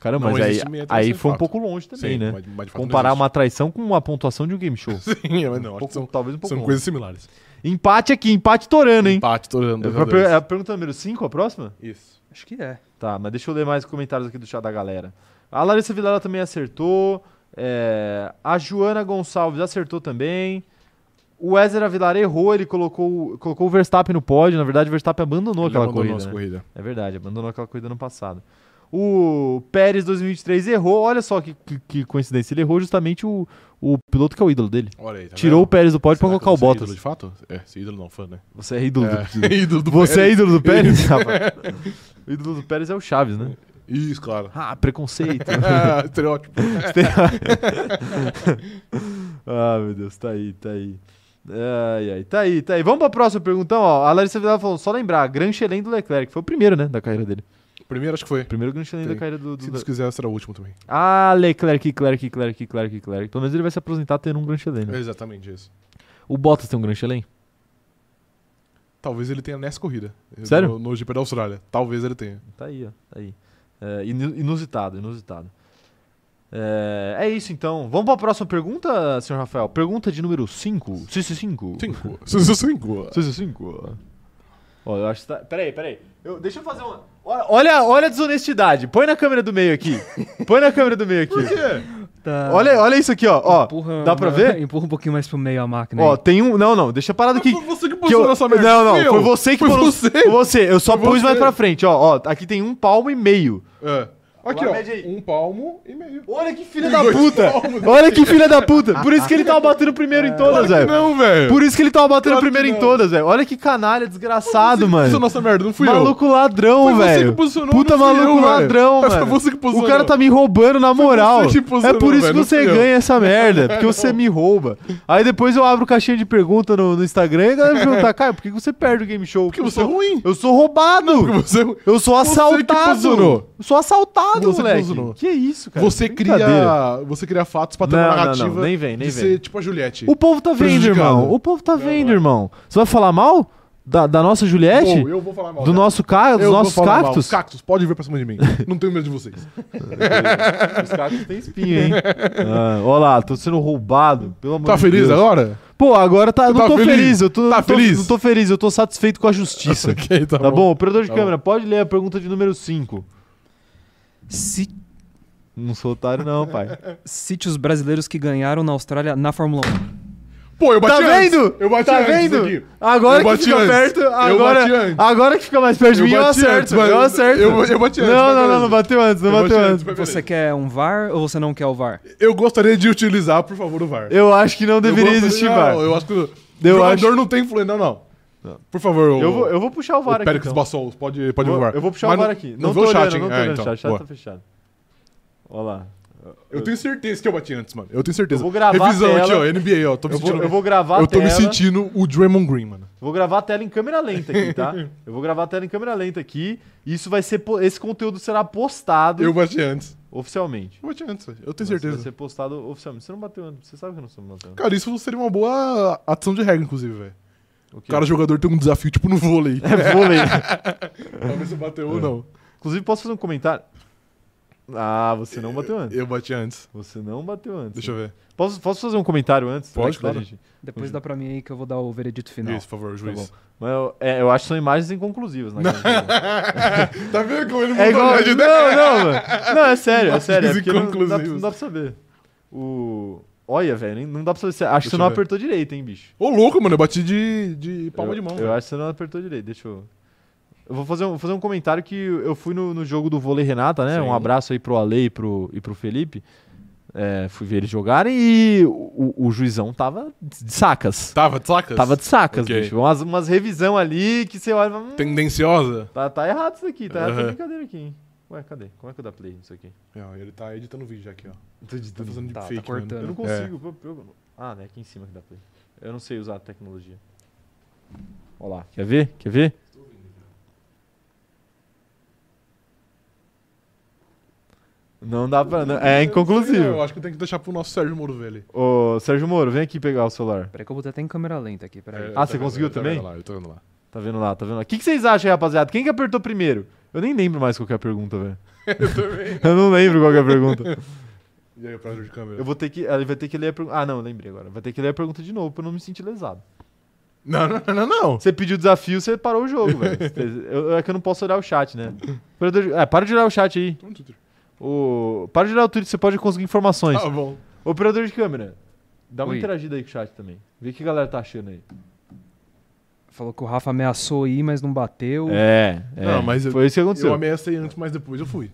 Speaker 1: Caramba,
Speaker 2: Não
Speaker 1: mas aí,
Speaker 2: existe meia traição,
Speaker 1: aí
Speaker 2: de
Speaker 1: foi um
Speaker 2: fato.
Speaker 1: pouco longe também,
Speaker 2: Sim,
Speaker 1: né?
Speaker 2: mas- mas de fato não
Speaker 1: comparar
Speaker 2: existe.
Speaker 1: uma traição com uma pontuação de um game show.
Speaker 2: Sim, é, mas não,
Speaker 1: Um
Speaker 2: acho
Speaker 1: pouco-
Speaker 2: que <laughs> são,
Speaker 1: talvez um pouco.
Speaker 2: são
Speaker 1: longe.
Speaker 2: coisas similares.
Speaker 1: Empate aqui, empate torando, hein?
Speaker 2: Empate, tô olhando.
Speaker 1: É
Speaker 2: dois
Speaker 1: pra
Speaker 2: a
Speaker 1: per-
Speaker 2: dois.
Speaker 1: é a pergunta número 5, a próxima?
Speaker 2: Isso.
Speaker 4: Acho que é.
Speaker 1: Tá, mas deixa eu ler mais comentários aqui do chat da galera. A Larissa Vilela também acertou. é, a Joana Gonçalves acertou também. O Wesley Avilar errou, ele colocou, colocou o Verstappen no pódio. Na verdade, o Verstappen abandonou
Speaker 2: Ele
Speaker 1: aquela
Speaker 2: abandonou
Speaker 1: corrida.
Speaker 2: nossa
Speaker 1: né?
Speaker 2: corrida.
Speaker 1: É verdade, abandonou aquela corrida no passado. O Pérez 2023 errou, olha só que, que- que coincidência. Ele errou justamente o, o piloto que é o ídolo dele.
Speaker 2: Olha aí, tá
Speaker 1: Tirou o
Speaker 2: vendo?
Speaker 1: Pérez do pódio pra
Speaker 2: Será que
Speaker 1: colocar o
Speaker 2: você é
Speaker 1: Bottas.
Speaker 2: ídolo de fato? É, esse ídolo não, fã, né?
Speaker 1: Você é ídolo do
Speaker 2: É, <laughs> ídolo
Speaker 1: <laughs>
Speaker 2: do
Speaker 1: Você é
Speaker 2: Pérez.
Speaker 1: ídolo do
Speaker 2: <laughs>
Speaker 1: Pérez, rapaz? O ídolo do Pérez é o Chaves, né? <laughs>
Speaker 2: Isso, claro. <laughs>
Speaker 1: Ah, preconceito.
Speaker 2: Ah, Estereótipo.
Speaker 1: ah, meu Deus, tá aí, tá aí. Ai, ai, tá aí, tá aí. Vamos pra próxima pergunta, ó. A Larissa Vidal falou, só lembrar, Gran Chelém do Leclerc. Foi o primeiro, né, da carreira dele.
Speaker 2: Primeiro, acho que foi.
Speaker 1: Primeiro Gran Chelém da
Speaker 2: Tem.
Speaker 1: carreira do... do-
Speaker 2: Se Deus
Speaker 1: da-
Speaker 2: quiser, será o último também.
Speaker 1: Ah, Leclerc, Leclerc, Leclerc, Leclerc, Leclerc. Pelo menos ele vai se aposentar tendo um Gran Chelém, né?
Speaker 2: É exatamente isso.
Speaker 1: O Bottas tem um Gran Chelém?
Speaker 2: Talvez ele tenha nessa corrida.
Speaker 1: Sério?
Speaker 2: No, no GP da Austrália. Talvez ele tenha.
Speaker 1: Tá aí, ó. Tá aí. É, inu- inusitado, inusitado. É, é isso então. Vamos pra próxima pergunta, senhor Rafael? Pergunta de número 5. CC5.
Speaker 2: Cinco. Cinco.
Speaker 1: CC5. Ó, eu acho que tá. Peraí, peraí. Eu, deixa eu fazer uma. Olha- Olha, olha a desonestidade. Põe na câmera do meio
Speaker 2: <laughs>
Speaker 1: aqui. Põe na câmera do meio aqui.
Speaker 2: Por quê?
Speaker 1: Olha, olha isso aqui, ó. ó. dá pra ver?
Speaker 4: Tá. <laughs> Empurra um pouquinho mais pro meio a máquina.
Speaker 1: Ó,
Speaker 4: aí.
Speaker 1: tem um. Não, não, deixa parado aqui.
Speaker 2: Foi você que
Speaker 1: Que
Speaker 2: postou
Speaker 1: eu...
Speaker 2: nessa merda.
Speaker 1: Não, não,
Speaker 2: Fui eu.
Speaker 1: foi você que
Speaker 2: Foi
Speaker 1: falou-
Speaker 2: você.
Speaker 1: Foi você, eu só
Speaker 2: Foi
Speaker 1: pus mais
Speaker 2: você.
Speaker 1: pra frente, ó, ó. Aqui tem um palmo e meio.
Speaker 2: É. Aqui,
Speaker 5: Lá,
Speaker 2: ó.
Speaker 5: mede aí.
Speaker 2: Um palmo e meio.
Speaker 5: Olha que
Speaker 2: Tem
Speaker 5: filha da
Speaker 2: dois
Speaker 5: puta!
Speaker 2: palmos. É.
Speaker 1: Olha que filha da puta! Por isso que ele tava batendo primeiro em
Speaker 2: Claro
Speaker 1: todas,
Speaker 2: que
Speaker 1: velho.
Speaker 2: Não, velho.
Speaker 1: é. Por isso que ele tava batendo
Speaker 2: Claro que
Speaker 1: primeiro em
Speaker 2: não.
Speaker 1: todas, velho. Olha que canalha, desgraçado,
Speaker 2: Isso é
Speaker 1: mano.
Speaker 2: nossa merda, não fui eu.
Speaker 1: Maluco ladrão,
Speaker 2: Foi você
Speaker 1: velho.
Speaker 2: que posicionou,
Speaker 1: Puta
Speaker 2: não fui eu,
Speaker 1: maluco
Speaker 2: velho.
Speaker 1: ladrão,
Speaker 2: Mas foi
Speaker 1: mano.
Speaker 2: você que
Speaker 1: O
Speaker 2: posicionou.
Speaker 1: cara tá me roubando na moral.
Speaker 2: você que posicionou,
Speaker 1: É por isso
Speaker 2: velho,
Speaker 1: que
Speaker 2: não
Speaker 1: você
Speaker 2: fui eu.
Speaker 1: ganha essa
Speaker 2: <laughs>
Speaker 1: merda, porque você me rouba. Aí depois eu abro caixinha de pergunta no, no Instagram e a galera me pergunta, cara, por que que você perde o game show?
Speaker 2: Porque você é ruim.
Speaker 1: Eu sou roubado.
Speaker 2: Porque você... é
Speaker 1: Eu sou
Speaker 2: Você que
Speaker 1: assaltado.
Speaker 2: posicionou.
Speaker 1: Eu sou assaltado,
Speaker 2: Você que
Speaker 1: moleque.
Speaker 2: posicionou.
Speaker 1: Que isso, cara?
Speaker 2: Você
Speaker 1: Brincadeira.
Speaker 2: cria, você cria fatos pra ter
Speaker 1: Não,
Speaker 2: uma
Speaker 1: não, não.
Speaker 2: narrativa
Speaker 1: Nem vem, nem
Speaker 2: de
Speaker 1: vem.
Speaker 2: ser tipo a Juliette.
Speaker 1: O povo tá vendo,
Speaker 2: Prejudicado.
Speaker 1: irmão. O povo tá vendo, irmão. Você vai falar mal da, da nossa Juliette?
Speaker 2: é. Bom, eu vou falar mal.
Speaker 1: Do
Speaker 2: dela.
Speaker 1: nosso ca... dos
Speaker 2: Eu vou
Speaker 1: nossos
Speaker 2: falar mal.
Speaker 1: cactos?
Speaker 2: Cactos, pode vir pra cima de
Speaker 1: <laughs>
Speaker 2: mim. Não tenho medo de vocês.
Speaker 1: Os cactos têm espinho, hein? <laughs> ah, ó lá, tô sendo roubado. Pelo amor
Speaker 2: Tá
Speaker 1: de
Speaker 2: feliz
Speaker 1: Deus.
Speaker 2: agora? <laughs>
Speaker 1: Pô, agora tá, não
Speaker 2: Tá
Speaker 1: tô feliz.
Speaker 2: feliz?
Speaker 1: Eu tô,
Speaker 2: Tá
Speaker 1: não tô-
Speaker 2: feliz?
Speaker 1: Não tô feliz, eu tô satisfeito com a justiça.
Speaker 2: <laughs> Ok,
Speaker 1: Tá bom, operador de
Speaker 2: Tá
Speaker 1: câmera, pode ler a pergunta de número 5.
Speaker 4: Si-
Speaker 1: Não sou otário, não, pai.
Speaker 4: sítios brasileiros que ganharam na Austrália na Fórmula 1.
Speaker 2: Pô, eu bati
Speaker 1: Tá
Speaker 2: antes.
Speaker 1: vendo?
Speaker 2: Eu bati
Speaker 1: tá
Speaker 2: antes
Speaker 1: vendo?
Speaker 2: aqui.
Speaker 1: Agora
Speaker 2: Eu
Speaker 1: que
Speaker 2: bati
Speaker 1: fica
Speaker 2: antes.
Speaker 1: perto,
Speaker 2: Eu
Speaker 1: agora,
Speaker 2: bati antes.
Speaker 1: agora que fica mais perto de
Speaker 2: Eu
Speaker 1: mim, eu
Speaker 2: bati
Speaker 1: acerto.
Speaker 2: antes, mas
Speaker 1: eu acerto.
Speaker 2: eu- eu bati antes,
Speaker 1: Não,
Speaker 2: mas
Speaker 1: não, não,
Speaker 2: beleza.
Speaker 1: não bateu antes, não
Speaker 2: Eu bati
Speaker 1: bateu
Speaker 2: antes,
Speaker 1: antes.
Speaker 2: mas beleza.
Speaker 4: Você quer um VAR ou você não quer o VAR?
Speaker 2: Eu gostaria de utilizar, por favor, o VAR.
Speaker 1: Eu acho que não deveria
Speaker 2: gostaria-
Speaker 1: existir
Speaker 2: não,
Speaker 1: VAR.
Speaker 2: Eu acho que o
Speaker 1: Eu
Speaker 2: jogador
Speaker 1: acho-
Speaker 2: não tem influência. Não, não. Por favor, o,
Speaker 1: Eu vou, eu vou puxar o
Speaker 2: o
Speaker 1: VAR aqui.
Speaker 2: Péricles
Speaker 1: então.
Speaker 2: Bassols, pode, pode
Speaker 1: Vou-
Speaker 2: ver o VAR.
Speaker 1: Eu vou puxar
Speaker 2: Mas
Speaker 1: o VAR
Speaker 2: não-
Speaker 1: aqui.
Speaker 2: Não,
Speaker 1: tô
Speaker 2: vê o chat,
Speaker 1: olhando,
Speaker 2: hein?
Speaker 1: Não tô
Speaker 2: É,
Speaker 1: olhando o
Speaker 2: então,
Speaker 1: chat, o
Speaker 2: boa.
Speaker 1: chat tá fechado. Olha lá.
Speaker 2: Eu tenho certeza que eu bati antes, mano. Eu tenho certeza.
Speaker 1: Eu vou gravar a
Speaker 2: Revisão aqui,
Speaker 1: tela.
Speaker 2: ó. NBA, ó. Tô me
Speaker 1: Eu vou,
Speaker 2: sentindo...
Speaker 1: eu vou gravar
Speaker 2: Eu
Speaker 1: a
Speaker 2: tô
Speaker 1: tela.
Speaker 2: me sentindo o Draymond Green, mano.
Speaker 1: Vou gravar a tela em câmera lenta aqui, tá? eu vou gravar a tela em câmera lenta aqui. E isso vai ser. po- Esse conteúdo será postado
Speaker 2: Eu bati antes.
Speaker 1: oficialmente.
Speaker 2: Eu bati antes, velho. Eu tenho
Speaker 1: Vai ser-
Speaker 2: certeza.
Speaker 1: Vai ser postado oficialmente. Você não bateu antes. Você sabe que eu não estou batendo.
Speaker 2: Cara, isso seria uma boa adição de regra, inclusive, velho.
Speaker 1: O
Speaker 2: O
Speaker 1: <laughs>
Speaker 2: cara jogador tem um desafio, tipo, no vôlei.
Speaker 1: é
Speaker 2: <laughs>
Speaker 1: vôlei.
Speaker 2: Talvez eu bateu
Speaker 1: É.
Speaker 2: ou não.
Speaker 1: Inclusive, posso fazer um comentário? Ah, você não bateu antes.
Speaker 2: Eu bati antes.
Speaker 1: Você não bateu antes.
Speaker 2: Deixa eu ver.
Speaker 1: Posso, posso fazer um comentário antes?
Speaker 2: Pode,
Speaker 1: antes da
Speaker 2: claro.
Speaker 1: gente?
Speaker 4: Depois dá pra mim aí que eu vou dar o veredito final.
Speaker 2: Isso, por
Speaker 1: Tá
Speaker 2: favor, juiz.
Speaker 1: Mas eu, é, eu acho que são imagens inconclusivas. Na
Speaker 2: <laughs>
Speaker 1: grande-
Speaker 2: tá vendo como ele mudou
Speaker 1: é igual...
Speaker 2: a
Speaker 1: Não,
Speaker 2: ideia?
Speaker 1: não, mano. Não, é sério, é sério. É
Speaker 2: Imagens
Speaker 1: porque não, não, dá,
Speaker 2: inconclusivas.
Speaker 1: não dá pra saber. O... Olha, velho, nem- não dá pra saber. se- Acho que
Speaker 2: Deixa
Speaker 1: você
Speaker 2: eu
Speaker 1: não
Speaker 2: ver.
Speaker 1: apertou direito, hein, bicho.
Speaker 2: Ô, louco, mano. Eu bati de, de palma
Speaker 1: eu,
Speaker 2: de mão.
Speaker 1: Eu
Speaker 2: velho.
Speaker 1: acho que você não apertou direito. Deixa eu... Eu vou fazer um, vou fazer um comentário que eu fui no, no jogo do vôlei Renata, né?
Speaker 2: Sim.
Speaker 1: Um abraço aí pro Ale e pro, e pro Felipe. É, fui ver eles jogarem e o, o- o juizão tava de sacas.
Speaker 2: Tava, de sacas?
Speaker 1: Tava de sacas,
Speaker 2: Ok.
Speaker 1: bicho. Umas, umas revisão ali que você olha e fala, hum,
Speaker 2: Tendenciosa?
Speaker 1: tá, tá errado isso aqui, tá errado essa
Speaker 2: Aham.
Speaker 1: brincadeira aqui, hein? Ué, cadê? Como é que eu dá play nisso aqui?
Speaker 2: Não, ele tá editando o vídeo já aqui, ó.
Speaker 1: Tô de-
Speaker 2: Tá fazendo
Speaker 4: Tá, tá
Speaker 2: deepfake, mano.
Speaker 4: cortando.
Speaker 1: Eu não
Speaker 4: É.
Speaker 1: consigo. pô, pô. Ah, né? Aqui em cima que dá play. Eu não sei usar a tecnologia. Olha lá. Quer ver? Quer ver? Não dá pra. não- É
Speaker 2: Eu
Speaker 1: inconclusivo.
Speaker 2: acho que tem que deixar pro nosso Sérgio Moro ver ele.
Speaker 1: Ô, Sérgio Moro, vem aqui pegar o celular.
Speaker 4: Peraí que eu botei até em câmera lenta aqui, peraí.
Speaker 2: É,
Speaker 1: Ah, você conseguiu também?
Speaker 2: Lá, eu tô tá vendo lá.
Speaker 1: Tá vendo lá, tá vendo lá. O que, que vocês acham aí, rapaziada? Quem que apertou primeiro? Eu nem lembro mais qual que é a pergunta, velho. <laughs> Eu também. <laughs> Eu não lembro qual que é a pergunta.
Speaker 2: E aí, operador de câmera?
Speaker 1: Eu vou ter que. Ele vai ter que ler a pergunta. Ah, não, lembrei agora. Vai ter que ler a pergunta de novo pra eu não me sentir lesado.
Speaker 2: Não, não, não, não, não.
Speaker 1: Você pediu desafio, você parou o jogo,
Speaker 2: <laughs>
Speaker 1: velho. Cê- eu- É que eu não posso olhar o chat, né? Operador de- É, para de olhar o chat aí.
Speaker 2: Tô no Twitter.
Speaker 1: O... Para de olhar o Twitter, você pode conseguir informações.
Speaker 2: Tá bom.
Speaker 1: Operador de câmera, dá uma
Speaker 4: Oi.
Speaker 1: interagida aí com o chat também. Vê o que a galera tá achando aí.
Speaker 4: Falou que o Rafa ameaçou ir, mas não bateu.
Speaker 1: É, é.
Speaker 2: Não, mas eu-
Speaker 1: Foi isso que aconteceu.
Speaker 2: Eu ameacei antes, mas depois eu fui.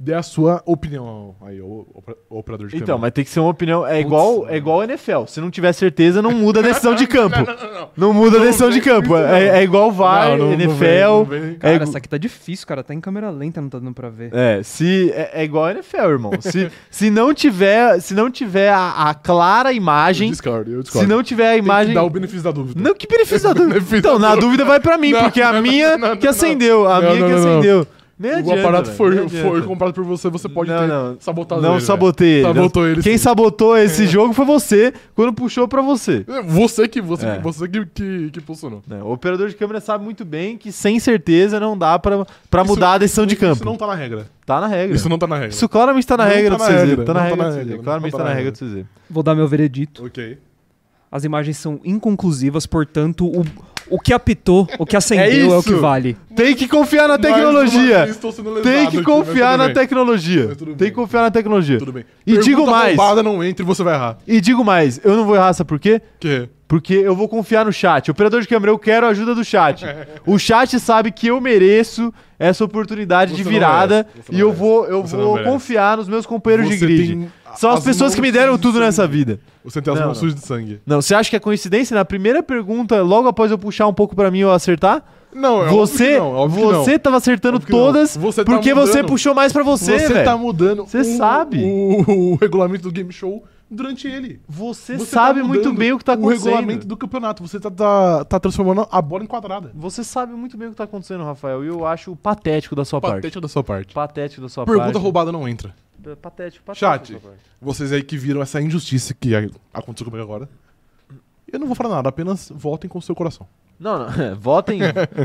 Speaker 2: Dê a sua opinião aí, o, operador de
Speaker 1: Então,
Speaker 2: câmera.
Speaker 1: mas tem que ser uma opinião. É
Speaker 4: Putz.
Speaker 1: igual é igual NFL. Se não tiver certeza, não muda a decisão
Speaker 2: <laughs>
Speaker 1: de campo. Não, muda a decisão de campo. É, é igual VAR,
Speaker 2: Não, não- não
Speaker 1: NFL.
Speaker 2: vem, não vem.
Speaker 1: é
Speaker 4: Cara,
Speaker 1: igu-
Speaker 4: essa aqui tá difícil, cara. Tá em câmera lenta, não tá dando pra ver.
Speaker 1: É, se é, é igual a NFL, irmão. Se, <laughs> se não tiver, se não tiver a, a clara
Speaker 2: Eu
Speaker 1: imagem,
Speaker 2: discordo, eu
Speaker 1: se
Speaker 2: discordo.
Speaker 1: não tiver a imagem,
Speaker 2: Dá o benefício da dúvida.
Speaker 1: não que benefício da
Speaker 2: <laughs>
Speaker 1: dúvida.
Speaker 2: Benefício
Speaker 1: Então, na dúvida vai pra mim,
Speaker 2: Não,
Speaker 1: porque a
Speaker 2: não,
Speaker 1: minha
Speaker 2: não, não,
Speaker 1: que
Speaker 2: não.
Speaker 1: acendeu, a
Speaker 2: Não,
Speaker 1: minha
Speaker 2: não,
Speaker 1: que
Speaker 2: não, não.
Speaker 1: acendeu. Nem
Speaker 2: o
Speaker 1: adianta,
Speaker 2: aparato
Speaker 1: velho, nem
Speaker 2: foi,
Speaker 1: adianta.
Speaker 2: foi comprado por você, você pode
Speaker 1: Não,
Speaker 2: ter
Speaker 1: não.
Speaker 2: sabotado
Speaker 1: Não
Speaker 2: ele, né?
Speaker 1: sabotei ele.
Speaker 2: Sabotou ele,
Speaker 1: Quem
Speaker 2: sim. É.
Speaker 1: sabotou esse jogo foi você, quando puxou pra você.
Speaker 2: velho. Você que, você,
Speaker 1: É.
Speaker 2: você que, que, que posicionou.
Speaker 1: Né, O operador de câmera sabe muito bem que sem certeza não dá pra pra
Speaker 2: Isso-
Speaker 1: mudar a decisão de campo.
Speaker 2: Isso não tá na regra.
Speaker 1: Tá na regra.
Speaker 2: Isso não tá na regra.
Speaker 1: Isso claramente tá na
Speaker 2: Não
Speaker 1: regra
Speaker 2: tá
Speaker 1: do
Speaker 2: na
Speaker 1: CZ.
Speaker 2: regra,
Speaker 1: Tá na
Speaker 2: não
Speaker 1: regra
Speaker 2: tá na
Speaker 1: do CZ.
Speaker 2: regra, não
Speaker 1: Claramente
Speaker 2: tá
Speaker 1: tá
Speaker 2: na
Speaker 1: na regra do
Speaker 2: regra.
Speaker 1: CZ.
Speaker 4: Vou dar meu veredito.
Speaker 2: Ok.
Speaker 4: As imagens são inconclusivas, portanto, o, o que apitou, o que
Speaker 1: É
Speaker 4: acendeu
Speaker 1: isso.
Speaker 4: é, o que vale.
Speaker 1: Tem que confiar na
Speaker 2: Mais uma vez,
Speaker 1: é tecnologia.
Speaker 2: estou tá sendo lesado
Speaker 1: Tem
Speaker 2: aqui,
Speaker 1: que
Speaker 2: mas
Speaker 1: confiar
Speaker 2: tudo
Speaker 1: na
Speaker 2: bem.
Speaker 1: tecnologia.
Speaker 2: Mas tudo
Speaker 1: Tem
Speaker 2: bem.
Speaker 1: que confiar na tecnologia.
Speaker 2: Tudo bem.
Speaker 1: E digo mais.
Speaker 2: roubada não entra e você vai errar.
Speaker 1: E digo mais, eu não vou errar, sabe por quê?
Speaker 2: Que?
Speaker 1: Porque eu vou confiar no chat. Operador de câmera, eu quero a ajuda do
Speaker 2: <laughs>
Speaker 1: chat. O chat sabe que eu mereço essa oportunidade
Speaker 2: Você
Speaker 1: de
Speaker 2: não
Speaker 1: virada
Speaker 2: merece,
Speaker 1: e
Speaker 2: você não
Speaker 1: eu
Speaker 2: merece,
Speaker 1: vou, eu
Speaker 2: você não
Speaker 1: vou
Speaker 2: merece.
Speaker 1: confiar nos meus companheiros de
Speaker 2: Você
Speaker 1: grid.
Speaker 2: tem a-
Speaker 1: São as,
Speaker 2: as
Speaker 1: pessoas que me
Speaker 2: mãos
Speaker 1: deram
Speaker 2: sujas de
Speaker 1: tudo nessa
Speaker 2: sangue.
Speaker 1: vida.
Speaker 2: Você tem as
Speaker 1: Não,
Speaker 2: mãos
Speaker 1: não.
Speaker 2: sujas é um de sangue.
Speaker 1: Não, você acha que é coincidência? Na primeira pergunta, logo após eu puxar um pouco pra mim eu acertar,
Speaker 2: Não, é óbvio
Speaker 1: você
Speaker 2: que não, é óbvio que não.
Speaker 1: você tá tava acertando
Speaker 2: Óbvio que não.
Speaker 1: todas
Speaker 2: Você tá
Speaker 1: porque você
Speaker 2: mudando.
Speaker 1: puxou mais pra você,
Speaker 2: Você
Speaker 1: velho.
Speaker 2: tá mudando
Speaker 1: Você sabe.
Speaker 2: o- o regulamento do game show durante ele.
Speaker 1: Você,
Speaker 2: Você tá
Speaker 1: sabe muito
Speaker 2: mudando
Speaker 1: bem o que tá
Speaker 2: O
Speaker 1: acontecendo.
Speaker 2: regulamento do campeonato. Você tá, tá, tá transformando a bola em quadrada.
Speaker 1: Você sabe muito bem o que tá acontecendo, Rafael, e eu acho patético da sua parte.
Speaker 2: Patético é da sua parte.
Speaker 1: Patético da sua
Speaker 2: Pergunta
Speaker 1: parte.
Speaker 2: roubada não entra.
Speaker 1: roubada. Patético, patético
Speaker 2: Chat.
Speaker 1: da sua parte.
Speaker 2: Vocês aí que viram essa injustiça que a- aconteceu comigo agora. Eu não vou falar nada, apenas votem com o seu coração.
Speaker 1: Não, não. <laughs> é, Votem.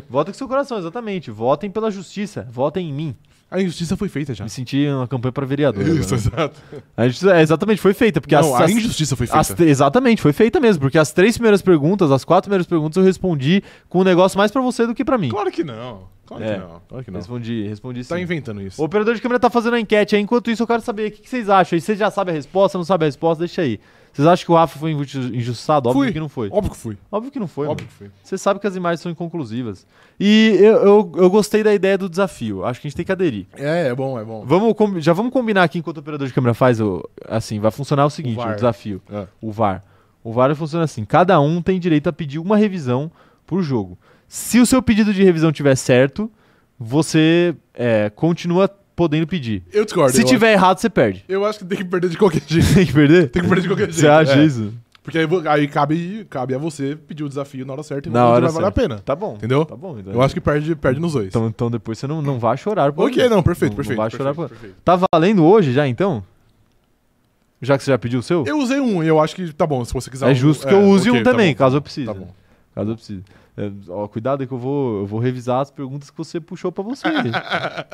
Speaker 1: votem com seu coração, exatamente. Votem pela justiça. Votem em mim.
Speaker 2: A injustiça foi feita já.
Speaker 1: Me senti uma campanha pra vereador.
Speaker 2: Tá. Isso,
Speaker 1: agora.
Speaker 2: exato.
Speaker 1: A justiça- é, exatamente, foi feita. Porque
Speaker 2: Não,
Speaker 1: as,
Speaker 2: a
Speaker 1: as-
Speaker 2: injustiça foi
Speaker 1: as
Speaker 2: feita.
Speaker 1: tre- exatamente, foi feita mesmo. Porque as três primeiras perguntas, as quatro primeiras perguntas, eu respondi com um negócio mais pra você do que pra mim.
Speaker 2: Claro que não. Claro
Speaker 1: É.
Speaker 2: que não. Claro que não.
Speaker 1: Respondi, respondi
Speaker 2: Tá
Speaker 1: sim.
Speaker 2: inventando isso.
Speaker 1: O operador de câmera tá fazendo a enquete aí. Enquanto isso, eu quero saber o que que vocês acham. aí. Vocês já sabem a resposta, não sabem a resposta? Deixa aí. Vocês acham que o Rafa foi injusti- injustiçado? Óbvio
Speaker 2: Fui.
Speaker 1: que não foi.
Speaker 2: Óbvio que fui.
Speaker 1: Óbvio que não foi,
Speaker 2: Óbvio
Speaker 1: Óbvio.
Speaker 2: que fui.
Speaker 1: Você sabe que as imagens são inconclusivas. E eu, eu, eu gostei da ideia do desafio. Acho que a gente tem que aderir.
Speaker 2: É, é bom, é bom.
Speaker 1: Vamos, com- já vamos combinar aqui enquanto o operador de câmera faz. o- assim, vai funcionar o seguinte: o,
Speaker 2: VAR.
Speaker 1: desafio.
Speaker 2: É.
Speaker 1: O VAR. O VAR funciona assim: cada um tem direito a pedir uma revisão por jogo. Se o seu pedido de revisão tiver certo, você é, continua podendo pedir.
Speaker 2: Eu discordo.
Speaker 1: Se
Speaker 2: eu
Speaker 1: tiver errado, você perde.
Speaker 2: acho- eu acho que tem que perder de qualquer
Speaker 1: <laughs>
Speaker 2: jeito.
Speaker 1: Tem que perder?
Speaker 2: Tem que perder de qualquer jeito.
Speaker 1: Você acha
Speaker 2: é.
Speaker 1: isso?
Speaker 2: Porque aí, vo- aí cabe, cabe a você pedir o desafio na hora certa e
Speaker 1: Na
Speaker 2: ver onde
Speaker 1: hora
Speaker 2: vai valer a pena.
Speaker 1: Tá bom.
Speaker 2: Entendeu?
Speaker 1: Tá bom. Então,
Speaker 2: Eu acho que perde, perde nos dois.
Speaker 1: então, então depois você não, não vai chorar. por
Speaker 2: ok,
Speaker 1: mim.
Speaker 2: não, perfeito,
Speaker 1: Não- não
Speaker 2: perfeito.
Speaker 1: vai
Speaker 2: perfeito,
Speaker 1: chorar pra-
Speaker 2: perfeito.
Speaker 1: Tá valendo hoje já então? Já que você já pediu o seu?
Speaker 2: Eu usei um e eu acho que tá bom, se você quiser.
Speaker 1: é
Speaker 2: um-
Speaker 1: justo que eu use
Speaker 2: ok,
Speaker 1: um
Speaker 2: tá
Speaker 1: também,
Speaker 2: bom,
Speaker 1: caso eu precise.
Speaker 2: Tá
Speaker 1: né?
Speaker 2: bom.
Speaker 1: Caso eu precise. É, ó, cuidado aí que eu vou, eu vou revisar as perguntas que você puxou pra
Speaker 2: <laughs>
Speaker 1: você.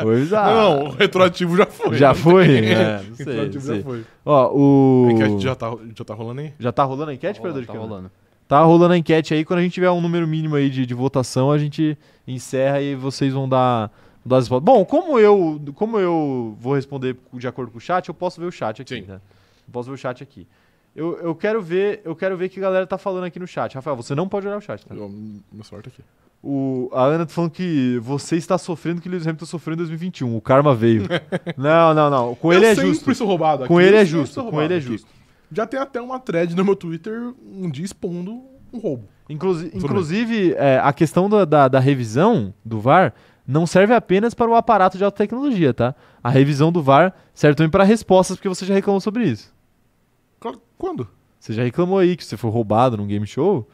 Speaker 1: vou revisar.
Speaker 2: Não, o retroativo já foi.
Speaker 1: já
Speaker 2: <laughs>
Speaker 1: foi? É, não
Speaker 2: O
Speaker 1: sei, não
Speaker 2: retroativo já
Speaker 1: sei.
Speaker 2: foi.
Speaker 1: Ó,
Speaker 2: A
Speaker 1: o...
Speaker 2: enquete já tá, já tá rolando aí?
Speaker 1: Já tá rolando a enquete,
Speaker 4: Tá
Speaker 1: operador
Speaker 4: rolando,
Speaker 1: de
Speaker 4: tá
Speaker 1: câmera?
Speaker 4: rolando.
Speaker 1: Tá rolando a enquete aí. Quando a gente tiver um número mínimo aí de, de votação, a gente encerra e vocês vão dar, vão dar as respostas. Bom, como eu, como eu vou responder de acordo com o chat, eu posso ver o chat aqui,
Speaker 2: Sim.
Speaker 1: né? Eu posso ver o chat aqui. Eu, eu quero ver, eu quero ver o que a galera tá falando aqui no chat. Rafael, você não pode olhar o chat, tá?
Speaker 2: Eu, meu sorte aqui.
Speaker 1: O, a Ana tá falando que você está sofrendo o que o Lewis Hamilton sofreu em 2021. O karma
Speaker 2: <laughs>
Speaker 1: veio. não, não, não. Com ele
Speaker 2: eu
Speaker 1: é
Speaker 2: sempre
Speaker 1: justo.
Speaker 2: sou roubado aqui.
Speaker 1: Com
Speaker 2: eu
Speaker 1: ele é
Speaker 2: sempre
Speaker 1: justo.
Speaker 2: sou
Speaker 1: Com ele
Speaker 2: roubado
Speaker 1: é
Speaker 2: aqui.
Speaker 1: justo.
Speaker 2: Já tem até uma thread no meu Twitter um dia expondo um roubo.
Speaker 1: Inclusi-
Speaker 2: bem.
Speaker 1: inclusive, é, a questão da, da- da revisão do VAR não serve apenas para o aparato de alta tecnologia, tá? A revisão do VAR serve também para respostas, porque você já reclamou sobre isso.
Speaker 2: Claro, Quando?
Speaker 1: Você já reclamou aí que você foi roubado num game show.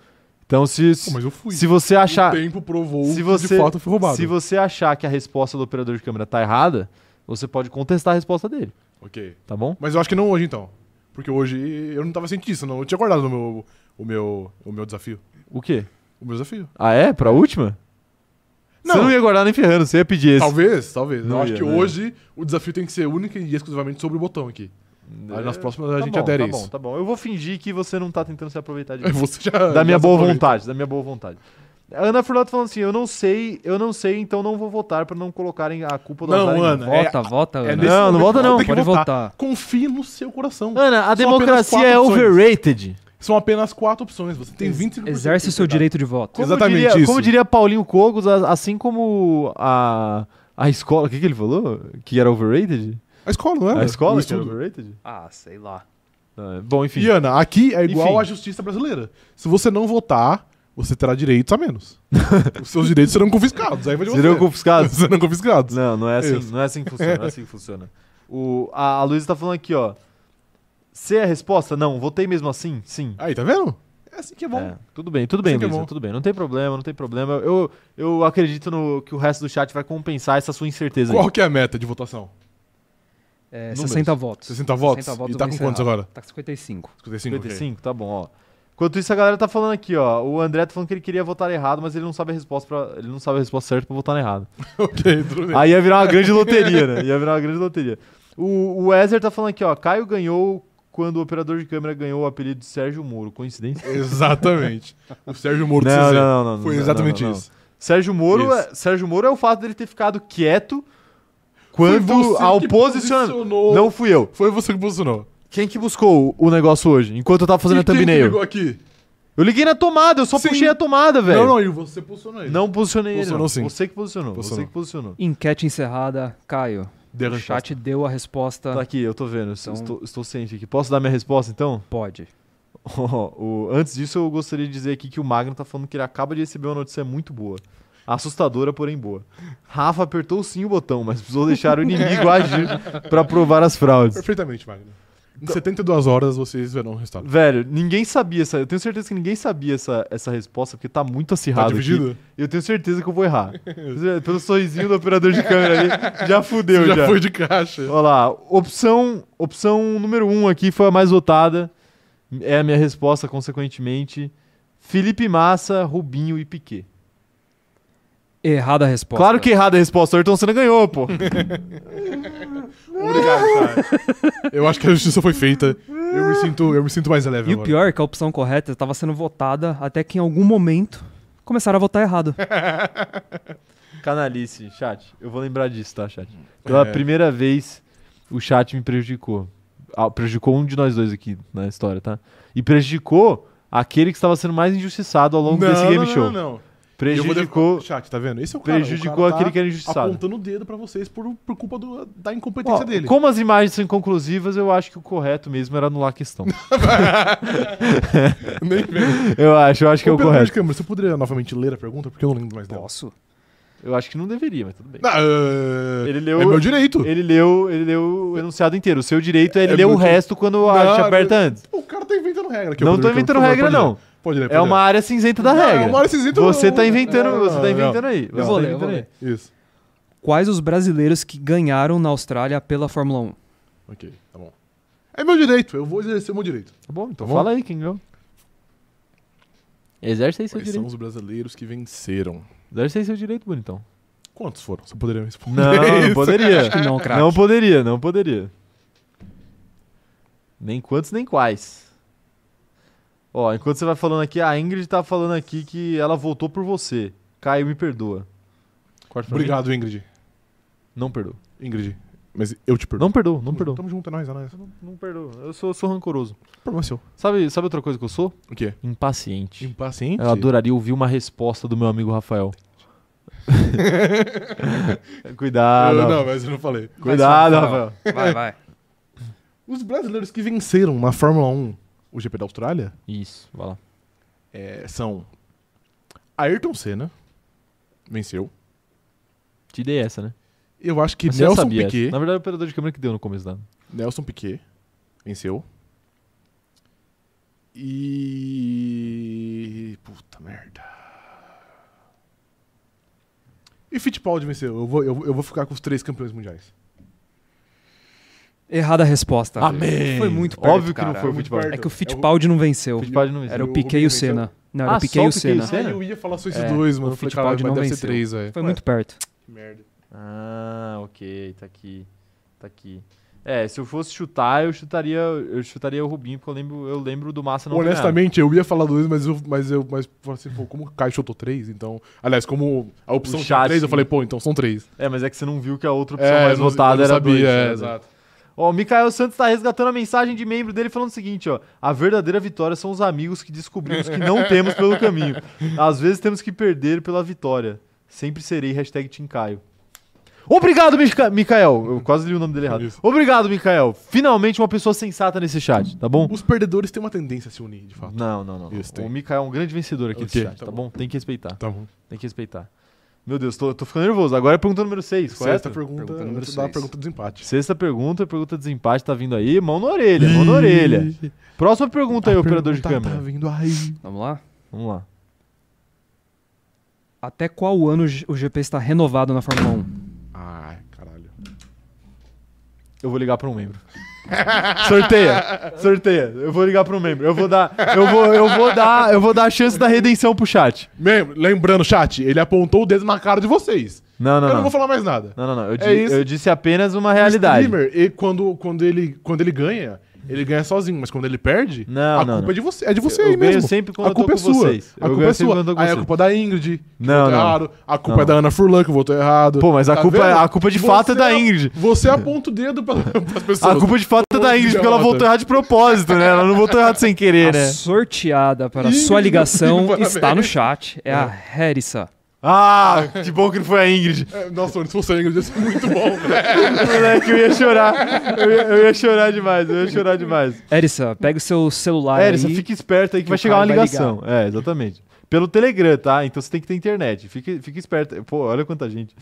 Speaker 1: Então, se,
Speaker 2: Pô, mas eu fui.
Speaker 1: se você achar.
Speaker 2: O tempo provou
Speaker 1: se
Speaker 2: que
Speaker 1: você-
Speaker 2: de fato eu fui roubado.
Speaker 1: Se você achar que a resposta do operador de câmera tá errada, você pode contestar a resposta dele,
Speaker 2: Ok.
Speaker 1: tá bom?
Speaker 2: Mas eu acho que não hoje, então. Porque hoje eu não tava sentindo isso, não. Eu tinha guardado o meu, o meu, o meu desafio.
Speaker 1: O quê?
Speaker 2: O meu desafio.
Speaker 1: Ah, é? Pra última? Você não ia guardar nem ferrando, você ia pedir esse.
Speaker 2: Talvez, talvez.
Speaker 1: Não
Speaker 2: eu acho
Speaker 1: ia, né?
Speaker 2: que
Speaker 1: não ia.
Speaker 2: hoje o desafio tem que ser único e exclusivamente sobre o botão aqui. Aí nas próximas a
Speaker 1: Tá
Speaker 2: gente
Speaker 1: bom,
Speaker 2: adere
Speaker 1: tá
Speaker 2: a
Speaker 1: Bom,
Speaker 2: isso.
Speaker 1: tá bom, eu vou fingir que você não tá tentando se aproveitar de mim.
Speaker 2: Aí <laughs> Você já,
Speaker 1: da minha
Speaker 2: já se
Speaker 1: boa
Speaker 2: aproveita.
Speaker 1: vontade, da minha boa vontade. A Ana Furlato falando assim, eu não sei, eu não sei, então não vou votar pra não colocarem a culpa do
Speaker 2: Não,
Speaker 1: azar em mim."
Speaker 2: Ana, é-
Speaker 4: Vota, vota,
Speaker 2: é
Speaker 4: Ana.
Speaker 2: nesse
Speaker 1: Não, não
Speaker 2: momento
Speaker 1: volta
Speaker 2: que
Speaker 1: não, Ah.
Speaker 2: tem que
Speaker 4: pode
Speaker 2: votar.
Speaker 4: votar.
Speaker 2: Confie no seu coração.
Speaker 1: Ana, a
Speaker 2: São apenas
Speaker 1: democracia
Speaker 2: quatro
Speaker 1: é
Speaker 2: opções.
Speaker 1: overrated.
Speaker 2: São apenas quatro opções. Você tem um 25
Speaker 4: Exerce o seu direito de voto.
Speaker 1: Como
Speaker 2: Exatamente
Speaker 1: diria,
Speaker 2: isso.
Speaker 1: Como diria Paulinho Cogos, a- assim como a, a escola, o que, que ele falou? Que era overrated?
Speaker 2: A escola, não é?
Speaker 1: A escola
Speaker 2: O
Speaker 1: que era
Speaker 2: estudo.
Speaker 1: overrated?
Speaker 4: Ah, sei lá.
Speaker 1: Ah, Bom, enfim.
Speaker 2: E Ana, aqui é igual
Speaker 1: Enfim.
Speaker 2: à justiça brasileira. Se você não votar, você terá direitos
Speaker 1: <laughs>
Speaker 2: a menos. Os seus direitos serão confiscados. Aí vai de você.
Speaker 1: Seriam confiscados?
Speaker 2: <laughs> Serão confiscados.
Speaker 1: Não, não é assim,
Speaker 2: Isso.
Speaker 1: não é assim que funciona, não é assim que funciona. O, a, a Luísa tá falando aqui, ó. Se é a resposta, não, votei mesmo assim, sim.
Speaker 2: Aí, tá vendo? É assim que é bom.
Speaker 1: É, tudo bem, tudo bem,
Speaker 2: Assim que é
Speaker 1: Luísa,
Speaker 2: bom.
Speaker 1: tudo bem. Não tem problema, não tem problema. Eu, eu acredito no que o resto do chat vai compensar essa sua incerteza aí.
Speaker 2: Qual que é a meta de votação?
Speaker 4: É,
Speaker 1: Números.
Speaker 4: 60 votos.
Speaker 2: 60 votos?
Speaker 4: 60 votos
Speaker 2: e tá
Speaker 4: eu
Speaker 2: com
Speaker 4: vou
Speaker 2: quantos
Speaker 4: encerrar.
Speaker 2: agora?
Speaker 4: Tá com 55.
Speaker 2: 55?
Speaker 1: 55, tá bom, ó. Enquanto isso, a galera tá falando aqui, ó. O André tá falando que ele queria votar errado, mas ele não sabe a resposta pra, ele não sabe a resposta certa pra votar errado.
Speaker 2: Ok, <laughs> Ok, tudo bem.
Speaker 1: Aí ia virar uma
Speaker 2: <laughs>
Speaker 1: grande loteria, né? Ia virar uma grande loteria. O, o Wezer tá falando aqui, ó. Caio ganhou quando o operador de câmera ganhou o apelido de Sérgio Moro. Coincidência?
Speaker 2: Exatamente. O Sérgio Moro que
Speaker 1: Não,
Speaker 2: você
Speaker 1: não,
Speaker 2: vê.
Speaker 1: não, não, não,
Speaker 2: Foi
Speaker 1: não,
Speaker 2: exatamente
Speaker 1: não, não.
Speaker 2: isso.
Speaker 1: Sérgio Moro,
Speaker 2: Isso.
Speaker 1: é, Sérgio Moro é o fato dele ter ficado quieto quando
Speaker 2: você
Speaker 1: ao
Speaker 2: que
Speaker 1: posicionamento.
Speaker 2: posicionou-
Speaker 1: Não fui eu.
Speaker 2: Foi você que posicionou.
Speaker 1: Quem que buscou o o negócio hoje, enquanto eu tava fazendo
Speaker 2: E
Speaker 1: a
Speaker 2: quem que
Speaker 1: thumbnail?
Speaker 2: ligou aqui?
Speaker 1: Eu liguei na tomada, eu só
Speaker 2: Sim.
Speaker 1: puxei a tomada, velho.
Speaker 2: Não, não, e você posicionou ele.
Speaker 1: Não posicionei ele.
Speaker 2: Posicionou
Speaker 1: não.
Speaker 2: sim.
Speaker 1: Você que posicionou, Você
Speaker 2: Posicionou.
Speaker 1: que posicionou.
Speaker 4: Enquete encerrada. Caio,
Speaker 2: Deu um
Speaker 4: o
Speaker 2: a
Speaker 4: chat deu a resposta.
Speaker 1: Tá aqui, eu tô vendo. eu
Speaker 4: Então-
Speaker 1: Estou, estou ciente aqui. Posso dar minha resposta, então? <laughs>
Speaker 4: Pode.
Speaker 1: Ó, o- antes disso, eu gostaria de dizer aqui que o Magno tá falando que ele acaba de receber uma notícia muito boa. Assustadora, porém boa. Rafa apertou sim o botão, mas precisou deixar o
Speaker 2: <laughs>
Speaker 1: inimigo agir pra provar as fraudes.
Speaker 2: Perfeitamente, Magno. Em 72 horas vocês verão o resultado. Tá
Speaker 1: Velho, ninguém sabia essa. Eu tenho certeza que ninguém sabia essa, essa resposta, porque tá muito
Speaker 2: Tá
Speaker 1: acirrado. aqui.
Speaker 2: dividido?
Speaker 1: Eu tenho certeza que eu vou
Speaker 2: <laughs>
Speaker 1: errar. Pelo sorrisinho do operador de câmera ali, já fudeu
Speaker 2: Você
Speaker 1: já.
Speaker 2: já foi de caixa.
Speaker 1: Olha lá, opção, opção número 1 um aqui foi a mais votada. É a minha resposta, consequentemente. Felipe Massa, Rubinho e Piquet.
Speaker 4: Errada a resposta.
Speaker 1: Claro que é. errada a resposta, o Ayrton Senna ganhou, pô.
Speaker 2: Obrigado, cara. Eu acho que a justiça foi feita. Eu me sinto, eu me sinto mais leve
Speaker 4: E o
Speaker 2: agora.
Speaker 4: pior é que a opção correta estava sendo votada até que em algum momento começaram a votar errado.
Speaker 1: Canalice, chat. Eu vou lembrar disso, tá, chat? Pela
Speaker 2: É.
Speaker 1: primeira vez, o chat me prejudicou. Ah, prejudicou um de nós dois aqui na história, tá? E prejudicou aquele que estava sendo mais injustiçado ao longo desse game
Speaker 2: não,
Speaker 1: show.
Speaker 2: Não, não, não. E eu vou
Speaker 1: Prejudicou.
Speaker 2: defender- Chat, tá vendo? Esse é o cara.
Speaker 1: Prejudicou
Speaker 2: o cara
Speaker 1: aquele
Speaker 2: tá
Speaker 1: que era injustiçado.
Speaker 2: apontando o dedo pra vocês por, por culpa do- da
Speaker 1: Ó,
Speaker 2: incompetência dele.
Speaker 1: Como as imagens são inconclusivas, eu acho que o correto mesmo era anular a questão. <laughs>
Speaker 2: Nem vem.
Speaker 1: eu acho, eu acho que é o
Speaker 2: Operador de
Speaker 1: correto.
Speaker 2: câmera, você poderia novamente ler a pergunta? Porque eu não lembro mais dela.
Speaker 4: Posso?
Speaker 1: Eu acho que não deveria, mas tudo bem.
Speaker 2: Ah, é-
Speaker 1: Ele leu-
Speaker 2: É meu direito.
Speaker 1: Ele leu, ele leu o enunciado inteiro. O seu direito é ele
Speaker 2: É
Speaker 1: ler o
Speaker 2: muito-
Speaker 1: resto quando a gente
Speaker 2: Não,
Speaker 1: aperta antes.
Speaker 2: O cara tá inventando regra aqui.
Speaker 1: Não tô
Speaker 2: operador um de câmera.
Speaker 1: inventando
Speaker 2: Por favor,
Speaker 1: regra,
Speaker 2: pode ler.
Speaker 1: não.
Speaker 2: Pode ler,
Speaker 1: É
Speaker 2: pode
Speaker 1: uma área cinzenta da
Speaker 2: Não,
Speaker 1: regra.
Speaker 2: é uma área cinzenta-
Speaker 1: Você tá inventando,
Speaker 2: É, Não,
Speaker 1: você tá
Speaker 2: não,
Speaker 1: inventando aí. Você
Speaker 4: Eu vou
Speaker 1: tá
Speaker 4: ler, eu
Speaker 1: inventando
Speaker 4: vou
Speaker 1: aí.
Speaker 4: ler.
Speaker 2: ler. Isso.
Speaker 4: Quais os brasileiros que ganharam na Austrália pela Fórmula 1?
Speaker 2: Ok, tá bom. É meu direito, eu vou exercer meu direito.
Speaker 1: Tá bom, então
Speaker 2: Tá bom?
Speaker 1: fala aí, quem ganhou. Exerce aí seu
Speaker 2: Quais são
Speaker 1: direito.
Speaker 2: os brasileiros que venceram?
Speaker 1: Exerce aí seu direito,
Speaker 2: <laughs>
Speaker 1: bonitão.
Speaker 2: Quantos foram? Você poderia me responder?
Speaker 1: Não, não poderia.
Speaker 4: que não, craque.
Speaker 1: É. Não poderia, não poderia. Nem quantos, nem quais. Ó, enquanto você vai falando aqui, a Ingrid tá falando aqui que ela votou por você. Caio, me perdoa. Corta pra mim.
Speaker 2: Obrigado, Ingrid.
Speaker 1: Não perdoa.
Speaker 2: Ingrid, mas eu te perdoo.
Speaker 1: Não perdoa, não perdoa.
Speaker 2: Tamo junto, é nóis, é nóis.
Speaker 1: Não, não perdoa. Eu sou, sou rancoroso.
Speaker 2: Problema seu.
Speaker 1: Sabe, sabe outra coisa que eu sou?
Speaker 2: O quê?
Speaker 1: Impaciente.
Speaker 2: Impaciente?
Speaker 1: Eu adoraria ouvir uma resposta do meu amigo <laughs> Rafael. Cuidado.
Speaker 2: Eu-
Speaker 1: Rafa.
Speaker 2: não, mas eu não falei.
Speaker 1: Cuidado,
Speaker 4: Vai,
Speaker 1: Rafael.
Speaker 4: Vai, vai.
Speaker 2: Os brasileiros que venceram na Fórmula 1 o GP da Austrália
Speaker 1: Isso, vai lá.
Speaker 2: é, são Ayrton Senna, venceu.
Speaker 1: Te dei essa, né?
Speaker 2: Eu acho que
Speaker 1: Mas você já
Speaker 2: Nelson
Speaker 1: sabia essa.
Speaker 2: Piquet.
Speaker 1: Na verdade, é o operador de câmera que deu no começo da.
Speaker 2: Nelson Piquet venceu. E. Puta merda. E Fittipaldi venceu. Eu vou, eu, eu vou ficar com os três campeões mundiais.
Speaker 4: <laughs> Errada a resposta.
Speaker 2: Tá
Speaker 1: Amém!
Speaker 4: Foi muito perto,
Speaker 1: Óbvio que não
Speaker 4: cara.
Speaker 1: foi o
Speaker 2: Muito
Speaker 1: futebol.
Speaker 2: perto.
Speaker 4: É que o Fittipaldi não venceu.
Speaker 1: Fittipaldi não venceu.
Speaker 4: Era o
Speaker 2: o
Speaker 4: Piquet e
Speaker 2: Rubinho
Speaker 4: o
Speaker 2: venceu.
Speaker 4: Senna. Não, era
Speaker 1: Ah,
Speaker 4: o Piquet
Speaker 1: só
Speaker 4: e
Speaker 1: o
Speaker 4: o
Speaker 1: Piquet e o
Speaker 4: Senna.
Speaker 1: Senna?
Speaker 2: Ah, eu ia falar só esses
Speaker 4: É,
Speaker 2: dois, mano.
Speaker 4: o
Speaker 2: Eu falei, caralho,
Speaker 4: Fittipaldi
Speaker 2: mas
Speaker 4: não
Speaker 2: deve ser
Speaker 4: venceu.
Speaker 2: três, velho.
Speaker 4: Foi muito perto.
Speaker 2: Que merda.
Speaker 1: Ah, ok, tá aqui. Tá aqui. É, se eu fosse chutar, eu chutaria, eu chutaria o Rubinho, porque eu lembro, eu lembro do Massa não ter ganhado.
Speaker 2: Honestamente, eu ia falar dois, mas eu. Mas eu mas, assim, pô, como o Caio chutou três, então. Aliás, como a opção
Speaker 1: chat,
Speaker 2: tinha três, eu
Speaker 1: sim.
Speaker 2: falei, pô, então são três.
Speaker 1: É, mas é que você não viu que a outra opção mais
Speaker 2: É, eu não-
Speaker 1: votada
Speaker 2: eu
Speaker 1: era
Speaker 2: não sabia,
Speaker 1: dois,
Speaker 2: é,
Speaker 1: né?
Speaker 2: exato.
Speaker 1: Ó, o Mikael Santos tá resgatando a mensagem de membro dele falando o seguinte, ó. A verdadeira vitória são os amigos que descobrimos que não temos pelo caminho. Às vezes temos que perder pela vitória. Sempre serei hashtag Team Caio. Obrigado, Mica- Mikael. Eu quase li o nome dele errado.
Speaker 2: Isso.
Speaker 1: Obrigado, Mikael. Finalmente uma pessoa sensata nesse chat, tá bom?
Speaker 2: Os perdedores têm uma tendência a se unir, de fato.
Speaker 1: Não, não, não. não.
Speaker 2: Isso, tem.
Speaker 1: o Mikael é um grande vencedor aqui
Speaker 2: Ok,
Speaker 1: desse chat, tá,
Speaker 2: tá
Speaker 1: bom? Tem que respeitar.
Speaker 2: Tá bom.
Speaker 1: Tem que respeitar. Meu Deus, tô, tô ficando nervoso. Agora é pergunta número 6, correto?
Speaker 2: Sexta pergunta,
Speaker 4: Pergunta número
Speaker 2: antes da
Speaker 4: seis.
Speaker 2: pergunta dos empates.
Speaker 1: Sexta pergunta, pergunta de desempate, tá vindo aí. Mão na orelha, é mão na orelha. Próxima pergunta aí,
Speaker 2: A
Speaker 1: operador de
Speaker 2: pergunta
Speaker 1: câmera.
Speaker 2: Tá vindo aí.
Speaker 4: Vamos lá?
Speaker 1: Vamos lá.
Speaker 4: Até qual ano o GP está renovado na Fórmula 1?
Speaker 2: Ai, caralho.
Speaker 1: Eu vou ligar pra um
Speaker 2: <laughs>
Speaker 1: membro. sorteia, sorteia. Eu vou ligar pra um membro. Eu vou dar, eu vou, eu vou dar, eu vou dar a chance da redenção pro chat.
Speaker 2: Mem- Lembrando, chat, ele apontou o dedo na cara de vocês.
Speaker 1: Não, não,
Speaker 2: eu
Speaker 1: não.
Speaker 2: não vou falar mais nada.
Speaker 1: Não, não, não. Eu,
Speaker 2: É
Speaker 1: di-
Speaker 2: isso.
Speaker 1: eu disse apenas uma realidade.
Speaker 2: O streamer, ele, quando, quando, ele, quando ele ganha, Ele ganha sozinho, mas quando ele perde,
Speaker 1: Não,
Speaker 2: a
Speaker 1: não,
Speaker 2: culpa
Speaker 1: não.
Speaker 2: é de você. É de você
Speaker 1: eu
Speaker 2: aí
Speaker 1: ganho
Speaker 2: mesmo.
Speaker 1: sempre quando
Speaker 2: a
Speaker 1: eu tô
Speaker 2: culpa é
Speaker 1: com
Speaker 2: sua.
Speaker 1: vocês.
Speaker 2: A
Speaker 1: Eu
Speaker 2: culpa
Speaker 1: ganho
Speaker 2: é
Speaker 1: sempre
Speaker 2: sua.
Speaker 1: quando eu tô com
Speaker 2: Aí a
Speaker 1: vocês.
Speaker 2: culpa é da Ingrid. que
Speaker 1: Não,
Speaker 2: votou
Speaker 1: não.
Speaker 2: errado. A culpa
Speaker 1: Não.
Speaker 2: é da Ana Furlan, que votou errado. Tá
Speaker 1: Pô, mas a culpa é-
Speaker 2: vendo?
Speaker 1: a culpa de fato é da Ingrid.
Speaker 2: Você aponta o dedo pra, <laughs> pras pessoas.
Speaker 1: A culpa de fato é da Ingrid, porque ela voltou errado de propósito, né? Ela não voltou errado sem querer,
Speaker 4: A
Speaker 1: né?
Speaker 4: sorteada para
Speaker 2: Ih,
Speaker 4: sua
Speaker 1: <laughs>
Speaker 4: ligação
Speaker 2: parabéns.
Speaker 4: está no chat. É a Harissa.
Speaker 1: Ah, que bom que não foi a
Speaker 2: <laughs>
Speaker 1: Ingrid.
Speaker 2: É, Nossa, se fosse a Ingrid, ia ser muito bom, <laughs> velho.
Speaker 1: Moleque, eu ia chorar. Eu ia, eu ia chorar demais, eu ia chorar demais.
Speaker 4: Harissa, pega o seu celular
Speaker 1: É,
Speaker 4: aí.
Speaker 1: você fica esperto aí que
Speaker 4: que
Speaker 1: vai
Speaker 4: o
Speaker 1: chegar uma
Speaker 4: cara vai
Speaker 1: ligação. É, exatamente. Pelo Telegram, tá? Então você tem que ter internet. Fica, fica esperto. Pô, olha quanta gente.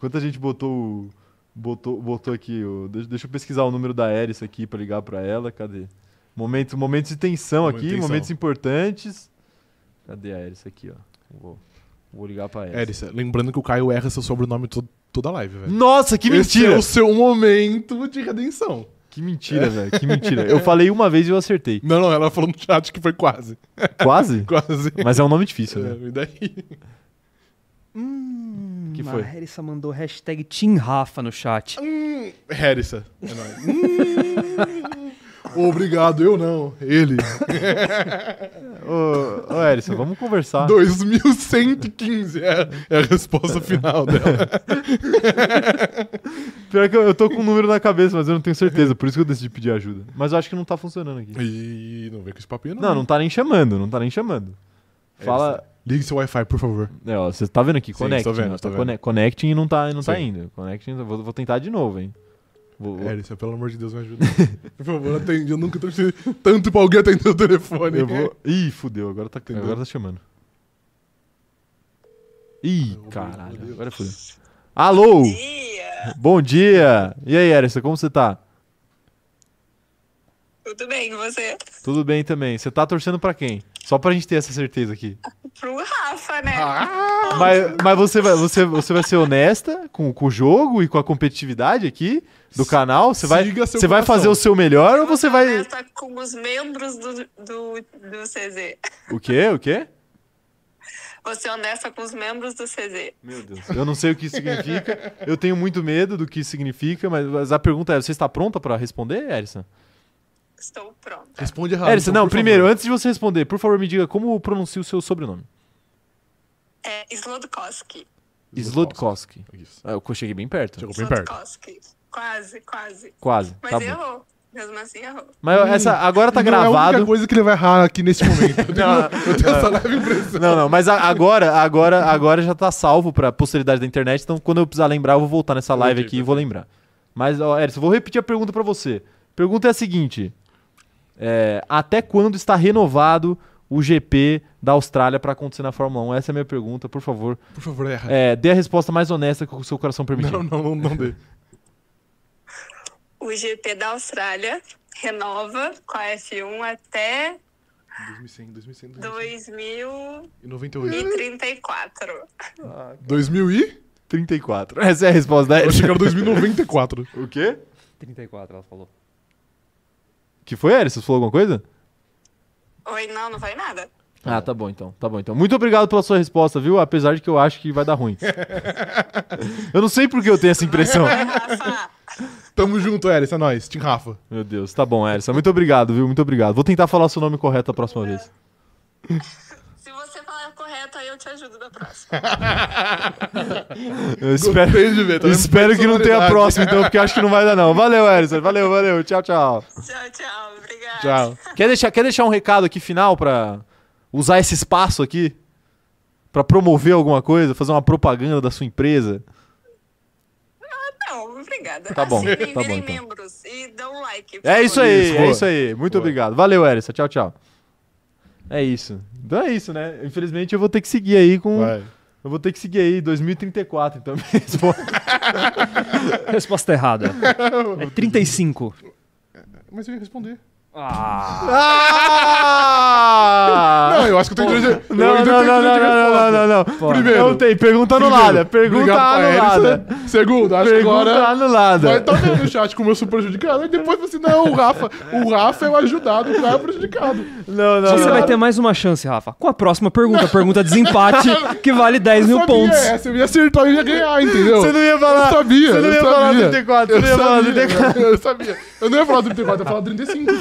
Speaker 1: Quanta gente botou o- Botou, botou aqui. o- deixa, deixa eu pesquisar o número da Eris aqui pra ligar pra ela. Cadê? Momento, momentos de tensão
Speaker 2: Momento
Speaker 1: aqui,
Speaker 2: de tensão.
Speaker 1: momentos importantes. Cadê a Eris aqui, ó? Vou, vou ligar pra Eris.
Speaker 2: Érissa, É, lembrando que o Caio erra seu sobrenome to- toda live, velho.
Speaker 1: Nossa, que mentira!
Speaker 2: Esse é o seu momento de redenção.
Speaker 1: Que mentira, velho. Que <laughs> mentira. Eu falei uma vez e eu acertei.
Speaker 2: Não, não, ela falou no chat que foi quase.
Speaker 1: Quase?
Speaker 2: Quase.
Speaker 1: Mas é um nome difícil, né?
Speaker 2: É, e daí?
Speaker 4: Hum,
Speaker 1: Que foi?
Speaker 4: A Harissa mandou hashtag Team Rafa
Speaker 1: <laughs>
Speaker 4: no chat.
Speaker 2: Hum, Harrison. É nóis. Hum, Obrigado, eu não. Ele. É.
Speaker 1: Ô, ô Erison, vamos conversar.
Speaker 2: 2115 é, é a resposta final dela.
Speaker 1: Pior que eu, eu tô com um número na cabeça, mas eu não tenho certeza, por isso que eu decidi pedir ajuda. Mas eu acho que não tá funcionando aqui.
Speaker 2: E não vem com esse papinho, não.
Speaker 1: Não, não tá nem chamando, não tá nem chamando. Fala.
Speaker 2: Ligue seu Wi-Fi, por favor.
Speaker 1: É, ó, você tá vendo aqui,
Speaker 2: Sim,
Speaker 1: connecting.
Speaker 2: tô vendo,
Speaker 1: ó,
Speaker 2: tô
Speaker 1: tá
Speaker 2: vendo.
Speaker 1: conne- Connecting e não tá, e não tá
Speaker 2: Sim. É,
Speaker 1: indo. Connecting, vou, vou tentar de novo, hein. Vou- vou-
Speaker 2: Harrison, pelo amor de Deus, me ajuda. Por favor, atende. Eu nunca torci tanto pra alguém atender o telefone.
Speaker 1: eu vou. Ih, fudeu, agora tá,
Speaker 2: Entendeu?
Speaker 1: agora tá chamando. Ih,
Speaker 2: Meu Deus, meu
Speaker 1: caralho,
Speaker 2: Deus.
Speaker 1: agora fudeu. Alô!
Speaker 5: dia!
Speaker 1: Bom dia! E aí, Erison, como você tá?
Speaker 5: Tudo bem com você?
Speaker 1: Tudo bem também. Você tá torcendo pra quem? Só pra gente ter essa certeza aqui.
Speaker 5: Pro Rafa, né?
Speaker 2: Ah!
Speaker 1: Mas, mas você, vai, você, você vai ser honesta com, com o jogo e com a competitividade aqui do canal? Você vai,
Speaker 2: Siga seu
Speaker 1: você vai
Speaker 2: coração.
Speaker 1: fazer o seu melhor ou você vai.
Speaker 5: Conversa com os membros do, do, do CZ.
Speaker 1: O quê? O quê?
Speaker 5: Você é honesta com os membros do CZ.
Speaker 1: Meu Deus. Eu não sei o que isso significa. Eu tenho muito medo do que isso significa, mas, mas a pergunta é: você está pronta pra responder, Erison?
Speaker 5: Estou pronta.
Speaker 2: Responde errado.
Speaker 1: Erison,
Speaker 2: então,
Speaker 1: não,
Speaker 2: por favor.
Speaker 1: primeiro, antes de você responder, por favor, me diga como pronuncia o seu sobrenome.
Speaker 5: É Slodkowski.
Speaker 1: Slodkowski.
Speaker 2: Isso.
Speaker 1: Ah, Eu cheguei bem perto.
Speaker 2: Chegou bem perto.
Speaker 5: Slodkowski. Quase, quase.
Speaker 1: Quase.
Speaker 5: Mas
Speaker 1: tá bom.
Speaker 5: errou. Mesmo assim, errou.
Speaker 1: Mas essa, agora tá
Speaker 2: Não É a
Speaker 1: gravado.
Speaker 2: única coisa que ele vai errar aqui nesse momento. Eu tenho,
Speaker 1: Não.
Speaker 2: eu tenho essa leve impressão.
Speaker 1: Não, não, mas a- agora, agora, agora já tá salvo pra posteridade da internet, então quando eu precisar lembrar, eu vou voltar nessa live
Speaker 2: Entendi,
Speaker 1: aqui e vou lembrar. Mas, ó, Erison, eu vou repetir a pergunta pra você. Pergunta é a seguinte: é, até quando está renovado o GP da Austrália pra acontecer na Fórmula 1? Essa é a minha pergunta, por favor.
Speaker 2: Por favor, erra.
Speaker 1: É, dê a resposta mais honesta que o seu coração permitir.
Speaker 2: Não, não, não, não dê.
Speaker 5: O GP da Austrália renova com a F1 até
Speaker 2: 2100, 2100,
Speaker 5: 2034.
Speaker 2: 2098. 2000 e?
Speaker 1: 34. Essa é a resposta da
Speaker 2: Eu
Speaker 1: <laughs> Erison.
Speaker 2: chegaram em 2094.
Speaker 1: O quê?
Speaker 4: 34, ela falou.
Speaker 1: Que foi, Erison? Você falou alguma coisa?
Speaker 5: Oi, não, não vai nada.
Speaker 1: Ah, tá bom então, tá bom então. Muito obrigado pela sua resposta, viu? Apesar de que eu acho que vai dar <laughs> ruim. eu não sei por que eu tenho essa impressão.
Speaker 5: Rafa,
Speaker 1: <laughs>
Speaker 2: Tamo junto, Eris, é nóis. Tim Rafa.
Speaker 1: Meu Deus, tá bom, Erissa. Muito obrigado, viu? Muito obrigado. Vou tentar falar o seu nome correto a próxima vez.
Speaker 5: se você falar correto, aí eu te ajudo da próxima.
Speaker 1: Eu espero,
Speaker 2: Gostei de ver, tá vendo?
Speaker 1: espero que não tenha a
Speaker 2: Personalidade.
Speaker 1: próxima, então, porque eu acho que não vai dar, não. Valeu, Erissa. Valeu, valeu. Tchau, tchau.
Speaker 5: Tchau, tchau. Obrigada.
Speaker 2: Tchau.
Speaker 1: Quer deixar, quer deixar um recado aqui final pra usar esse espaço aqui? Pra promover alguma coisa, fazer uma propaganda da sua empresa?
Speaker 5: Não, obrigada.
Speaker 1: Tá bom,
Speaker 5: Assinem,
Speaker 1: tá
Speaker 5: virem
Speaker 1: bom, então.
Speaker 5: membros e dão um like. por
Speaker 1: É isso
Speaker 5: favor.
Speaker 1: aí,
Speaker 2: Isso,
Speaker 1: é
Speaker 2: boa.
Speaker 1: isso aí. Muito
Speaker 2: Boa.
Speaker 1: obrigado. Valeu, Erissa. Tchau, tchau. É isso. Então é isso, né? Infelizmente eu vou ter que seguir aí com.
Speaker 2: Vai.
Speaker 1: Eu vou ter que seguir aí 2034, então mesmo.
Speaker 2: <laughs>
Speaker 1: <laughs>
Speaker 4: Resposta errada. É 35.
Speaker 2: Mas eu ia responder.
Speaker 4: Ah,
Speaker 1: Ah!
Speaker 2: Não, eu acho que eu tenho direito de.
Speaker 1: Não,
Speaker 2: eu
Speaker 1: não,
Speaker 2: ainda
Speaker 1: não,
Speaker 2: tenho
Speaker 1: não,
Speaker 2: direito de
Speaker 1: não, não,
Speaker 2: resposta.
Speaker 1: não, não.
Speaker 2: Primeiro.
Speaker 1: Não tem, pergunta
Speaker 2: Primeiro,
Speaker 1: anulada. Pergunta
Speaker 2: obrigado pra
Speaker 1: anulada.
Speaker 2: Erickson. Segundo, acho que
Speaker 1: Pergunta
Speaker 2: agora. Vai
Speaker 1: anulada.
Speaker 2: tá vendo no chat como eu sou prejudicado. E depois você, não, o Rafa, o Rafa é o ajudado, o cara é o prejudicado.
Speaker 1: Não,
Speaker 2: Então,
Speaker 1: não,
Speaker 4: você
Speaker 1: não.
Speaker 4: vai ter mais uma chance, Rafa. Com a próxima pergunta,
Speaker 2: <laughs>
Speaker 4: pergunta desempate, que vale 10 mil
Speaker 2: Sabia é,
Speaker 4: pontos.
Speaker 2: Essa, eu ia acertar, eu ia ganhar, entendeu?
Speaker 1: Você não ia falar.
Speaker 2: Eu sabia,
Speaker 1: Você não ia
Speaker 2: eu
Speaker 1: falar
Speaker 2: sabia.
Speaker 1: 34, você
Speaker 2: eu
Speaker 1: não ia falar
Speaker 2: sabia,
Speaker 1: 34.
Speaker 2: velho, Eu sabia. Eu não ia falar 34, eu ia falar 35.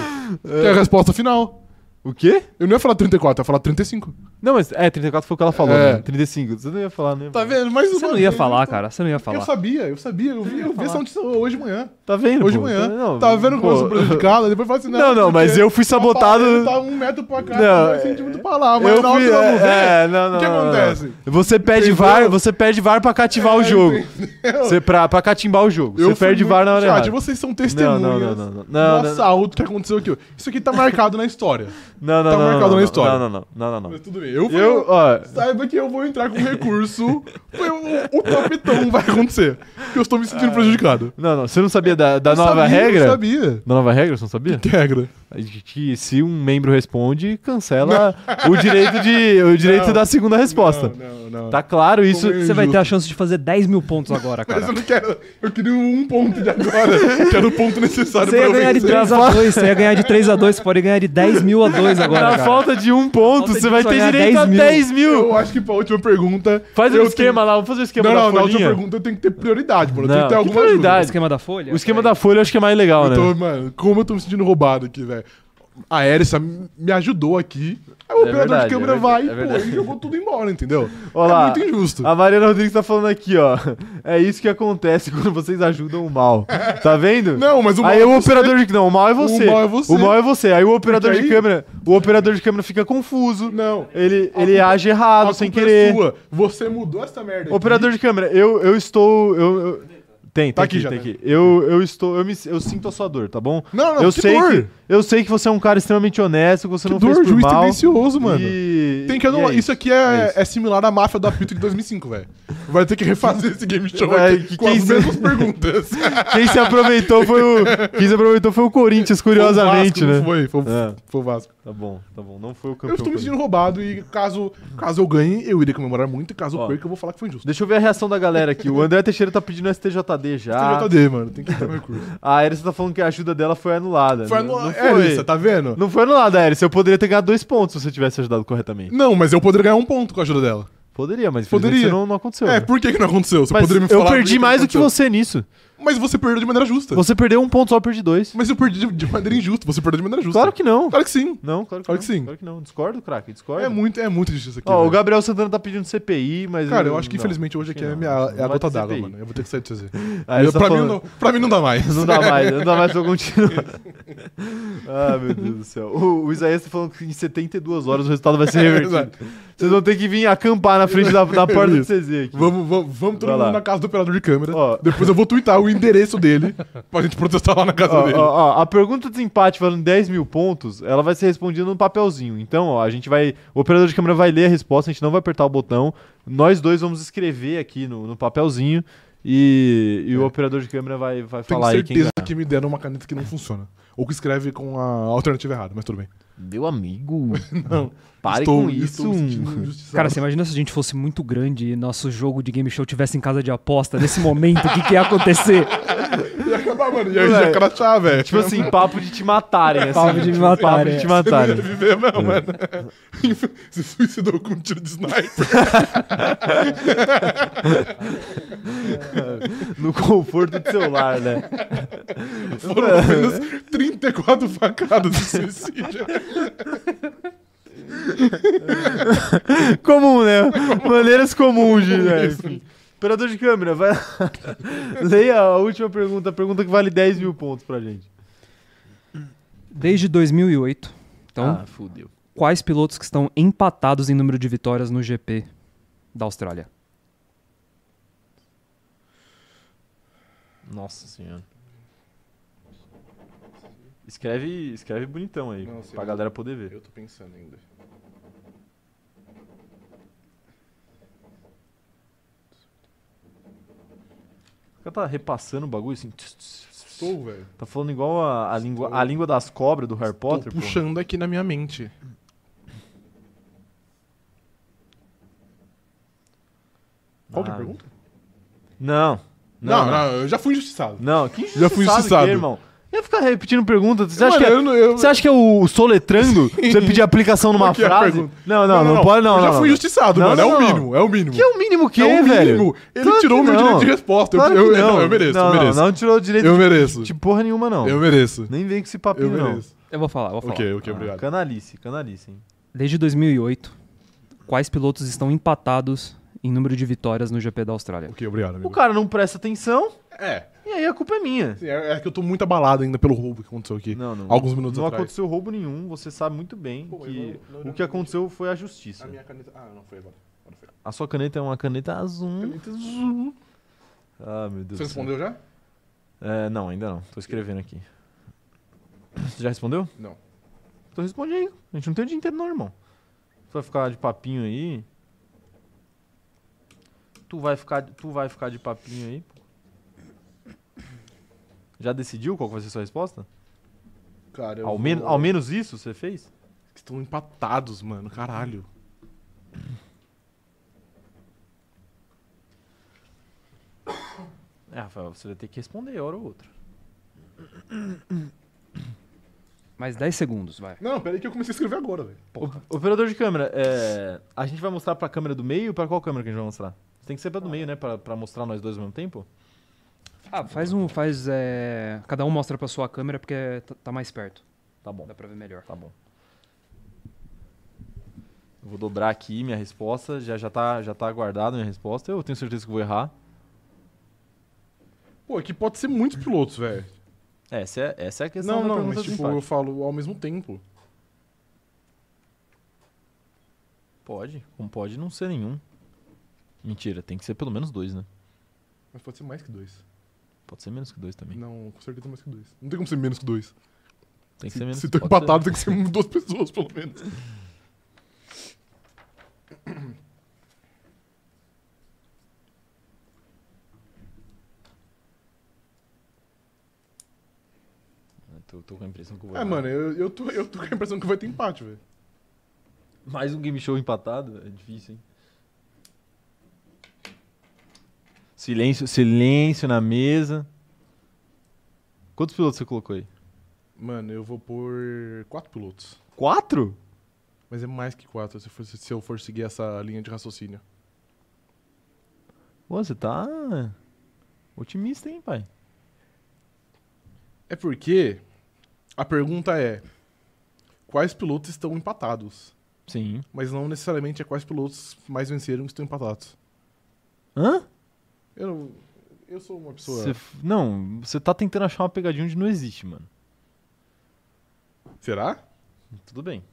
Speaker 2: Que é a resposta final.
Speaker 1: O quê?
Speaker 2: Eu não ia falar 34, eu ia falar 35.
Speaker 1: Não, mas é, 34 foi o que ela falou,
Speaker 2: É.
Speaker 1: né? 35. Você não ia falar, né?
Speaker 2: Tá vendo? Mais
Speaker 4: Você
Speaker 2: uma
Speaker 4: não
Speaker 2: vez,
Speaker 4: ia
Speaker 2: né? então.
Speaker 4: falar, cara. Você não ia
Speaker 2: Eu
Speaker 4: falar.
Speaker 2: sabia, eu sabia. Eu vi, eu vi essa notícia hoje de manhã.
Speaker 1: Tá vendo?
Speaker 2: Hoje de
Speaker 1: pô?
Speaker 2: manhã.
Speaker 1: Tá vendo?
Speaker 2: Tava vendo como eu sou
Speaker 1: Pô,
Speaker 2: prejudicado, depois fala assim, não.
Speaker 1: Não, não, mas
Speaker 2: porque
Speaker 1: eu fui
Speaker 2: o
Speaker 1: sabotado.
Speaker 2: aparelho Tá um metro pra cá,
Speaker 1: Não,
Speaker 2: dois
Speaker 1: é-
Speaker 2: centímetros pra lá. Mas
Speaker 1: Eu
Speaker 2: na hora
Speaker 1: fui,
Speaker 2: que vamos ver,
Speaker 1: é, é, não, não,
Speaker 2: o que
Speaker 1: não, não.
Speaker 2: acontece?
Speaker 1: Você perde
Speaker 2: Entendeu?
Speaker 1: VAR, você perde VAR pra
Speaker 2: <laughs>
Speaker 1: cativar o
Speaker 2: É,
Speaker 1: jogo.
Speaker 2: entendeu?
Speaker 1: Você, pra, pra catimbar o jogo.
Speaker 2: Eu
Speaker 1: você
Speaker 2: fui
Speaker 1: perde
Speaker 2: muito-
Speaker 1: VAR na hora
Speaker 2: Chat,
Speaker 1: errada.
Speaker 2: vocês são testemunhas.
Speaker 1: Não, não, não, não, não. Não,
Speaker 2: do
Speaker 1: não.
Speaker 2: assalto que aconteceu aqui. Isso aqui tá marcado na história.
Speaker 1: Não, não,
Speaker 2: tá
Speaker 1: não,
Speaker 2: marcado
Speaker 1: não,
Speaker 2: na
Speaker 1: não,
Speaker 2: história.
Speaker 1: Não, não, não, não, não.
Speaker 2: Mas tudo bem. Eu,
Speaker 1: não.
Speaker 2: vou-
Speaker 1: Eu, ó,
Speaker 2: Saiba que eu vou entrar com recurso. Foi o, o tapetão vai acontecer. Que eu estou me sentindo prejudicado.
Speaker 1: não, não, você não sabia da, Ah. da
Speaker 2: Eu
Speaker 1: nova
Speaker 2: sabia, Então-
Speaker 1: regra?
Speaker 2: Eu sabia.
Speaker 1: Da nova regra, você não sabia?
Speaker 2: Que regra?
Speaker 1: De Que se um membro responde, cancela o direito de o direito
Speaker 2: Não.
Speaker 1: da segunda resposta.
Speaker 2: Não, não, não.
Speaker 1: Tá claro isso?
Speaker 2: Como é
Speaker 4: Você vai ter a chance de fazer 10 mil pontos agora,
Speaker 2: Mas eu
Speaker 4: cara.
Speaker 2: não quero. Eu queria um ponto de agora. que era o ponto necessário
Speaker 4: Você
Speaker 2: pra
Speaker 4: ia
Speaker 2: eu
Speaker 4: ganhar de
Speaker 2: vencer.
Speaker 4: 3x2, você ia ganhar de 3x2, você pode ganhar de 10 mil a 2 agora,
Speaker 1: Na
Speaker 4: cara.
Speaker 1: falta de um ponto,
Speaker 4: Falta
Speaker 1: você
Speaker 4: de
Speaker 1: vai
Speaker 4: só
Speaker 1: ter
Speaker 4: ganhar
Speaker 1: direito
Speaker 4: 10
Speaker 1: a
Speaker 4: mil.
Speaker 1: 10 mil.
Speaker 2: Eu acho que pra última pergunta.
Speaker 1: Faz um
Speaker 2: eu
Speaker 1: esquema lá, vamos fazer o esquema
Speaker 2: Tenho... Não,
Speaker 1: da
Speaker 2: não, na última
Speaker 1: folhinha.
Speaker 2: pergunta eu tenho que ter prioridade, mano. Eu tenho
Speaker 1: Não,
Speaker 2: que ter
Speaker 1: que
Speaker 2: alguma
Speaker 4: O
Speaker 1: prioridade?
Speaker 4: esquema da folha?
Speaker 1: O esquema da folha eu acho que é mais legal,
Speaker 2: ajuda.
Speaker 1: né?
Speaker 2: Então, mano, como eu tô me sentindo roubado aqui, velho. A Erissa me ajudou aqui. Aí o operador
Speaker 1: verdade,
Speaker 2: de câmera
Speaker 1: é
Speaker 2: vai e,
Speaker 1: verdade, é
Speaker 2: pô,
Speaker 1: verdade.
Speaker 2: ele jogou tudo embora, entendeu?
Speaker 1: Ó lá,
Speaker 2: é muito injusto.
Speaker 1: A Mariana Rodrigues tá falando aqui, ó. É isso que acontece <laughs> quando vocês ajudam o mal. Tá vendo?
Speaker 2: Não, mas o mal
Speaker 1: Aí
Speaker 2: é
Speaker 1: o
Speaker 2: você.
Speaker 1: operador de não, o mal é você.
Speaker 2: mal é você.
Speaker 1: O mal é você. Aí o operador
Speaker 2: Porque
Speaker 1: de
Speaker 2: aí-
Speaker 1: câmera, o operador de câmera fica confuso.
Speaker 2: Não.
Speaker 1: Ele
Speaker 2: A
Speaker 1: ele
Speaker 2: culpa-
Speaker 1: age errado
Speaker 2: A
Speaker 1: sem
Speaker 2: culpa é
Speaker 1: querer.
Speaker 2: sua. Você mudou essa merda.
Speaker 1: Operador de câmera, eu, eu estou eu, eu- tem, tem
Speaker 2: Tá aqui
Speaker 1: aqui,
Speaker 2: já,
Speaker 1: tem
Speaker 2: né?
Speaker 1: aqui. Eu, eu estou eu me eu sinto a sua dor, tá bom?
Speaker 2: Não, não,
Speaker 1: eu
Speaker 2: que
Speaker 1: sei
Speaker 2: dor.
Speaker 1: que eu sei que você é um cara extremamente honesto, que você
Speaker 2: aqui.
Speaker 1: não
Speaker 2: Que
Speaker 1: fez
Speaker 2: dor,
Speaker 1: por
Speaker 2: juiz
Speaker 1: mal.
Speaker 2: tendencioso, mano.
Speaker 1: E-
Speaker 2: Tem que
Speaker 1: e
Speaker 2: anular.
Speaker 1: é
Speaker 2: isso. aqui é,
Speaker 1: É isso.
Speaker 2: é similar à máfia do apito de 2005, velho. Vai ter que refazer esse game show
Speaker 1: Vai,
Speaker 2: aqui
Speaker 1: que
Speaker 2: com as
Speaker 1: É, quem- <laughs>
Speaker 2: mesmas perguntas.
Speaker 1: Quem se aproveitou foi o. Quem se aproveitou foi o Corinthians, curiosamente,
Speaker 2: Foi o Vasco, não
Speaker 1: né?
Speaker 2: Foi, foi, o-
Speaker 1: É.
Speaker 2: foi o Vasco.
Speaker 1: Tá bom, tá bom. Não foi o
Speaker 2: Eu
Speaker 1: campeão.
Speaker 2: estou me
Speaker 1: Corinthians.
Speaker 2: sentindo roubado e caso, caso eu ganhe, eu irei comemorar muito. E caso
Speaker 1: Ó.
Speaker 2: eu perca, eu vou falar que foi injusto.
Speaker 1: Deixa eu ver a reação da galera aqui. O André Teixeira tá pedindo STJD já.
Speaker 2: TJD, mano. Tem que entrar
Speaker 1: <laughs>
Speaker 2: no recurso.
Speaker 1: A Erissa tá falando que a ajuda dela foi anulada.
Speaker 2: Foi
Speaker 1: Não-
Speaker 2: anulado.
Speaker 1: Não foi,
Speaker 2: É isso, tá vendo?
Speaker 1: não foi anulada, Erissa. Eu poderia ter ganhado dois pontos se você tivesse ajudado corretamente.
Speaker 2: Não, mas eu poderia ganhar um ponto com a ajuda dela.
Speaker 1: Poderia, mas
Speaker 2: Poderia.
Speaker 1: infelizmente isso não, não aconteceu.
Speaker 2: É,
Speaker 1: né?
Speaker 2: por que, que não aconteceu? Você
Speaker 1: mas
Speaker 2: poderia me falar.
Speaker 1: eu
Speaker 2: por
Speaker 1: perdi
Speaker 2: que
Speaker 1: mais
Speaker 2: não
Speaker 1: do que
Speaker 2: aconteceu?
Speaker 1: você nisso.
Speaker 2: Mas você perdeu de maneira justa.
Speaker 1: Você perdeu um ponto, só eu perdi dois.
Speaker 2: Mas eu perdi de, de maneira injusta. Você perdeu de maneira justa.
Speaker 1: Claro que não.
Speaker 2: Claro que sim.
Speaker 1: Não, claro que
Speaker 2: Claro
Speaker 1: não.
Speaker 2: que sim.
Speaker 1: Claro que não. Discordo, craque, discordo.
Speaker 2: É muito, é muito injusto isso aqui.
Speaker 1: Ó, o
Speaker 2: velho.
Speaker 1: Gabriel Santana tá pedindo CPI, mas.
Speaker 2: Cara, eu acho que
Speaker 1: não.
Speaker 2: infelizmente hoje aqui é,
Speaker 1: não,
Speaker 2: a minha,
Speaker 1: não
Speaker 2: é a
Speaker 1: vai
Speaker 2: gota
Speaker 1: ter
Speaker 2: d'água,
Speaker 1: CPI.
Speaker 2: mano. Eu vou ter que sair de CZ.
Speaker 1: Ah, ele
Speaker 2: Eu-
Speaker 1: tá
Speaker 2: pra, mim,
Speaker 1: falando-
Speaker 2: não, pra mim não dá mais.
Speaker 1: <laughs> Não dá mais, não dá mais pra eu
Speaker 2: <laughs>
Speaker 1: continuar. ah, meu Deus do céu. O, o Isaías tá falando que em 72 horas o resultado vai ser revertido.
Speaker 2: <laughs> Exato. É
Speaker 1: Vocês vão ter que vir acampar na frente
Speaker 2: <laughs>
Speaker 1: da, da porta do
Speaker 2: Isso.
Speaker 1: CZ aqui.
Speaker 2: Vamos, vamos, vamos todo
Speaker 1: Vai
Speaker 2: mundo
Speaker 1: lá.
Speaker 2: na casa do operador de câmera.
Speaker 1: Ó.
Speaker 2: Depois eu vou twittar o endereço
Speaker 1: <laughs>
Speaker 2: dele pra gente protestar lá na casa
Speaker 1: Ó,
Speaker 2: dele.
Speaker 1: ó, ó, a pergunta de empate valendo 10 mil pontos, ela vai ser respondida num papelzinho. Então, ó, a gente vai. O operador de câmera vai ler a resposta, a gente não vai apertar o botão. Nós dois vamos escrever aqui no, no papelzinho e, e o operador de câmera vai, vai
Speaker 2: É. Tenho
Speaker 1: falar aí quem
Speaker 2: certeza
Speaker 1: ganhar.
Speaker 2: que me deram uma caneta que não funciona. Ou que escreve com a alternativa errada, mas tudo bem.
Speaker 1: Meu amigo.
Speaker 2: <laughs> Não.
Speaker 1: Pare
Speaker 2: Estou-
Speaker 1: com
Speaker 2: estou
Speaker 1: isso.
Speaker 2: me sentindo um injustiçado.
Speaker 4: Cara, você imagina se a gente fosse muito grande e nosso jogo de game show tivesse em casa de aposta nesse momento, o que, que ia acontecer?
Speaker 2: ia acabar, mano. Ia, ia
Speaker 1: Moleque.
Speaker 2: crachar,
Speaker 1: <laughs>
Speaker 2: velho.
Speaker 1: Tipo assim, papo de te matarem, assim.
Speaker 4: Papo de me
Speaker 1: Papo de
Speaker 4: matarem, é.
Speaker 1: te
Speaker 2: Você não ia <laughs>
Speaker 1: matarem.
Speaker 2: viver, não, mano.
Speaker 1: <laughs>
Speaker 2: <laughs> Se suicidou com um tiro de sniper.
Speaker 1: No conforto do celular, né?
Speaker 2: Foram apenas
Speaker 1: <laughs>
Speaker 2: 34 facadas de suicídio.
Speaker 1: Comum,
Speaker 2: <laughs>
Speaker 1: né? Maneiras comuns de. Né? Enfim. Operador de câmera, vai lá. <laughs> Leia a última pergunta, a pergunta que vale 10 mil pontos pra gente.
Speaker 4: Desde 2008, então,
Speaker 2: Ah.
Speaker 1: Ah, fudeu.
Speaker 4: quais pilotos que estão empatados em número de vitórias no GP da Austrália?
Speaker 1: Nossa senhora. Escreve, escreve bonitão aí,
Speaker 2: Não, sei
Speaker 1: pra
Speaker 2: lá.
Speaker 1: galera poder ver.
Speaker 2: tô pensando ainda.
Speaker 1: O cara tá repassando o bagulho assim. tss, tss, tss,
Speaker 2: estou, velho.
Speaker 1: Tá falando igual a, a língua, a língua das cobras do Harry
Speaker 2: Tô
Speaker 1: Potter, pô.
Speaker 2: puxando aqui na minha mente. Qual que é a
Speaker 1: Ah.
Speaker 2: pergunta?
Speaker 1: Não.
Speaker 2: Não, não, eu já fui injustiçado.
Speaker 1: Não, que
Speaker 2: Já
Speaker 1: injustiçado
Speaker 2: fui injustiçado.
Speaker 1: que é, irmão. Eu ia ficar repetindo pergunta. Você acha,
Speaker 2: Mano,
Speaker 1: que é,
Speaker 2: eu não- eu-
Speaker 1: você acha que é o
Speaker 2: <laughs>
Speaker 1: soletrando? Você pedir aplicação numa
Speaker 2: Qual que é a
Speaker 1: frase?
Speaker 2: pergunta?
Speaker 1: não, não, não, pode, não.
Speaker 2: Eu já
Speaker 1: não,
Speaker 2: fui
Speaker 1: não.
Speaker 2: injustiçado,
Speaker 1: Não,
Speaker 2: mano.
Speaker 1: não,
Speaker 2: é o
Speaker 1: não.
Speaker 2: mínimo, é o mínimo.
Speaker 1: Que é o mínimo que,
Speaker 2: É o
Speaker 1: velho?
Speaker 2: mínimo. Ele
Speaker 1: Claro
Speaker 2: tirou o
Speaker 1: que
Speaker 2: meu
Speaker 1: não.
Speaker 2: direito de resposta. Eu-
Speaker 1: Claro que
Speaker 2: eu, eu-
Speaker 1: não.
Speaker 2: não, eu mereço,
Speaker 1: não,
Speaker 2: eu mereço.
Speaker 1: Não, não tirou o direito
Speaker 2: Eu
Speaker 1: de-
Speaker 2: mereço.
Speaker 1: de porra nenhuma, não.
Speaker 2: Eu mereço.
Speaker 1: Nem é vem com esse papinho,
Speaker 2: Eu
Speaker 1: não.
Speaker 2: mereço.
Speaker 4: Eu vou falar, eu vou falar.
Speaker 2: Ok, ok,
Speaker 1: Ah,
Speaker 2: obrigado.
Speaker 1: canalice, canalice, hein.
Speaker 4: Desde 2008, quais pilotos estão empatados em número de vitórias no GP da Austrália?
Speaker 2: Ok, obrigado,
Speaker 1: O
Speaker 2: amigo.
Speaker 1: cara não presta atenção
Speaker 2: É,
Speaker 1: e aí a culpa é minha.
Speaker 2: assim, é, é que eu tô muito abalado ainda pelo roubo que aconteceu aqui.
Speaker 1: Não, não.
Speaker 2: Alguns minutos
Speaker 1: não
Speaker 2: atrás.
Speaker 1: aconteceu roubo nenhum, você sabe muito bem
Speaker 2: Pô,
Speaker 1: que
Speaker 2: eu não- não-
Speaker 1: o que aconteceu foi a justiça.
Speaker 2: A minha caneta... Ah, não foi agora. Agora foi.
Speaker 1: A sua caneta é uma caneta azul.
Speaker 2: Caneta azul.
Speaker 1: Ah, meu Deus
Speaker 2: Você
Speaker 1: do céu.
Speaker 2: respondeu já?
Speaker 1: É, não, ainda não. Tô escrevendo aqui. <clears throat> Você já respondeu?
Speaker 2: Não.
Speaker 1: Então responde aí. A gente não tem o dia inteiro não, irmão. Tu vai ficar de papinho aí. Tu vai ficar, tu vai ficar de papinho aí. pô. Já decidiu qual que vai ser a sua resposta?
Speaker 2: Cara, eu
Speaker 1: Ao, men
Speaker 2: vou-
Speaker 1: ao menos isso você fez?
Speaker 2: Estão empatados, mano. Caralho.
Speaker 1: É, Rafael, você vai ter que responder hora ou outra.
Speaker 4: Mais 10 segundos, vai.
Speaker 2: Não, peraí que eu comecei a escrever agora, velho.
Speaker 1: O- operador de câmera, é, a gente vai mostrar pra câmera do meio ou pra qual câmera que a gente vai mostrar? Tem que ser pra do meio, né? Pra, pra mostrar nós dois ao mesmo tempo?
Speaker 4: Ah, faz um, faz, é, cada um mostra pra sua câmera porque tá- tá mais perto,
Speaker 1: Tá bom.
Speaker 4: dá pra ver melhor.
Speaker 1: Tá bom. Eu vou dobrar aqui minha resposta. Já, já, tá, já tá guardada minha resposta. Eu tenho certeza que eu vou errar.
Speaker 2: Pô, aqui pode ser muitos pilotos, velho.
Speaker 1: Essa é, essa é a questão
Speaker 2: Não,
Speaker 1: da
Speaker 2: não,
Speaker 1: pergunta
Speaker 2: mas
Speaker 1: do
Speaker 2: tipo,
Speaker 1: empate.
Speaker 2: eu falo ao mesmo tempo.
Speaker 1: Pode. Como pode não ser nenhum. Mentira, tem que ser pelo menos dois, né?
Speaker 2: Mas pode ser mais que dois.
Speaker 1: Pode ser menos que dois também.
Speaker 2: Não, com certeza é mais que dois. Não tem como ser menos que dois.
Speaker 1: Tem que
Speaker 2: Se,
Speaker 1: ser menos
Speaker 2: se tô
Speaker 1: pode
Speaker 2: empatado, tem que ser um, duas pessoas, pelo menos.
Speaker 1: Ser... É, Tô, tô com a impressão que eu vou
Speaker 2: É,
Speaker 1: errar.
Speaker 2: mano, eu, eu, tô, eu tô com a impressão que vai ter empate, velho.
Speaker 1: Mais um game show empatado? É difícil, hein? Silêncio, silêncio na mesa. Quantos pilotos você colocou aí?
Speaker 2: Mano, eu vou por quatro pilotos.
Speaker 1: Quatro?
Speaker 2: Mas é mais que quatro, se, for- se eu for seguir essa linha de raciocínio.
Speaker 1: Pô, você tá otimista, hein, pai?
Speaker 2: É porque a pergunta é: quais pilotos estão empatados?
Speaker 1: Sim.
Speaker 2: Mas não necessariamente é quais pilotos mais venceram que estão empatados.
Speaker 1: Hã?
Speaker 2: Eu, não- eu sou uma pessoa.
Speaker 1: Cê f- não, você tá tentando achar uma pegadinha onde não existe, mano.
Speaker 2: Será?
Speaker 1: Tudo bem.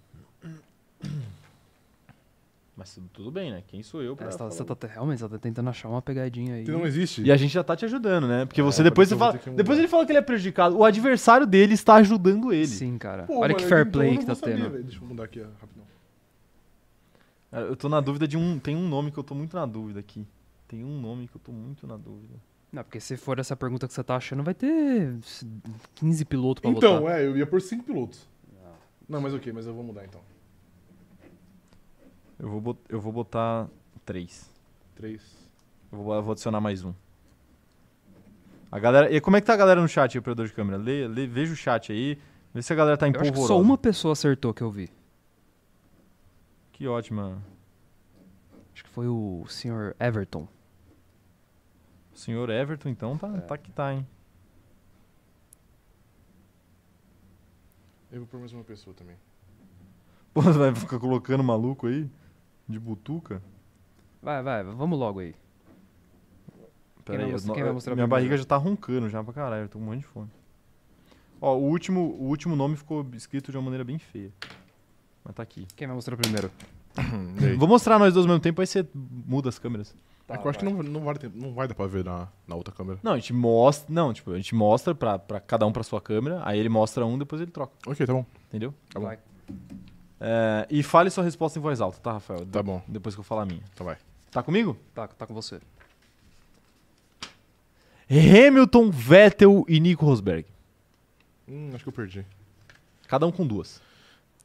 Speaker 1: Mas tu- tudo bem, né? Quem sou eu pra
Speaker 4: É, você, tá,
Speaker 1: falar?
Speaker 4: você tá- realmente você tá tentando achar uma pegadinha aí.
Speaker 2: Que não existe?
Speaker 1: E a gente já tá te ajudando, né? Porque
Speaker 2: É,
Speaker 1: você depois você
Speaker 2: parece que eu vou
Speaker 1: fala,
Speaker 2: ter que mudar.
Speaker 1: depois ele fala que ele é prejudicado. O adversário dele está ajudando ele.
Speaker 4: Sim, cara.
Speaker 2: Pô,
Speaker 4: Olha
Speaker 2: mano,
Speaker 4: que
Speaker 2: eu-
Speaker 4: fair
Speaker 2: então eu
Speaker 4: play
Speaker 2: não
Speaker 4: que tá
Speaker 2: vou saber,
Speaker 4: tendo.
Speaker 2: velho. Deixa eu mudar aqui ah, rapidão.
Speaker 1: Cara, É, eu tô na dúvida de um, tem um nome que eu tô muito na dúvida aqui. Tem um nome que eu tô muito na dúvida.
Speaker 4: Não, porque se for essa pergunta que você tá achando, vai ter 15 pilotos pra
Speaker 2: Então,
Speaker 4: votar.
Speaker 2: é, eu ia por cinco pilotos. Não, mas ok, mas eu vou mudar então.
Speaker 1: Eu vou, bot- eu vou botar três.
Speaker 2: Três.
Speaker 1: Eu vou, eu vou adicionar mais um. A galera, e como é que tá a galera no chat aí, operador de câmera? Lê, lê- veja o chat aí, vê se a galera tá
Speaker 2: é um
Speaker 1: em
Speaker 4: Eu acho que só uma pessoa acertou que eu vi.
Speaker 1: Que ótima.
Speaker 4: Acho que foi o senhor Everton.
Speaker 1: O senhor Everton, então, tá, tá que tá, hein? <laughs>
Speaker 2: Eu vou por mais uma pessoa
Speaker 4: <laughs>
Speaker 2: também.
Speaker 1: Pô, vai ficar colocando maluco aí? De butuca?
Speaker 4: Vai, vai, vamos logo aí.
Speaker 1: Pera
Speaker 4: vai
Speaker 1: aí, eu,
Speaker 4: mostrar-
Speaker 1: não-
Speaker 4: quem vai
Speaker 1: eu-
Speaker 4: mostrar
Speaker 1: minha
Speaker 4: primeiro?
Speaker 1: barriga já tá roncando já pra caralho, eu tô morrendo de fome. Ó, o último, o último nome ficou escrito de uma maneira bem feia. Mas tá aqui.
Speaker 4: Quem vai mostrar primeiro? Hum,
Speaker 1: Vou mostrar nós dois ao mesmo tempo, aí você muda as câmeras.
Speaker 4: Tá,
Speaker 2: é que eu acho que não, não, vai, ter- não vai dar pra ver na, na outra câmera.
Speaker 1: Não, a gente mostra. Não, tipo, a gente mostra pra, pra cada um pra sua câmera, aí ele mostra um, depois ele troca,
Speaker 2: Ok, tá bom.
Speaker 1: entendeu?
Speaker 2: Tá bom.
Speaker 4: Vai.
Speaker 1: É, e fale sua resposta em voz alta, tá, Rafael?
Speaker 2: Tá bom.
Speaker 1: Tá Depois que eu falar a minha.
Speaker 2: Então vai.
Speaker 1: Tá comigo?
Speaker 4: Tá, tá com você.
Speaker 1: Hamilton, Vettel e Nico Rosberg.
Speaker 2: Hum, acho que eu perdi.
Speaker 1: Cada um com duas.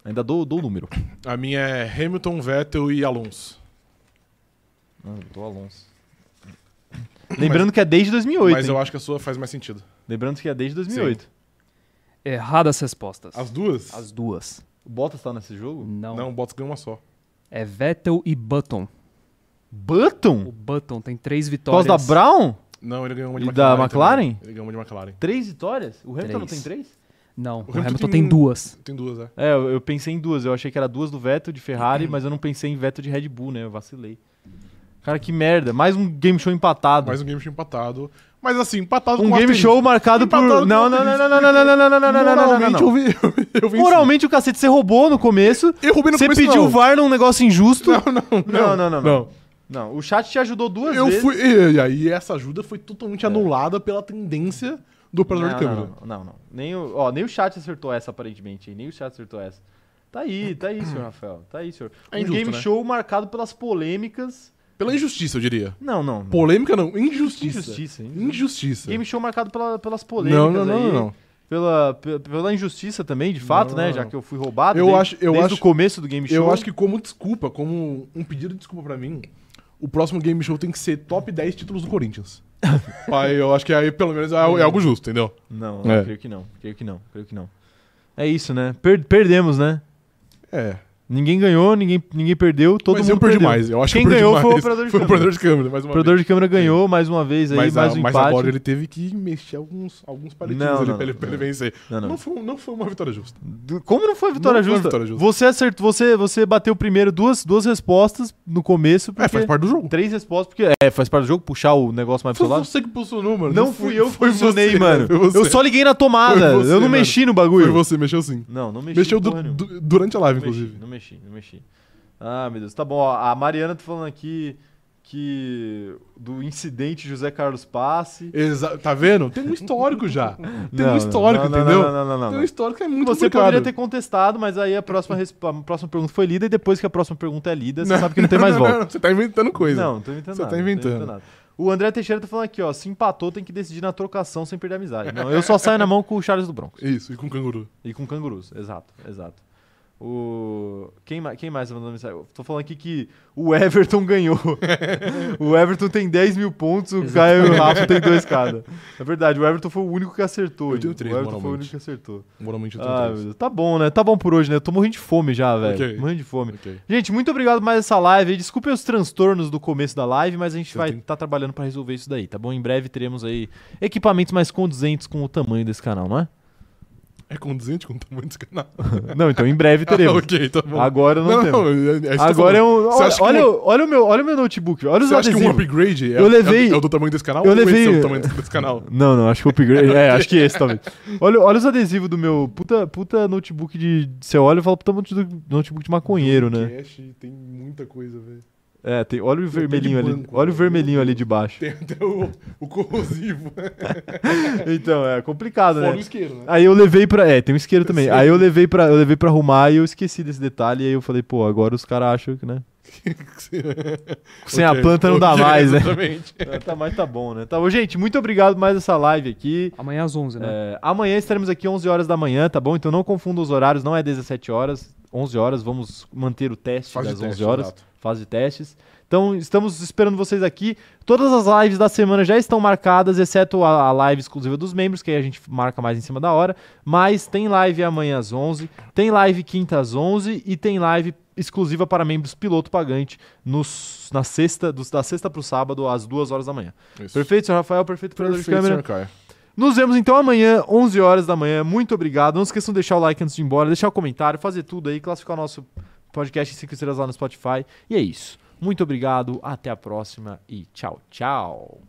Speaker 1: Ainda dou, dou o número.
Speaker 2: A minha é Hamilton, Vettel e Alonso. Ah,
Speaker 1: dou Alonso. Lembrando que é desde 2008.
Speaker 2: Mas
Speaker 1: hein?
Speaker 2: eu acho que a sua faz mais sentido.
Speaker 1: Lembrando que é desde 2008.
Speaker 4: Erradas respostas.
Speaker 2: As duas?
Speaker 4: As duas.
Speaker 1: O Bottas tá nesse jogo?
Speaker 4: Não.
Speaker 2: Não, o Bottas ganhou uma só.
Speaker 4: É Vettel e Button. O
Speaker 1: Button?
Speaker 4: Button tem três
Speaker 1: Por causa
Speaker 4: vitórias.
Speaker 1: da Brown?
Speaker 2: Não, ele ganhou uma de
Speaker 1: E da
Speaker 2: também.
Speaker 1: McLaren?
Speaker 2: Ele ganhou uma de McLaren.
Speaker 1: Três vitórias? O Hamilton não
Speaker 4: Três.
Speaker 1: tem três?
Speaker 4: Não, o
Speaker 2: Hamilton
Speaker 4: Hamilton
Speaker 2: tem- um.
Speaker 4: tem duas.
Speaker 2: Tem duas, é.
Speaker 1: É, eu eu pensei em duas. Eu achei que era duas do Vettel de
Speaker 2: <clears throat>
Speaker 1: Ferrari, mas eu não pensei em Vettel de Red Bull, né? Eu vacilei. Cara, que merda. Mais um game show empatado.
Speaker 2: Mais um game show empatado. Mas assim, empatado
Speaker 1: um
Speaker 2: com o
Speaker 1: game
Speaker 2: asterisco.
Speaker 1: show marcado por.
Speaker 2: Empatado
Speaker 1: Não,
Speaker 2: com
Speaker 1: não, não, não, não, não, não, não, não, não, não, não, não, não, não,
Speaker 2: Moralmente,
Speaker 1: não.
Speaker 2: eu vi. <laughs> Eu venci.
Speaker 1: Moralmente, o cacete você roubou no começo.
Speaker 2: Eu roubei no
Speaker 1: Você
Speaker 2: começo,
Speaker 1: pediu
Speaker 2: não.
Speaker 1: o VAR num negócio injusto.
Speaker 2: Não, não,
Speaker 1: Não,
Speaker 2: não.
Speaker 1: não, não, não. Não, o chat te ajudou duas
Speaker 2: Eu
Speaker 1: vezes. É.
Speaker 2: fui. E, e aí, essa ajuda foi totalmente anulada pela tendência do operador
Speaker 1: não,
Speaker 2: de câmera.
Speaker 1: Não, não, não. Nem o, ó, nem o chat acertou essa, aparentemente. hein? Nem o chat acertou essa. Tá aí, tá aí, senhor Rafael. Tá aí, senhor.
Speaker 2: É
Speaker 1: um
Speaker 2: injusto,
Speaker 1: game
Speaker 2: né?
Speaker 1: show marcado pelas polêmicas.
Speaker 2: Pela injustiça, eu diria.
Speaker 1: Não, não. não.
Speaker 2: Polêmica não, injustiça.
Speaker 1: Injustiça, injustiça.
Speaker 2: Injustiça.
Speaker 1: Game show marcado pela- pelas polêmicas.
Speaker 2: não, não, não,
Speaker 1: aí,
Speaker 2: não, não.
Speaker 1: Pela, pe- pela injustiça também, de fato,
Speaker 2: Não,
Speaker 1: né?
Speaker 2: não,
Speaker 1: Já
Speaker 2: não.
Speaker 1: que eu fui roubado
Speaker 2: Eu
Speaker 1: desde,
Speaker 2: acho- eu
Speaker 1: desde
Speaker 2: acho-
Speaker 1: o começo do game show.
Speaker 2: Eu acho que como desculpa, como um pedido de desculpa pra mim, o próximo game show tem que ser top 10 títulos
Speaker 1: <laughs>
Speaker 2: do Corinthians. Aí eu acho que aí pelo menos é, é algo justo, entendeu?
Speaker 1: Não,
Speaker 2: É.
Speaker 1: creio que não. Creio que não, creio que não. É isso, né? Per- perdemos, né?
Speaker 2: É.
Speaker 1: Ninguém ganhou, ninguém, ninguém perdeu, todo
Speaker 2: mas
Speaker 1: mundo
Speaker 2: eu perdi
Speaker 1: perdeu.
Speaker 2: mais. Eu acho
Speaker 1: Quem
Speaker 2: que eu perdi
Speaker 1: ganhou
Speaker 2: mais.
Speaker 1: foi o operador de
Speaker 2: Foi o
Speaker 1: câmera.
Speaker 2: operador de câmera, mais
Speaker 1: O
Speaker 2: uma
Speaker 1: operador
Speaker 2: vez.
Speaker 1: de câmera ganhou mais uma vez aí,
Speaker 2: mas
Speaker 1: mais
Speaker 2: a,
Speaker 1: um
Speaker 2: mas
Speaker 1: empate.
Speaker 2: agora ele teve que mexer alguns, alguns palitinhos
Speaker 1: Não,
Speaker 2: ali
Speaker 1: não,
Speaker 2: pra ele,
Speaker 1: não,
Speaker 2: pra ele
Speaker 1: não.
Speaker 2: vencer.
Speaker 1: Não, não.
Speaker 2: Não foi, um, não foi uma vitória justa.
Speaker 1: Do- Como não foi a vitória,
Speaker 2: Não foi uma
Speaker 1: justa?
Speaker 2: vitória justa.
Speaker 1: Você acertou, você, você bateu primeiro duas, duas respostas no começo, porque
Speaker 2: É, faz parte do jogo.
Speaker 1: três respostas, porque é, faz parte do jogo puxar o negócio mais pro
Speaker 2: Foi
Speaker 1: seu lado.
Speaker 2: você que posicionou, mano.
Speaker 1: Não fui eu que
Speaker 2: foi
Speaker 1: funcionei,
Speaker 2: você,
Speaker 1: mano.
Speaker 2: foi você.
Speaker 1: Eu só liguei na tomada,
Speaker 2: Foi você,
Speaker 1: eu não
Speaker 2: mano.
Speaker 1: mexi no bagulho.
Speaker 2: Foi você, mexeu sim.
Speaker 1: Não, não mexi.
Speaker 2: Mexeu du-
Speaker 1: porra nenhuma.
Speaker 2: du- durante a live,
Speaker 1: Não mexi,
Speaker 2: inclusive.
Speaker 1: não mexi, não mexi. Ah, meu Deus. Tá bom, ó, a Mariana tá falando aqui que do incidente José Carlos Passe.
Speaker 2: Exa tá vendo? Tem um histórico já. Tem um
Speaker 1: Não,
Speaker 2: histórico,
Speaker 1: não, não,
Speaker 2: entendeu?
Speaker 1: Não, não, não, não,
Speaker 2: Tem
Speaker 1: não.
Speaker 2: um histórico que é muito
Speaker 1: Você
Speaker 2: complicado.
Speaker 1: poderia ter contestado, mas aí a próxima, resp- a próxima pergunta foi lida e depois que a próxima pergunta é lida, você sabe que não, <laughs> tem mais volta.
Speaker 2: Você tá inventando coisa.
Speaker 1: Não, não tô inventando
Speaker 2: Você
Speaker 1: nada.
Speaker 2: tá
Speaker 1: não tô
Speaker 2: inventando.
Speaker 1: nada. O André Teixeira tá falando aqui, ó, se empatou tem que decidir na trocação sem perder a amizade. Não, eu só saio na mão com o Charles do Broncos
Speaker 2: Isso, e com canguru.
Speaker 1: e com cangurus, exato, exato. O quem, ma- quem mais mandou mensagem? Eu tô falando aqui que o Everton <laughs> ganhou. o Everton tem 10 mil pontos, o Caio e o Rafa tem dois cada. É verdade, o Everton foi o único que acertou.
Speaker 2: Eu tenho
Speaker 1: hein?
Speaker 2: três,
Speaker 1: o Everton foi o
Speaker 2: moralmente.
Speaker 1: único que acertou.
Speaker 2: Moralmente eu tenho
Speaker 1: Ah, meu
Speaker 2: três.
Speaker 1: Deus. Tá bom, né? Tá bom por hoje, né? Eu tô morrendo de fome já, velho.
Speaker 2: Ok.
Speaker 1: Morrendo de fome.
Speaker 2: Ok.
Speaker 1: Gente, muito obrigado por mais essa live. aí. Desculpem os transtornos do começo da live, mas a gente
Speaker 2: Você
Speaker 1: vai
Speaker 2: tem-
Speaker 1: tá trabalhando pra resolver isso daí, tá bom? Em breve teremos aí equipamentos mais condizentes com o tamanho desse canal,
Speaker 2: <laughs>
Speaker 1: não é?
Speaker 2: É condizente com o tamanho desse canal.
Speaker 1: não, então em breve teremos.
Speaker 2: Ah, <laughs> ok, tá bom.
Speaker 1: Agora não, temos.
Speaker 2: é- é isso que eu tô
Speaker 1: Agora é
Speaker 2: falando.
Speaker 1: um.
Speaker 2: Você
Speaker 1: Olha,
Speaker 2: acha que um-
Speaker 1: olha, o- olha o meu, olha o meu notebook. Olha os
Speaker 2: Você acha que um
Speaker 1: adesivos.
Speaker 2: upgrade é,
Speaker 1: Eu
Speaker 2: é-
Speaker 1: levei-
Speaker 2: é o do tamanho desse canal?
Speaker 1: eu
Speaker 2: ou esse
Speaker 1: levei-
Speaker 2: É o tamanho desse canal.
Speaker 1: Não, não, acho que o upgrade. é, acho que esse
Speaker 2: <laughs>
Speaker 1: talvez. Olha, olha os adesivos do meu puta, puta notebook de. Você olha e fala puta notebook- notebook de maconheiro, né?
Speaker 2: Cash tem muita coisa, velho.
Speaker 1: É, tem, olha o vermelhinho ali.
Speaker 2: banco, né?
Speaker 1: olha o
Speaker 2: velho.
Speaker 1: vermelhinho ali de baixo.
Speaker 2: <laughs> Tem até o, o
Speaker 1: <laughs>
Speaker 2: corrosivo.
Speaker 1: É. Então, é complicado,
Speaker 2: Fora o
Speaker 1: né?
Speaker 2: isqueiro, né?
Speaker 1: Aí eu levei pra. É, tem um isqueiro também. Aí eu levei pra, eu levei pra arrumar e eu esqueci desse detalhe. E aí eu falei, pô, agora os caras acham que, né? Sem a
Speaker 2: Ok,
Speaker 1: planta não dá
Speaker 2: ok,
Speaker 1: mais,
Speaker 2: <laughs>
Speaker 1: né?
Speaker 2: Exatamente.
Speaker 1: É, tá, mas tá bom, né? Tá bom, gente, muito obrigado por mais essa live aqui.
Speaker 4: Amanhã às 11, né?
Speaker 1: É, amanhã estaremos aqui 11 horas da manhã, tá bom? Então não confunda os horários, não é 17 horas, 11 horas, vamos manter o teste
Speaker 2: Fase de
Speaker 1: das 11
Speaker 2: teste,
Speaker 1: horas,
Speaker 2: exato.
Speaker 1: fase de testes. Então estamos esperando vocês aqui. Todas as lives da semana já estão marcadas, exceto a, a live exclusiva dos membros, que aí a gente marca mais em cima da hora. Mas tem live amanhã às 11, tem live quinta às 11 e tem live exclusiva para membros piloto pagante nos, na sexta, dos- da sexta pro sábado às 2 horas da manhã.
Speaker 2: Isso.
Speaker 1: Perfeito, senhor Rafael, perfeito, perfeito de
Speaker 2: Perfeito,
Speaker 1: câmera.
Speaker 2: senhor Caio.
Speaker 1: Nos vemos então amanhã, 11 horas da manhã. Muito obrigado. Não esqueçam de deixar o like antes de ir embora, deixar o comentário, fazer tudo aí, classificar o nosso podcast em 5 estrelas lá no Spotify. E é isso. Muito obrigado, até a próxima e tchau, tchau.